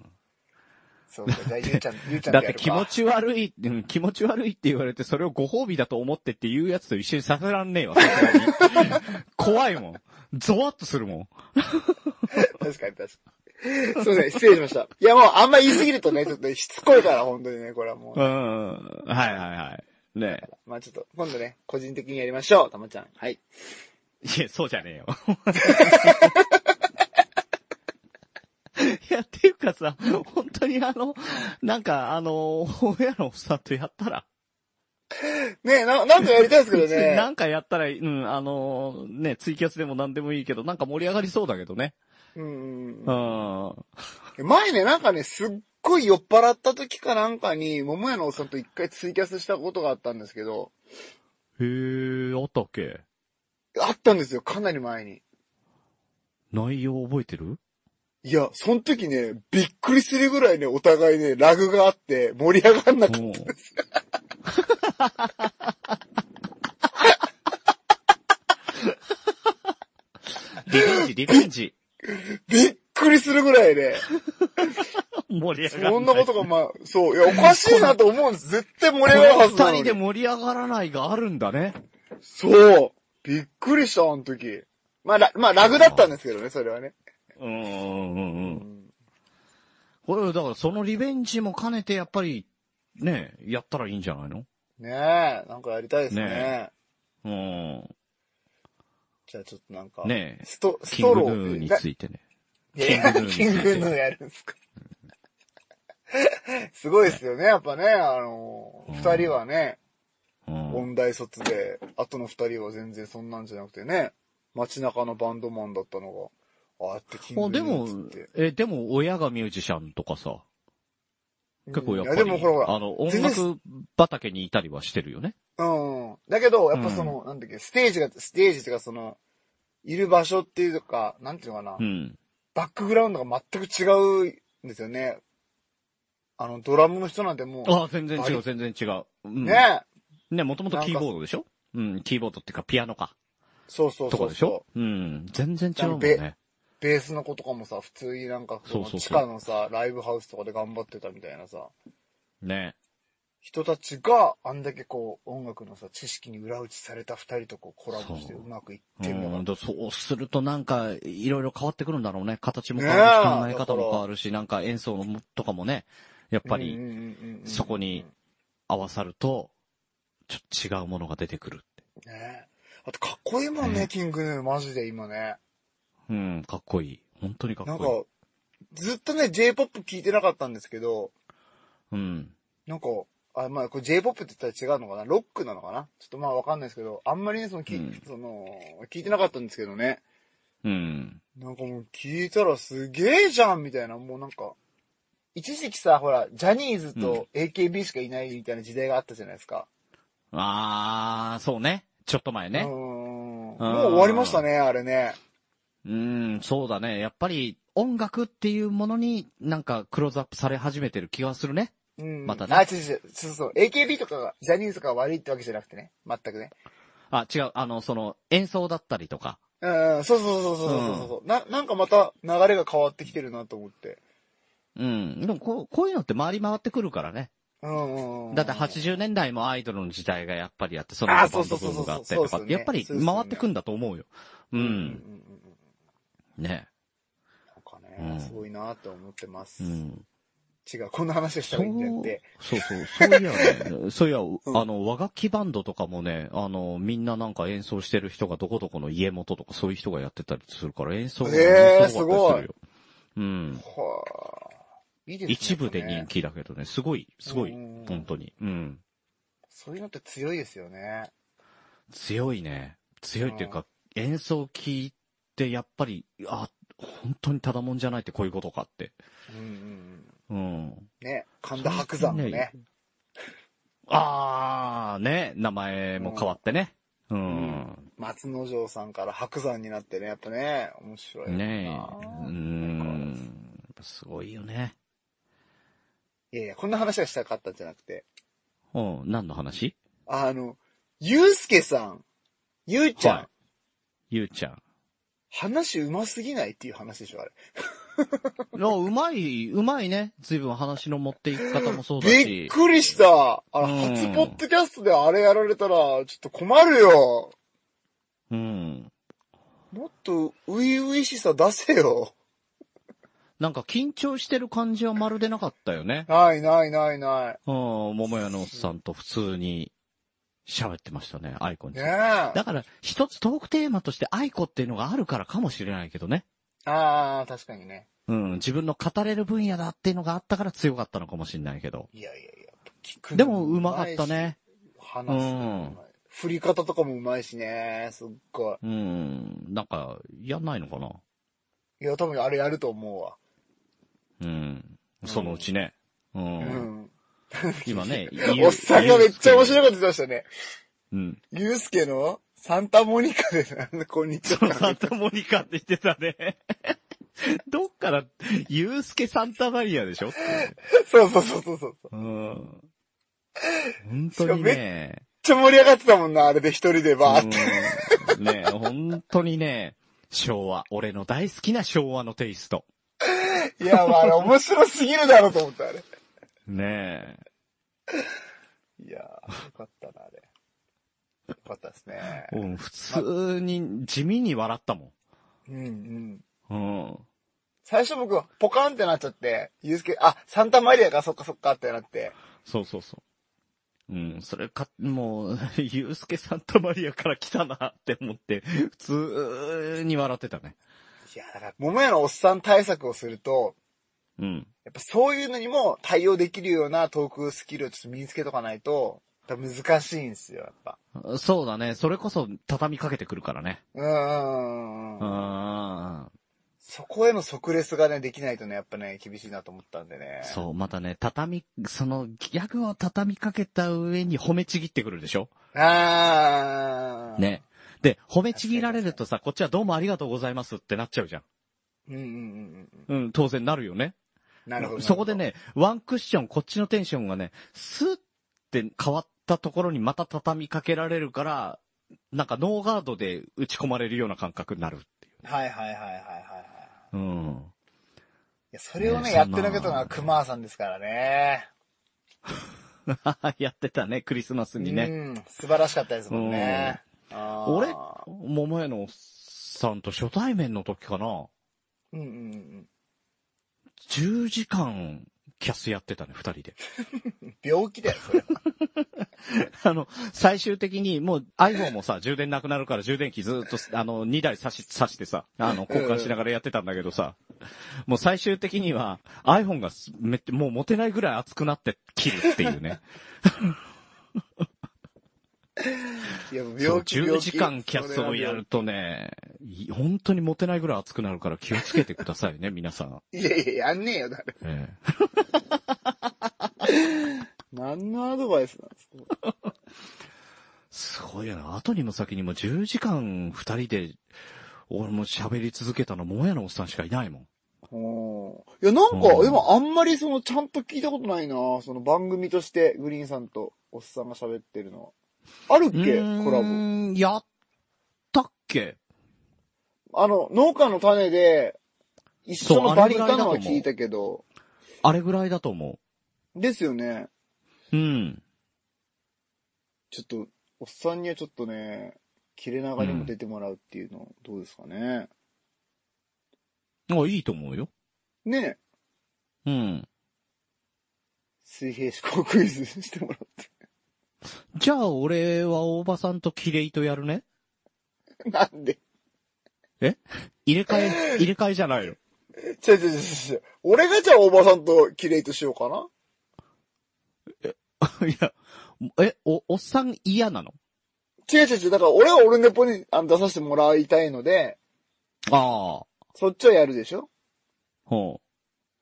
[SPEAKER 8] そうか、じゃあゆうちゃん、ゆうちゃん
[SPEAKER 7] だ
[SPEAKER 8] と
[SPEAKER 7] って
[SPEAKER 8] やるか
[SPEAKER 7] 気持ち悪い、うん気持ち悪いって言われて、それをご褒美だと思ってって言うやつと一緒にさせらんねえわ、さす がに怖いもん。ゾワッとするも
[SPEAKER 8] 確かに確かに。すいません、失礼しました。いやもうあんま言いすぎるとね、ちょっとしつこいから、本当にね、これは
[SPEAKER 7] ん。
[SPEAKER 8] も
[SPEAKER 7] う
[SPEAKER 8] う。
[SPEAKER 7] ん。はいはいはい。ね
[SPEAKER 8] まあちょっと、今度ね、個人的にやりましょう、たまちゃん。はい。
[SPEAKER 7] え。いや、そうじゃねえ よ。いや、っていうかさ、本当にあの、なんかあの、親のおっさんとやったら、
[SPEAKER 8] ねえ、な、なんかやりたいですけどね。
[SPEAKER 7] なんかやったら、うん、あの、ね、ツイキャスでも何でもいいけど、なんか盛り上がりそうだけどね。
[SPEAKER 8] う
[SPEAKER 7] う。
[SPEAKER 8] ん
[SPEAKER 7] ん。
[SPEAKER 8] 前ね、なんかね、すっごい酔っ払った時かなんかに、桃屋のおっさんと一回ツイキャスしたことがあったんですけど、
[SPEAKER 7] へえ、あったっけ
[SPEAKER 8] あったんですよ、かなり前に。
[SPEAKER 7] 内容覚えてる
[SPEAKER 8] いや、その時ね、びっくりするぐらいね、お互いね、ラグがあって、盛り上がんなくて。
[SPEAKER 7] もう。リベンジ、リベンジ。
[SPEAKER 8] びっくりするぐらいね、
[SPEAKER 7] 盛り上がらない。
[SPEAKER 8] そんなことがまあ、そう、いや、おかしいなと思う んです。絶対盛り上がるはずな
[SPEAKER 7] 二
[SPEAKER 8] の
[SPEAKER 7] 人で
[SPEAKER 8] に。
[SPEAKER 7] 盛り上がらないがあるんだね。
[SPEAKER 8] そう。びっくりした、あの時。まあ、ラまあ、ラグだったんですけどね、それはね。
[SPEAKER 7] うんうんうんうん。これ、だからそのリベンジも兼ねてやっぱり、ね、やったらいいんじゃないの
[SPEAKER 8] ねえ、なんかやりたいですね。
[SPEAKER 7] ねうん。
[SPEAKER 8] じゃあちょっとなんか。
[SPEAKER 7] ねえ
[SPEAKER 8] スト、ス
[SPEAKER 7] キン
[SPEAKER 8] ト
[SPEAKER 7] グ
[SPEAKER 8] ロ
[SPEAKER 7] ヌ
[SPEAKER 8] ー
[SPEAKER 7] ーについてね。
[SPEAKER 8] いや、キ
[SPEAKER 7] キ
[SPEAKER 8] ン
[SPEAKER 7] ン
[SPEAKER 8] グ
[SPEAKER 7] グ
[SPEAKER 8] ヌ
[SPEAKER 7] ヌー
[SPEAKER 8] ーやるんですか。 すごいですよね、やっぱね、あの、
[SPEAKER 7] うん
[SPEAKER 8] 二人はね、
[SPEAKER 7] うん。
[SPEAKER 8] 音大卒で、あとの二人は全然そんなんじゃなくてね、街中のバンドマンだったのが、ああやってキン
[SPEAKER 7] あ
[SPEAKER 8] グヌ
[SPEAKER 7] で
[SPEAKER 8] ー
[SPEAKER 7] も
[SPEAKER 8] っつって。、
[SPEAKER 7] え、でも親がミュージシャンとかさ。結構やっぱり、
[SPEAKER 8] うんいやでもほらほら
[SPEAKER 7] あの、音楽畑にいたりはしてるよね。
[SPEAKER 8] うん。だけど、やっぱその、なんだっけ、ステージが、ステージっていうかその、いる場所っていうか、なんていうのかな、
[SPEAKER 7] うん。
[SPEAKER 8] バックグラウンドが全く違うんですよね。あの、ドラムの人なんてもう、
[SPEAKER 7] ああ、全然
[SPEAKER 8] あ
[SPEAKER 7] 違
[SPEAKER 8] れ
[SPEAKER 7] う、全然違う。うん、ね
[SPEAKER 8] ね
[SPEAKER 7] もともとキーボードでしょうん、キーボードっていうかピアノか。
[SPEAKER 8] そうそう
[SPEAKER 7] と
[SPEAKER 8] そ
[SPEAKER 7] か
[SPEAKER 8] う
[SPEAKER 7] でし
[SPEAKER 8] そ
[SPEAKER 7] ょうん、全然違うもん
[SPEAKER 8] あの
[SPEAKER 7] ね。
[SPEAKER 8] う。ベースの子とかもさ、普通になんか、その
[SPEAKER 7] そうそうそう
[SPEAKER 8] 地下のさ、ライブハウスとかで頑張ってたみたいなさ、
[SPEAKER 7] ね。
[SPEAKER 8] 人たちがあんだけこう、音楽のさ、知識に裏打ちされた二人とこうコラボして
[SPEAKER 7] そう
[SPEAKER 8] うまくいっ
[SPEAKER 7] う
[SPEAKER 8] てるのが
[SPEAKER 7] ん、だそうするとなんか、いろいろ変わってくるんだろうね。形も
[SPEAKER 8] ね
[SPEAKER 7] 変
[SPEAKER 8] え
[SPEAKER 7] わるし、考え方
[SPEAKER 8] だから
[SPEAKER 7] も変わるし、なんか演奏のとかもね、やっぱ
[SPEAKER 8] うん
[SPEAKER 7] り
[SPEAKER 8] うんうんうん
[SPEAKER 7] そこに合わさると、ちょっと違うものが出てくるって。
[SPEAKER 8] ねえあとかっこいいもん
[SPEAKER 7] ね
[SPEAKER 8] ね、キングヌー、マジで今ね。
[SPEAKER 7] うん、かっこいい。本当にかっ
[SPEAKER 8] なんか
[SPEAKER 7] こいい。、
[SPEAKER 8] ずっとね、J-POP 聞いてなかったんですけど、
[SPEAKER 7] うん。
[SPEAKER 8] なんか、あ、まあ、これ J-POP って言ったら違うのかなロックなのかなちょっとまあわかんないですけど、あんまりね、その、き
[SPEAKER 7] うん
[SPEAKER 8] その、聞いてなかったんですけどね。
[SPEAKER 7] うん。
[SPEAKER 8] なんかもう聞いたらすげえじゃんみたいな、もうなんか、一時期さ、ほら、ジャニーズと AKB しかいないみたいな時代があったじゃないですか。
[SPEAKER 7] あー、そうね。ちょっと前
[SPEAKER 8] うーん
[SPEAKER 7] ね。
[SPEAKER 8] もう終わりましたね、あれね。
[SPEAKER 7] うん、そうだね。やっぱり、音楽っていうものになんかクローズアップされ始めてる気がするね。
[SPEAKER 8] うん。
[SPEAKER 7] またね
[SPEAKER 8] ね。あ、違う違う、そうそう。AKB とかが、ジャニーズとかが悪いってわけじゃなくてね。全くね。
[SPEAKER 7] あ、違う、あの、その、演奏だったりとか。
[SPEAKER 8] うんうん、そうそうそうそうそうそう、な。なんかまた流れが変わってきてるなと思って。
[SPEAKER 7] うん。でもこう、こういうのって回り回ってくるからね。
[SPEAKER 8] うんうんうん。
[SPEAKER 7] だって80年代もアイドルの時代がやっぱりやって、その
[SPEAKER 8] あ
[SPEAKER 7] バン
[SPEAKER 8] ーそうそ
[SPEAKER 7] ドブ
[SPEAKER 8] うそ
[SPEAKER 7] ー
[SPEAKER 8] うそ
[SPEAKER 7] ム
[SPEAKER 8] う
[SPEAKER 7] があってとか
[SPEAKER 8] そう
[SPEAKER 7] っ
[SPEAKER 8] ですよ
[SPEAKER 7] て、
[SPEAKER 8] ね
[SPEAKER 7] やっぱり回ってくんだと思うよ。う。
[SPEAKER 8] うんうんうん
[SPEAKER 7] ね。
[SPEAKER 8] なんかね、
[SPEAKER 7] うん
[SPEAKER 8] すごいなって思ってます。
[SPEAKER 7] うん。
[SPEAKER 8] 違う、こんな話をした
[SPEAKER 7] そう
[SPEAKER 8] らいいんだって。、
[SPEAKER 7] そうそう、そう いやね、そういや、
[SPEAKER 8] ん
[SPEAKER 7] あの、和楽器バンドとかもね、あの、みんななんか演奏してる人がどこどこの家元とかそういう人がやってたりするから演奏が
[SPEAKER 8] へー
[SPEAKER 7] 面白かったりするよ。うん。
[SPEAKER 8] はあ。いいですね。
[SPEAKER 7] 一部で
[SPEAKER 8] やっぱね
[SPEAKER 7] 人気だけどね、すごい、すごい
[SPEAKER 8] うん、
[SPEAKER 7] 本当に。うん。
[SPEAKER 8] そういうのって強いですよね。
[SPEAKER 7] 強いね。強いっていうか、演奏聞いて、やっぱり、あ、本当にただもんじゃないってこういうことかって。
[SPEAKER 8] うんうんうん。
[SPEAKER 7] うん。
[SPEAKER 8] ね、神田伯山もね。
[SPEAKER 7] あー、ね、名前も変わってね。うん。
[SPEAKER 8] 松之丞さんから白山になってね、やっぱね、面白いな。
[SPEAKER 7] ねえ。うん。すごいよね。
[SPEAKER 8] いやいや、こんな話がしたかったんじゃなくて。
[SPEAKER 7] うん。何の話
[SPEAKER 8] あの、ゆうすけさん、ゆうちゃん、
[SPEAKER 7] はいゆうちゃん。
[SPEAKER 8] 話うますぎないっていう話でしょ、あれ。
[SPEAKER 7] いやうまい、うまいね。随分話の持っていき方もそうだし。
[SPEAKER 8] びっくりしたあの、
[SPEAKER 7] うん
[SPEAKER 8] 初ポッドキャストであれやられたら、ちょっと困るよ
[SPEAKER 7] うん。
[SPEAKER 8] もっと、ういういしさ出せよ。
[SPEAKER 7] なんか緊張してる感じはまるでなかったよね。
[SPEAKER 8] ないないないない。
[SPEAKER 7] うん、桃屋のおっさんと普通に喋ってましたね、アイコにつ
[SPEAKER 8] ね
[SPEAKER 7] い
[SPEAKER 8] え。
[SPEAKER 7] て。だから、一つトークテーマとしてアイコっていうのがあるからかもしれないけどね。
[SPEAKER 8] ああ、確かにね。
[SPEAKER 7] うん、自分の語れる分野だっていうのがあったから強かったのかもしれないけど。
[SPEAKER 8] いやいやいや、聞く
[SPEAKER 7] で
[SPEAKER 8] の
[SPEAKER 7] も、うまか
[SPEAKER 8] い
[SPEAKER 7] っ。
[SPEAKER 8] した
[SPEAKER 7] ね。
[SPEAKER 8] 話すのもうまい振り方とかもうまいしね、すっごい。
[SPEAKER 7] うん、なんか、やんないのかない
[SPEAKER 8] や、多分あれやると思うわ。
[SPEAKER 7] うん、そのうちね。うん。
[SPEAKER 8] うん。
[SPEAKER 7] 今ね、
[SPEAKER 8] おっさんがめっちゃ面白い
[SPEAKER 7] い。
[SPEAKER 8] こと言ってましたね。
[SPEAKER 7] うん。
[SPEAKER 8] ゆうすけのサンタモニカで、あのこんにち
[SPEAKER 7] そう、サ
[SPEAKER 8] は
[SPEAKER 7] ン。タモニカって言ってたね。 どっから、ユうスケサンタマリアでしょっていう
[SPEAKER 8] そうそうそうそうそう。め
[SPEAKER 7] う
[SPEAKER 8] っ
[SPEAKER 7] ん。本当にね。
[SPEAKER 8] ちゃ盛り上がってたもんな、あれで一人でバーって。
[SPEAKER 7] うんね本当にね、昭和、俺の大好きな昭和のテイスト。
[SPEAKER 8] いや、まああれ面白すぎるだろうと思った、あれ。
[SPEAKER 7] ね
[SPEAKER 8] いやー、よかったな、あれ。よかったですね。
[SPEAKER 7] え。うん、普通に、地味に笑ったも
[SPEAKER 8] うんうん。
[SPEAKER 7] ん。うん。
[SPEAKER 8] 最初僕、ポカンってなっちゃって、ゆうすけ、あ、サンタマリアか、そっかそっかってなって。
[SPEAKER 7] そうそうそう。うん、それか、もう、 ゆうすけサンタマリアから来たなって思って、普通に笑ってたね。
[SPEAKER 8] いや、だから、桃屋のおっさん対策をすると、
[SPEAKER 7] うん。
[SPEAKER 8] やっぱそういうのにも対応できるようなトークスキルをちょっと身につけとかないと、やっぱ難しいんですよ、やっぱ。
[SPEAKER 7] そうだね。それこそ畳みかけてくるからね。
[SPEAKER 8] うーん
[SPEAKER 7] う。ん。
[SPEAKER 8] そこへの即レスがね、できないとね、やっぱね、厳しいなと思ったんでね。
[SPEAKER 7] そう、またね、畳み、その、ギャグを畳みかけた上に褒めちぎってくるでしょ
[SPEAKER 8] あー。。
[SPEAKER 7] ね。で、褒めちぎられるとさ、こっちはどうもありがとうございますってなっちゃうじゃん。
[SPEAKER 8] うんうんうんうん。
[SPEAKER 7] うん、当然なるよね。
[SPEAKER 8] なるほど。
[SPEAKER 7] そこで。ね、ワンクッション、こっちのテンションがね、スーって変わったところにまた畳みかけられるから、なんかノーガードで打ち込まれるような感覚になるってい
[SPEAKER 8] はいはいはいはいはいはい。
[SPEAKER 7] う。うん。
[SPEAKER 8] いや、それを
[SPEAKER 7] ね
[SPEAKER 8] ね、
[SPEAKER 7] え
[SPEAKER 8] や
[SPEAKER 7] そ
[SPEAKER 8] っ
[SPEAKER 7] ん
[SPEAKER 8] て
[SPEAKER 7] な
[SPEAKER 8] なかったのは熊さんですからね。
[SPEAKER 7] やってたね、クリスマスにね。
[SPEAKER 8] うん。素晴らしかったですもんね。あー
[SPEAKER 7] 俺、桃屋のおっさんと初対面の時かな、
[SPEAKER 8] うんうんうん。
[SPEAKER 7] 10時間キャスやってたね、二人で。
[SPEAKER 8] 病気だよ、それは。
[SPEAKER 7] あの、最終的にもう iPhone もさ、充電なくなるから充電器ずっと、あの、2台差し、差してさ、あの、交換しながらやってたんだけどさ、もう最終的には iPhone がすめっもう持てないぐらい熱くなって切るっていうね。
[SPEAKER 8] いや、
[SPEAKER 7] そう
[SPEAKER 8] 病気。
[SPEAKER 7] 10
[SPEAKER 8] 病気
[SPEAKER 7] 時間キャスをやる。とね、い本当に持てないぐらい熱くなるから気をつけてくださいね、皆さん。
[SPEAKER 8] それは病気いやいや、やんねえよ、誰。
[SPEAKER 7] ええ
[SPEAKER 8] 何のアドバイスなんですか
[SPEAKER 7] すごいよな。後にも先にも10時間二人で、俺も喋り続けたの、もやのおっさんしかいないもん。
[SPEAKER 8] おーいや、なんか、
[SPEAKER 7] うん
[SPEAKER 8] でもあんまりその、ちゃんと聞いたことないなその番組として、グリーンさんとおっさんが喋ってるのは。あるっけコラ
[SPEAKER 7] う
[SPEAKER 8] ボ。
[SPEAKER 7] ーんやったっけ
[SPEAKER 8] あの、農家の種で、一緒
[SPEAKER 7] そう
[SPEAKER 8] の
[SPEAKER 7] あ
[SPEAKER 8] バ
[SPEAKER 7] れ
[SPEAKER 8] リ
[SPEAKER 7] ぐ
[SPEAKER 8] カ
[SPEAKER 7] ら
[SPEAKER 8] ン
[SPEAKER 7] いだと
[SPEAKER 8] の
[SPEAKER 7] 思う
[SPEAKER 8] は聞いたけど、
[SPEAKER 7] あれぐらいだと思
[SPEAKER 8] ですよね。
[SPEAKER 7] う。うん。
[SPEAKER 8] ちょっと、おっさんにはちょっとね、切れ長にも出てもらうっていうの、どうですかね。
[SPEAKER 7] あ、いいと思うよ。
[SPEAKER 8] ねえ、
[SPEAKER 7] うん。
[SPEAKER 8] 水平思考クイズしてもらって。
[SPEAKER 7] じゃあ、俺は大場さんとキレイとやるね。
[SPEAKER 8] なんで
[SPEAKER 7] 入れ替え、入れ替えじゃないよ。
[SPEAKER 8] ちょちょちょちょ。俺がじゃあおばさんとキレイとしようかな
[SPEAKER 7] いや、え、お、おっさん嫌なの
[SPEAKER 8] 違う違う違う。だから俺は俺のポにあの出させてもらいたいので、
[SPEAKER 7] ああ、
[SPEAKER 8] そっちはやるでしょ
[SPEAKER 7] ほ。。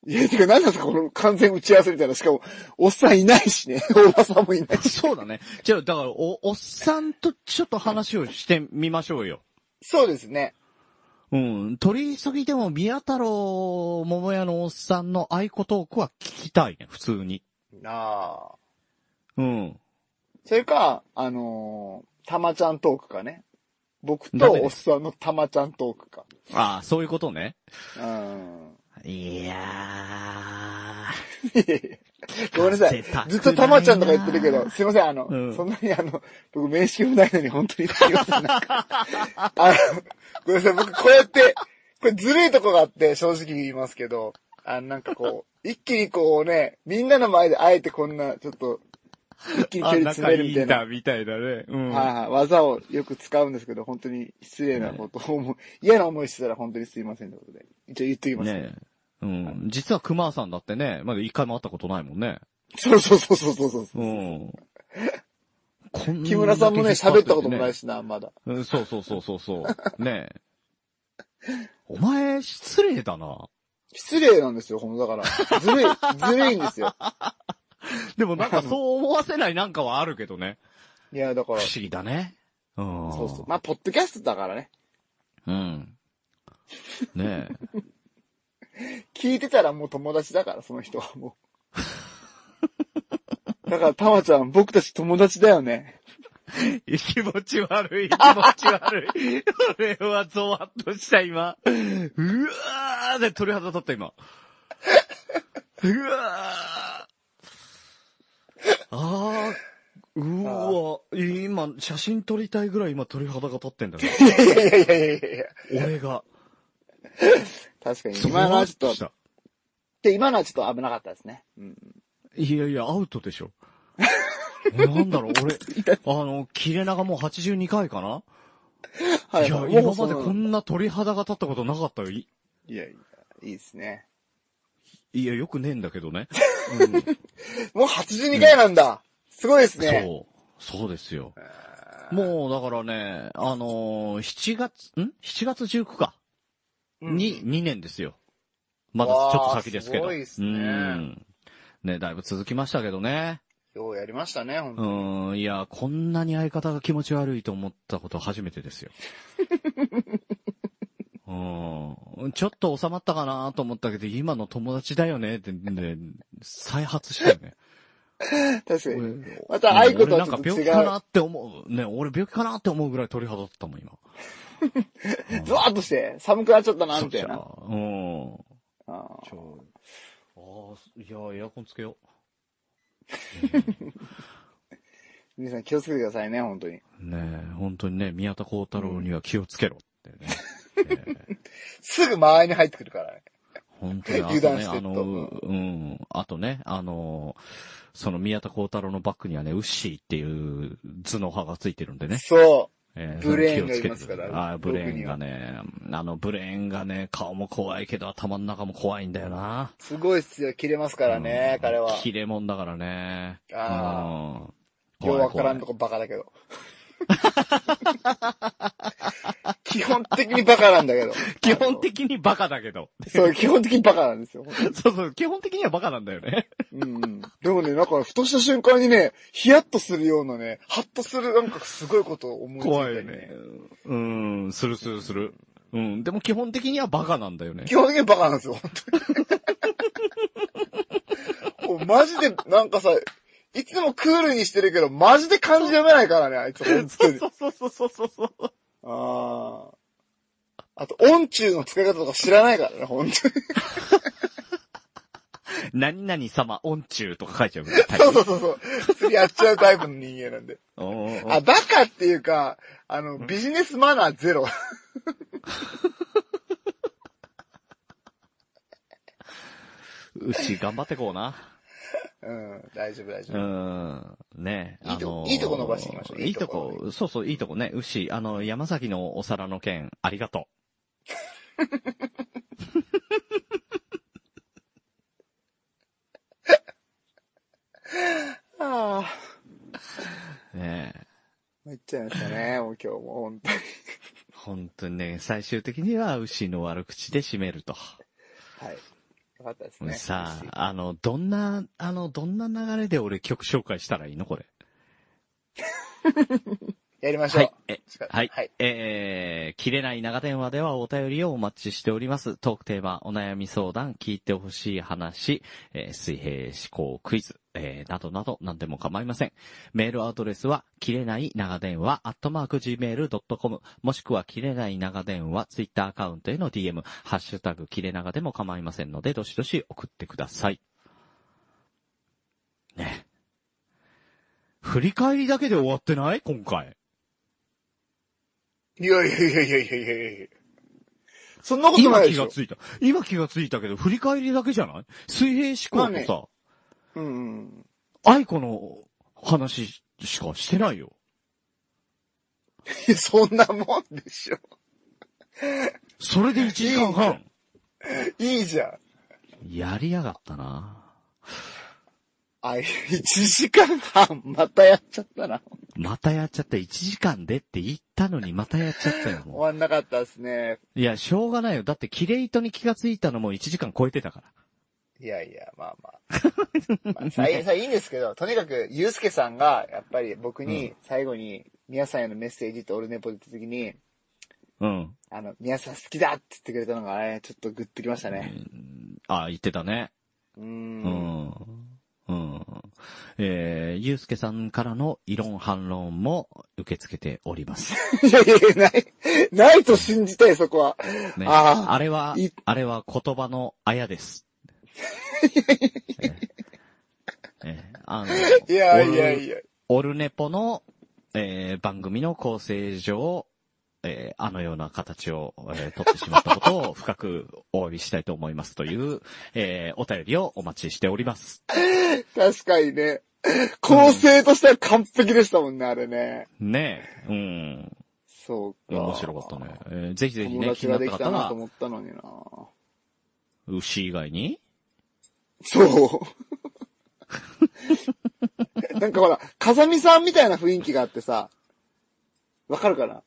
[SPEAKER 8] いや、てか何なんですかこの完全打ち合わせみたいな。しかも、おっさんいないしね。 おばさんもいないう
[SPEAKER 7] そうだね。じゃあ、だから、お、おっさんとちょっと話をしてみましょうよ。
[SPEAKER 8] そうですね。
[SPEAKER 7] うん。取り急ぎでも、宮太郎桃屋のおっさんの愛子トークは聞きたいね、普通に。
[SPEAKER 8] なあ。
[SPEAKER 7] うん。
[SPEAKER 8] それか、あのー、たまちゃんトークかね。僕
[SPEAKER 7] ダメ
[SPEAKER 8] と
[SPEAKER 7] です
[SPEAKER 8] おっさんのたまちゃんトークか。
[SPEAKER 7] ああ、そういうことね。
[SPEAKER 8] うん。
[SPEAKER 7] い や
[SPEAKER 8] ごめんなさ
[SPEAKER 7] 出
[SPEAKER 8] い
[SPEAKER 7] たくない。な
[SPEAKER 8] ずっとたまちゃんとか言ってるけど、すいません、あの、
[SPEAKER 7] うん
[SPEAKER 8] そんなにあの、僕面識もないのに本当にすいま せん。なんかあの、ごめんなさい、僕こうやって、これずるいとこがあって正直に言いますけど、あの、なんかこう、一気にこうね、みんなの前であえてこんな、ちょっと、一
[SPEAKER 7] ー。
[SPEAKER 8] 気に距離詰めるみたいな。
[SPEAKER 7] みたいなね。うん。
[SPEAKER 8] はいはい。技をよく使うんですけど、本当に失礼なことを思う、嫌な思いしてたら本当にすいませんということで。一応言っておきますね。
[SPEAKER 7] ねえ。うん。実は熊さんだってね、まだ一回も会ったことないもんね。
[SPEAKER 8] そうそうそうそうそうそう。
[SPEAKER 7] うん。こん
[SPEAKER 8] 木村さんもね、喋ったこともない
[SPEAKER 7] し。
[SPEAKER 8] しな、まだ。
[SPEAKER 7] うんそうそうそうそうそう。ねえ。お前、失礼だな。
[SPEAKER 8] 失礼なんですよ、ほんとだから。ずるい、ずるいんですよ。
[SPEAKER 7] でもなんかそう思わせないなんかはあるけどね。
[SPEAKER 8] いや、だか
[SPEAKER 7] 不
[SPEAKER 8] ら、
[SPEAKER 7] 思
[SPEAKER 8] そ
[SPEAKER 7] 議だね。うん。
[SPEAKER 8] うそう。まあ、ポッドキャストだからね。
[SPEAKER 7] うん。ねえ。
[SPEAKER 8] 聞いてたらもう友達だから、その人は もう。だから、たまちゃん、僕たち友達だよね。
[SPEAKER 7] 気持ち 悪い、気持ち悪い。俺はゾワッとした今。うわーで鳥肌立った今。うわーあー、うわ今、写真撮りたいぐらい今鳥肌が立ってんだね。
[SPEAKER 8] いやいやいやいやいやいや
[SPEAKER 7] 俺が。
[SPEAKER 8] 確かに、今のはち
[SPEAKER 7] ゾワッ
[SPEAKER 8] ょっ
[SPEAKER 7] し
[SPEAKER 8] と、
[SPEAKER 7] た
[SPEAKER 8] で、今のはちょっと危なかったですね。うん。
[SPEAKER 7] いやいや、アウトでしょ。なんだろう、俺、あの、切れ長もう82回かな、、
[SPEAKER 8] はい
[SPEAKER 7] や、
[SPEAKER 8] もう
[SPEAKER 7] 今
[SPEAKER 8] そ
[SPEAKER 7] ま
[SPEAKER 8] う
[SPEAKER 7] でこんな鳥肌が立ったことなかったよ。い
[SPEAKER 8] いやいや、いいですね。
[SPEAKER 7] いや、よくねえんだけどね。
[SPEAKER 8] もう82回なんだ。すごいです ね。
[SPEAKER 7] そう。そうですよ。もう、だからね、あのー、7月、ん ?7 月19か。
[SPEAKER 8] うん
[SPEAKER 7] に、2年ですよ。まだちょ
[SPEAKER 8] わ
[SPEAKER 7] っ
[SPEAKER 8] あ
[SPEAKER 7] と先ですけど。
[SPEAKER 8] すごいっすね
[SPEAKER 7] うん。ね、だいぶ続きましたけどね。
[SPEAKER 8] ようやりましたね、本
[SPEAKER 7] う
[SPEAKER 8] 当に。
[SPEAKER 7] ん、いや、こんなに相方が気持ち悪いと思ったこと初めてです よ。うん、ちょっと収まったかなと思ったけど、今の友達だよねって、で再発したよ ね。
[SPEAKER 8] 確かに。
[SPEAKER 7] 俺
[SPEAKER 8] また、あいこと
[SPEAKER 7] 俺
[SPEAKER 8] は
[SPEAKER 7] なん
[SPEAKER 8] ちょ
[SPEAKER 7] か
[SPEAKER 8] っと
[SPEAKER 7] 病
[SPEAKER 8] 違
[SPEAKER 7] 気か
[SPEAKER 8] う
[SPEAKER 7] な。って思う。ね、俺病気かなって思うぐらい鳥肌立ったもん、今。
[SPEAKER 8] ゾワッとして、寒くなっちゃったな、
[SPEAKER 7] そっ
[SPEAKER 8] みた
[SPEAKER 7] ち
[SPEAKER 8] い
[SPEAKER 7] は
[SPEAKER 8] な。
[SPEAKER 7] うん。
[SPEAKER 8] あー
[SPEAKER 7] ちょああ、いや、エアコンつけよ
[SPEAKER 8] 皆さん気をつけてくださいね、本当に。
[SPEAKER 7] う。ねえ、本当にね、宮田 幸太郎には気をつけろってね。
[SPEAKER 8] すぐ間合いに入ってくるからね。
[SPEAKER 7] う本当に。あとね、
[SPEAKER 8] 油断して
[SPEAKER 7] あ
[SPEAKER 8] ると
[SPEAKER 7] の、うん。あとね、あの、その宮田幸太郎のバックにはね、ウッシーっていう頭脳派がついてるんでね。
[SPEAKER 8] そ
[SPEAKER 7] え
[SPEAKER 8] ブレーンが
[SPEAKER 7] その気をつけて
[SPEAKER 8] いますから
[SPEAKER 7] あーブレーンが
[SPEAKER 8] 僕
[SPEAKER 7] ね、あの、ブレーンがね、顔も怖いけど頭の中も怖いんだよな。
[SPEAKER 8] う。すごい強い。切れますからね、
[SPEAKER 7] うん
[SPEAKER 8] 彼は。
[SPEAKER 7] 切れ者だからね。
[SPEAKER 8] あ
[SPEAKER 7] うん
[SPEAKER 8] ようわからんと
[SPEAKER 7] 怖い
[SPEAKER 8] こバカだけど。基本的にバカなんだけど。
[SPEAKER 7] 怖い基本的にバカだけど。
[SPEAKER 8] そう、基本的にバカなんですよ。
[SPEAKER 7] そうそう、基本的にはバカなんだよ ね。
[SPEAKER 8] うんうん。でもね、なんか、ふとした瞬間にね、ヒヤッとするようなね、ハッとする、なんかすごいことを思いついた
[SPEAKER 7] 怖いよ
[SPEAKER 8] り
[SPEAKER 7] ね。うん、するするする。うん、でも基本的にはバカなんだよね。
[SPEAKER 8] 基本的にバカなんですよ、本当に。 もうマジで、なんかさ、いつもクールにしてるけど、マジで漢字読めないからね、あいつ、本当に。
[SPEAKER 7] そうそうそうそうそう。
[SPEAKER 8] あーあと、音中の使い方とか知らないから ね、本当に。
[SPEAKER 7] 何々様、音中とか書いちゃう。
[SPEAKER 8] そうそうそうそう。釣りやっちゃうタイプの人間なんで。
[SPEAKER 7] おーおー
[SPEAKER 8] あ、バカっていうか、あの、ビジネスマナーゼロ。
[SPEAKER 7] うし、頑張ってこうな。
[SPEAKER 8] うん、大丈夫大丈
[SPEAKER 7] う
[SPEAKER 8] 夫。
[SPEAKER 7] ん。ね
[SPEAKER 8] いいとこ
[SPEAKER 7] あのー
[SPEAKER 8] いいとこ伸ばしていきましょう
[SPEAKER 7] い
[SPEAKER 8] い
[SPEAKER 7] い
[SPEAKER 8] い
[SPEAKER 7] と
[SPEAKER 8] とこ
[SPEAKER 7] こ、そうそう、いいとこね。うし、あの、山崎のお皿の件、ありがと
[SPEAKER 8] ああ。
[SPEAKER 7] う。ねえ
[SPEAKER 8] まいっちゃいましたね、もう今日も、本当に。
[SPEAKER 7] 本当にね、最終的には、牛の悪口で締めると。
[SPEAKER 8] はい。よかったですね。
[SPEAKER 7] さあ、あの、どんな、あの、どんな流れで俺曲紹介したらいいのこれ。
[SPEAKER 8] やりましょう。
[SPEAKER 7] はい。え
[SPEAKER 8] しか
[SPEAKER 7] はい。
[SPEAKER 8] はい。
[SPEAKER 7] えー、切れない長電話ではお便りをお待ちしております。トークテーマ、お悩み相談、聞いてほしい話、えー水平思考クイズ、えー、などなど何でも構いません。メールアドレスは、切れない長電話、アットマーク gmail.com、もしくは切れない長電話、ツイッターアカウントへの DM、ハッシュタグ、切れ長でも構いませんので、どしどし送ってください。ね。振り返りだけで終わってない今回。
[SPEAKER 8] いやいやいやいやいやいやいやそんなこと
[SPEAKER 7] 今
[SPEAKER 8] な
[SPEAKER 7] 気
[SPEAKER 8] いでし
[SPEAKER 7] が
[SPEAKER 8] ょ。
[SPEAKER 7] ついた。今気がついたけど、振り返りだけじゃない水平思考とさ、
[SPEAKER 8] うんうん。
[SPEAKER 7] 愛子の話しかしてないよ。
[SPEAKER 8] いや、そんな もんでしょ。
[SPEAKER 7] それで1時間半。
[SPEAKER 8] いいじゃん。
[SPEAKER 7] やりやがったな。
[SPEAKER 8] あ、1時間半、またやっちゃったな。
[SPEAKER 7] またやっちゃった。1時間でって言ったのにまたやっちゃったよ。
[SPEAKER 8] 終
[SPEAKER 7] も
[SPEAKER 8] わんなかったですね。
[SPEAKER 7] ういや、しょうがないよ。だってキレイトに気がついたのも1時間超えてたから。
[SPEAKER 8] いやいや、ま あまあ。まあ、さいさいいんですけど、とにかく、ゆうすけさんが、やっぱり僕に、最後に、皆さんへのメッセージとオルネポで言った時に、
[SPEAKER 7] うん。
[SPEAKER 8] あの、皆さん好きだって言ってくれたのが、あれ、ちょっとグッときましたね。
[SPEAKER 7] あ、言ってたね。
[SPEAKER 8] う。
[SPEAKER 7] うんん。うん。えー、ゆうすけさんからの異論反論も受け付けております。
[SPEAKER 8] いやいやいや、ない、ないと信じたい、そこは。
[SPEAKER 7] ね、
[SPEAKER 8] あ
[SPEAKER 7] あ
[SPEAKER 8] ー、
[SPEAKER 7] れはいあれは言葉のあや です。ええあの
[SPEAKER 8] いやいやいや。
[SPEAKER 7] オルオルネポの、えー番組の構成上、えーあのような形を、えー取ってしまったことを深くお詫びしたいと思いますという、えーお便りをお待ちしております。
[SPEAKER 8] 確かにね。構成としては完璧でしたもんね、あれね。
[SPEAKER 7] ねえ、うん。
[SPEAKER 8] そうか。
[SPEAKER 7] 面白かったね。。えーぜひぜひ
[SPEAKER 8] 友
[SPEAKER 7] ね、気
[SPEAKER 8] 達
[SPEAKER 7] にな
[SPEAKER 8] が
[SPEAKER 7] っ
[SPEAKER 8] でき
[SPEAKER 7] た
[SPEAKER 8] た
[SPEAKER 7] 方
[SPEAKER 8] な
[SPEAKER 7] は
[SPEAKER 8] と、思ったのにな
[SPEAKER 7] 牛以外に
[SPEAKER 8] そう。 なんかほら、風見さんみたいな雰囲気があってさ、わかるかな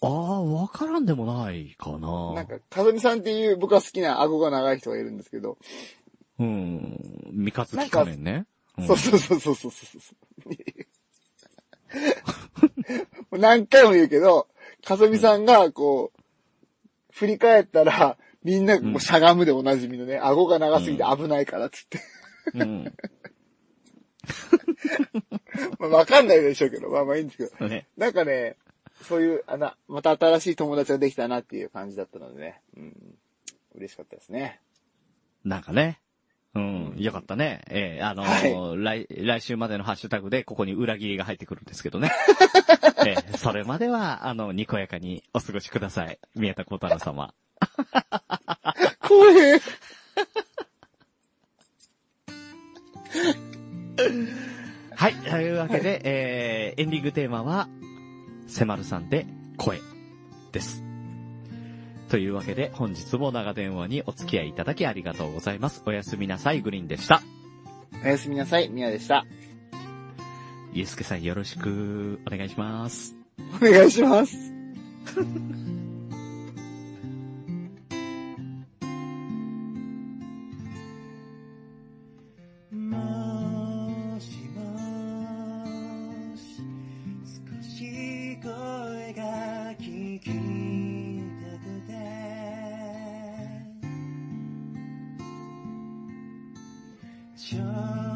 [SPEAKER 7] ああ、わからんでもないかな。
[SPEAKER 8] なんか、風見さんっていう僕は好きな顎が長い人がいるんですけど、
[SPEAKER 7] うん。三日月仮面ね。うん
[SPEAKER 8] そうそうそうそうそうそうそう。もう何回も言うけど、かさみさんが、こう、振り返ったら、みんなもうしゃがむでおなじみのね、顎が長すぎて危ないからっつって。
[SPEAKER 7] うん。
[SPEAKER 8] まあわかんないでしょうけど、まあまあいいんですけど。
[SPEAKER 7] ね。
[SPEAKER 8] なんかね、そういう、あな、また新しい友達ができたなっていう感じだったのでね、うん、嬉しかったですね。
[SPEAKER 7] なんかね。うん。よかったね。ええあのー来、来週までのハッシュタグでここに裏切りが入ってくるんですけどね。ええそれまでは、あの、にこやかにお過ごしください。宮田幸太郎様。
[SPEAKER 8] 怖え。
[SPEAKER 7] はい。というわけで、えー、エンディングテーマは、せまるさんで、声、です。というわけで、本日も長電話にお付き合いいただきありがとうございます。おやすみなさい、グリーンでした。
[SPEAKER 8] おやすみなさい、ミヤでした。
[SPEAKER 7] ゆうすけさんよろしく、お願いします。
[SPEAKER 8] お願いします。
[SPEAKER 11] ちょっ